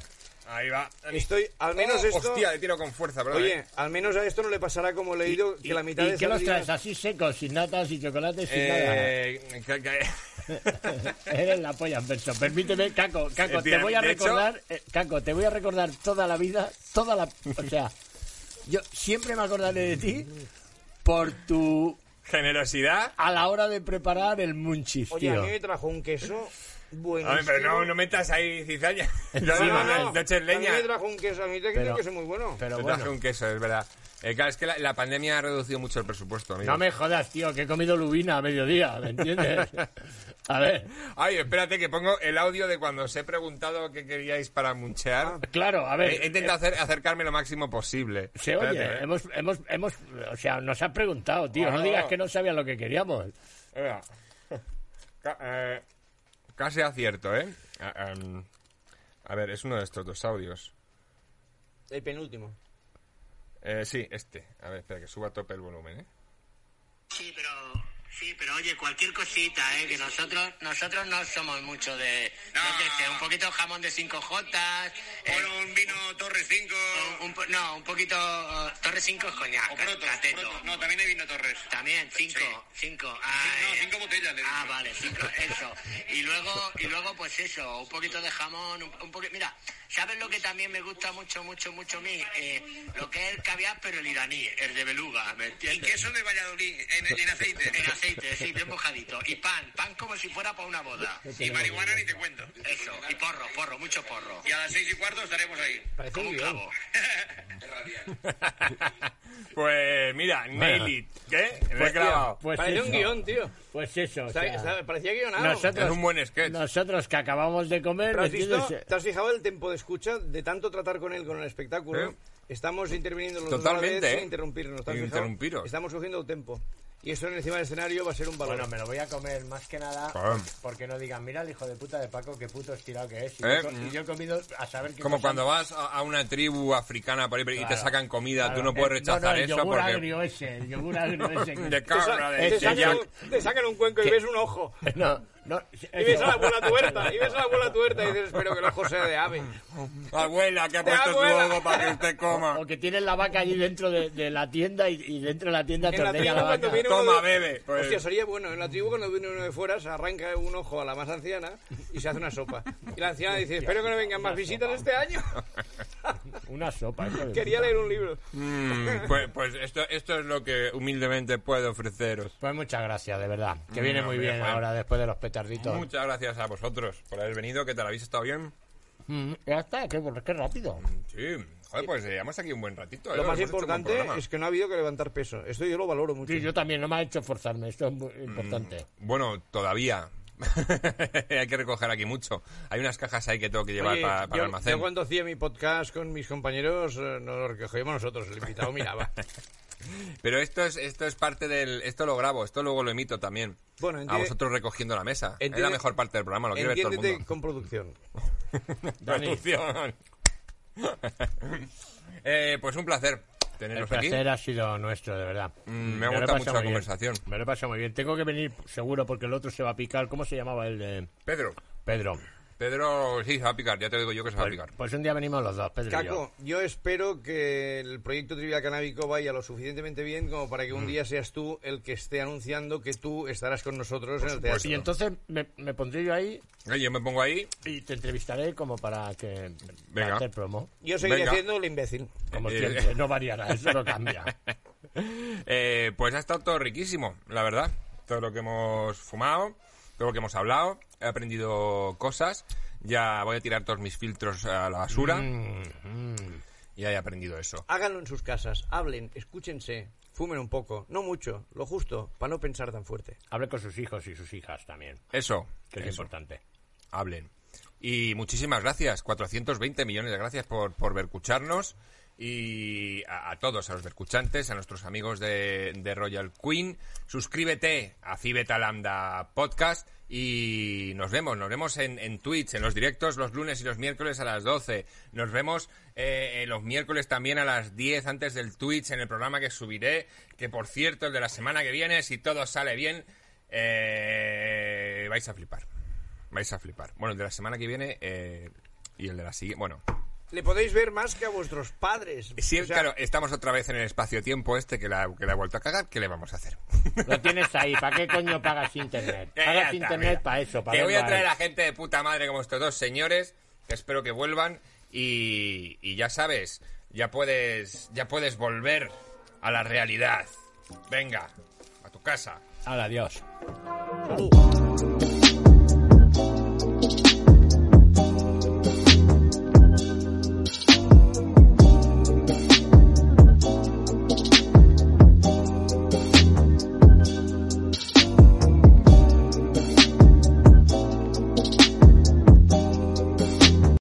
S3: Ahí va.
S2: estoy... Al menos
S3: Oh,
S2: esto...
S3: Hostia, le tiro con fuerza, perdón.
S2: Oye,
S3: eh.
S2: al menos a esto no le pasará como le he leído que la mitad
S1: ¿Y
S2: de
S1: qué
S2: estas
S1: los traes?
S2: líneas-
S1: Así secos, sin natas, sin chocolates, sin
S3: Eh, que- que-
S1: nada. Eres la polla, Alberto. Permíteme, Caco, Caco,
S3: Eh,
S1: te
S3: tía,
S1: voy a
S3: de hecho-
S1: recordar... eh, Caco, te voy a recordar toda la vida, toda la... O sea, yo siempre me acordaré de ti por tu...
S3: Generosidad.
S1: A la hora de preparar el munchis,
S2: Oye, a
S1: tío.
S2: mí me trajo un queso buenísimo.
S3: Hombre, pero no, no metas ahí cizaña. No,
S1: Encima.
S3: no, no, no eches leña.
S2: A mí me trajo un queso, a mí me trajo
S1: Pero-
S2: un queso muy bueno.
S1: Pero
S3: Te traje
S1: bueno,
S3: un queso, es verdad. Eh, claro, es que la, la pandemia ha reducido mucho el presupuesto, amigo.
S1: no me jodas, tío, que he comido lubina a mediodía, ¿me entiendes? A ver,
S3: Ay, espérate que pongo el audio de cuando os he preguntado qué queríais para
S1: Ah.
S3: munchear.
S1: claro, a ver...
S3: He, he intentado hacer- acercarme lo máximo posible.
S1: Se
S3: Eh, Espérate,
S1: oye,
S3: eh.
S1: hemos, hemos, hemos, o sea, nos has preguntado, tío, no
S3: Ah.
S1: digas que no sabías lo que queríamos.
S3: eh. Venga. Ca- eh, Casi acierto, ¿eh? A, em, a ver, es uno de estos dos audios.
S2: El penúltimo.
S3: Eh, sí, este. A ver, espera, que suba a tope el volumen, ¿eh?
S4: Sí, pero sí, pero oye, cualquier cosita, eh, que nosotros nosotros no somos mucho de no. yo qué sé, un poquito jamón de 5 jotas, eh,
S5: un vino Torre 5
S4: un, po- no, un poquito eh, Torre 5 es coñac,
S5: o Proto.
S4: cateto.
S5: Proto. No, también hay vino Torres.
S4: También 5,
S5: Sí.
S4: 5.
S5: no, cinco botellas le he
S4: Ah,
S5: dicho.
S4: vale, 5, eso. Y luego y luego pues eso, un poquito de jamón, un, un poquito, mira, ¿sabes lo que también me gusta mucho mucho mucho a mí? Eh, lo que es el caviar pero el iraní, el de beluga, ¿me entiendes?
S5: Y queso de Valladolid en, en aceite.
S4: En aceite, sí, bien mojadito. Y pan, pan como si fuera para una boda.
S5: Y marihuana ni te cuento.
S4: Eso, y porro, porro, mucho porro.
S5: Y a las seis y cuarto estaremos ahí.
S2: Parece
S4: Como
S2: un
S4: un
S2: guión.
S4: clavo.
S3: pues mira, nail it. ¿Qué? Me he clavado.
S1: Pues
S2: Parece
S1: eso,
S2: un guión, tío.
S1: Pues eso, o
S2: Está-
S1: sea,
S2: está- parecía guionado.
S1: nosotros,
S3: Es un buen sketch.
S1: nosotros que acabamos de comer,
S2: ¿Pero has
S1: ¿me
S2: visto?
S1: entiendes?
S2: ¿Te has fijado el tiempo de escucha de tanto tratar con él, con el espectáculo?
S3: Sí.
S2: Estamos interviniendo los
S3: Totalmente,
S2: dos a la vez
S3: ¿eh?
S2: sin interrumpirnos. ¿te has
S3: Sin
S2: fijado?
S3: interrumpiros.
S2: Estamos cogiendo el tiempo. Y esto en encima del escenario va a ser un valor.
S1: Bueno, me lo voy a comer más que nada
S3: Pam.
S1: porque no digan, mira el hijo de puta de Paco, qué puto estirado que es. Y,
S3: Eh,
S1: yo, y yo he comido a saber qué
S3: Como
S1: cosa-
S3: cuando vas a, a una tribu africana por ahí y te
S1: Claro.
S3: sacan comida, tú no
S1: Claro,
S3: puedes
S1: eh, no, no,
S3: rechazar
S1: el
S3: eso
S1: yogur
S3: porque...
S1: agrio ese, el yogur agrio ese. que-
S3: De
S2: te, sa-
S3: cabra, de
S2: te
S1: Este
S2: sacan,
S3: chellac.
S2: un, te sacan un cuenco y ves un ojo.
S1: No, no.
S2: Y ves a la abuela tuerta. Y ves a la abuela tuerta y dices, espero que el ojo sea de ave.
S3: Mm. Abuela, que ha
S2: De
S3: puesto tu
S2: abuela.
S3: huevo para que usted coma.
S1: O que tienen la vaca allí dentro de, de la tienda y, y dentro de la tienda te
S2: En la
S1: ordena
S2: tribu
S1: la
S2: cuando
S1: vaca.
S2: viene
S3: Toma,
S2: uno de-
S3: bebe. Pues-
S2: Hostia, sería bueno. En la tribu cuando viene uno de fuera se arranca un ojo a la más anciana y se hace una sopa. Y la anciana dice, espero que no vengan más visitas este año.
S1: Una sopa. hijo de
S2: Quería
S1: puta.
S2: leer un libro.
S3: Mm, pues pues esto, esto es lo que humildemente puedo ofreceros.
S1: Pues muchas gracias, de verdad. Que viene
S3: No,
S1: muy
S3: hombre,
S1: bien
S3: Juan.
S1: ahora después de los petarditos.
S3: Muchas gracias a vosotros por haber venido, que te la habéis estado bien.
S1: Mm, ya está, qué, qué rápido.
S3: Sí, joder, pues eh, llevamos aquí un buen ratito. eh,
S2: Lo más
S3: hemos hecho un buen
S2: importante
S3: programa.
S2: es que no ha habido que levantar peso. Esto yo lo valoro mucho.
S3: Mm.
S1: Sí, yo también, no me ha hecho esforzarme, esto es muy importante.
S3: Bueno, todavía. Hay que recoger aquí mucho. Hay unas cajas ahí que tengo que llevar
S2: Oye,
S3: para, para
S2: yo,
S3: el almacén.
S2: yo cuando hacía mi podcast con mis compañeros, eh, nos lo recogíamos nosotros, el invitado miraba.
S3: Pero esto es, esto es parte del. Esto lo grabo, esto luego lo emito también.
S2: Bueno,
S3: a
S2: entiende-
S3: vosotros recogiendo la mesa.
S2: entiende-
S3: es la mejor parte del programa, lo quiere ver todo el
S2: Entiéndete
S3: mundo.
S2: con producción. Dani.
S3: Producción. Eh, pues un placer
S1: El
S3: teneros aquí.
S1: placer ha sido nuestro, de verdad.
S3: Mm, me ha
S1: lo he pasado
S3: gustado mucho la
S1: muy bien.
S3: conversación.
S1: Me lo he pasado muy bien. Tengo que venir seguro porque el otro se va a picar. ¿Cómo se llamaba el de
S3: Pedro.
S1: Pedro?
S3: Pedro, sí, se va a picar, ya te digo yo que se va a
S1: Pues,
S3: picar.
S1: pues un día venimos los dos, Pedro y yo.
S2: Caco, yo espero que el proyecto Trivial Canábico vaya lo suficientemente bien como para que
S3: Mm.
S2: un día seas tú el que esté anunciando que tú estarás con nosotros en el teatro.
S1: Y entonces me, me pondré yo ahí
S3: Oye, Eh, yo me pongo ahí,
S1: y te entrevistaré como para que para
S3: Venga.
S1: hacer promo.
S2: Yo seguiré
S3: Venga.
S2: haciendo el imbécil.
S1: Como
S3: Eh,
S1: siempre, no variará, eso no cambia.
S3: Eh, pues ha estado todo riquísimo, la verdad. Todo lo que hemos fumado, todo lo que hemos hablado, he aprendido cosas. Ya voy a tirar todos mis filtros a la basura
S1: Mm,
S3: y he aprendido eso.
S2: Háganlo en sus casas, hablen, escúchense, fumen un poco, no mucho, lo justo, para no pensar tan fuerte.
S1: Hable con sus hijos y sus hijas también,
S3: Eso,
S1: que es
S3: eso,
S1: importante.
S3: hablen. Y muchísimas gracias, 420 millones de gracias por, por escucharnos y a, a todos, a los escuchantes, a nuestros amigos de, de Royal Queen. Suscríbete a Cibeta Lambda Podcast y nos vemos, nos vemos en, en Twitch, en los directos los lunes y los miércoles a las 12. Nos vemos eh, eh, los miércoles también a las 10 antes del Twitch en el programa que subiré, que por cierto, el de la semana que viene, si todo sale bien, eh, vais a flipar. Vais a flipar. Bueno, el de la semana que viene eh, y el de la siguiente. Bueno,
S2: Le podéis ver más que a vuestros padres.
S3: sí,
S2: O sea,
S3: claro, estamos otra vez en el espacio-tiempo este que la, que la he vuelto a cagar. ¿Qué le vamos a hacer?
S1: Lo tienes ahí, ¿para qué coño pagas internet?
S3: Eh, Ya
S1: Pagas
S3: está,
S1: internet
S3: mira.
S1: para eso, para
S3: Que voy a
S1: verlo ahí.
S3: traer a gente de puta madre como estos dos señores. que espero que vuelvan. Y, y ya sabes, ya puedes, ya puedes volver a la realidad. Venga, a tu casa.
S1: Hala, adiós.
S2: uh.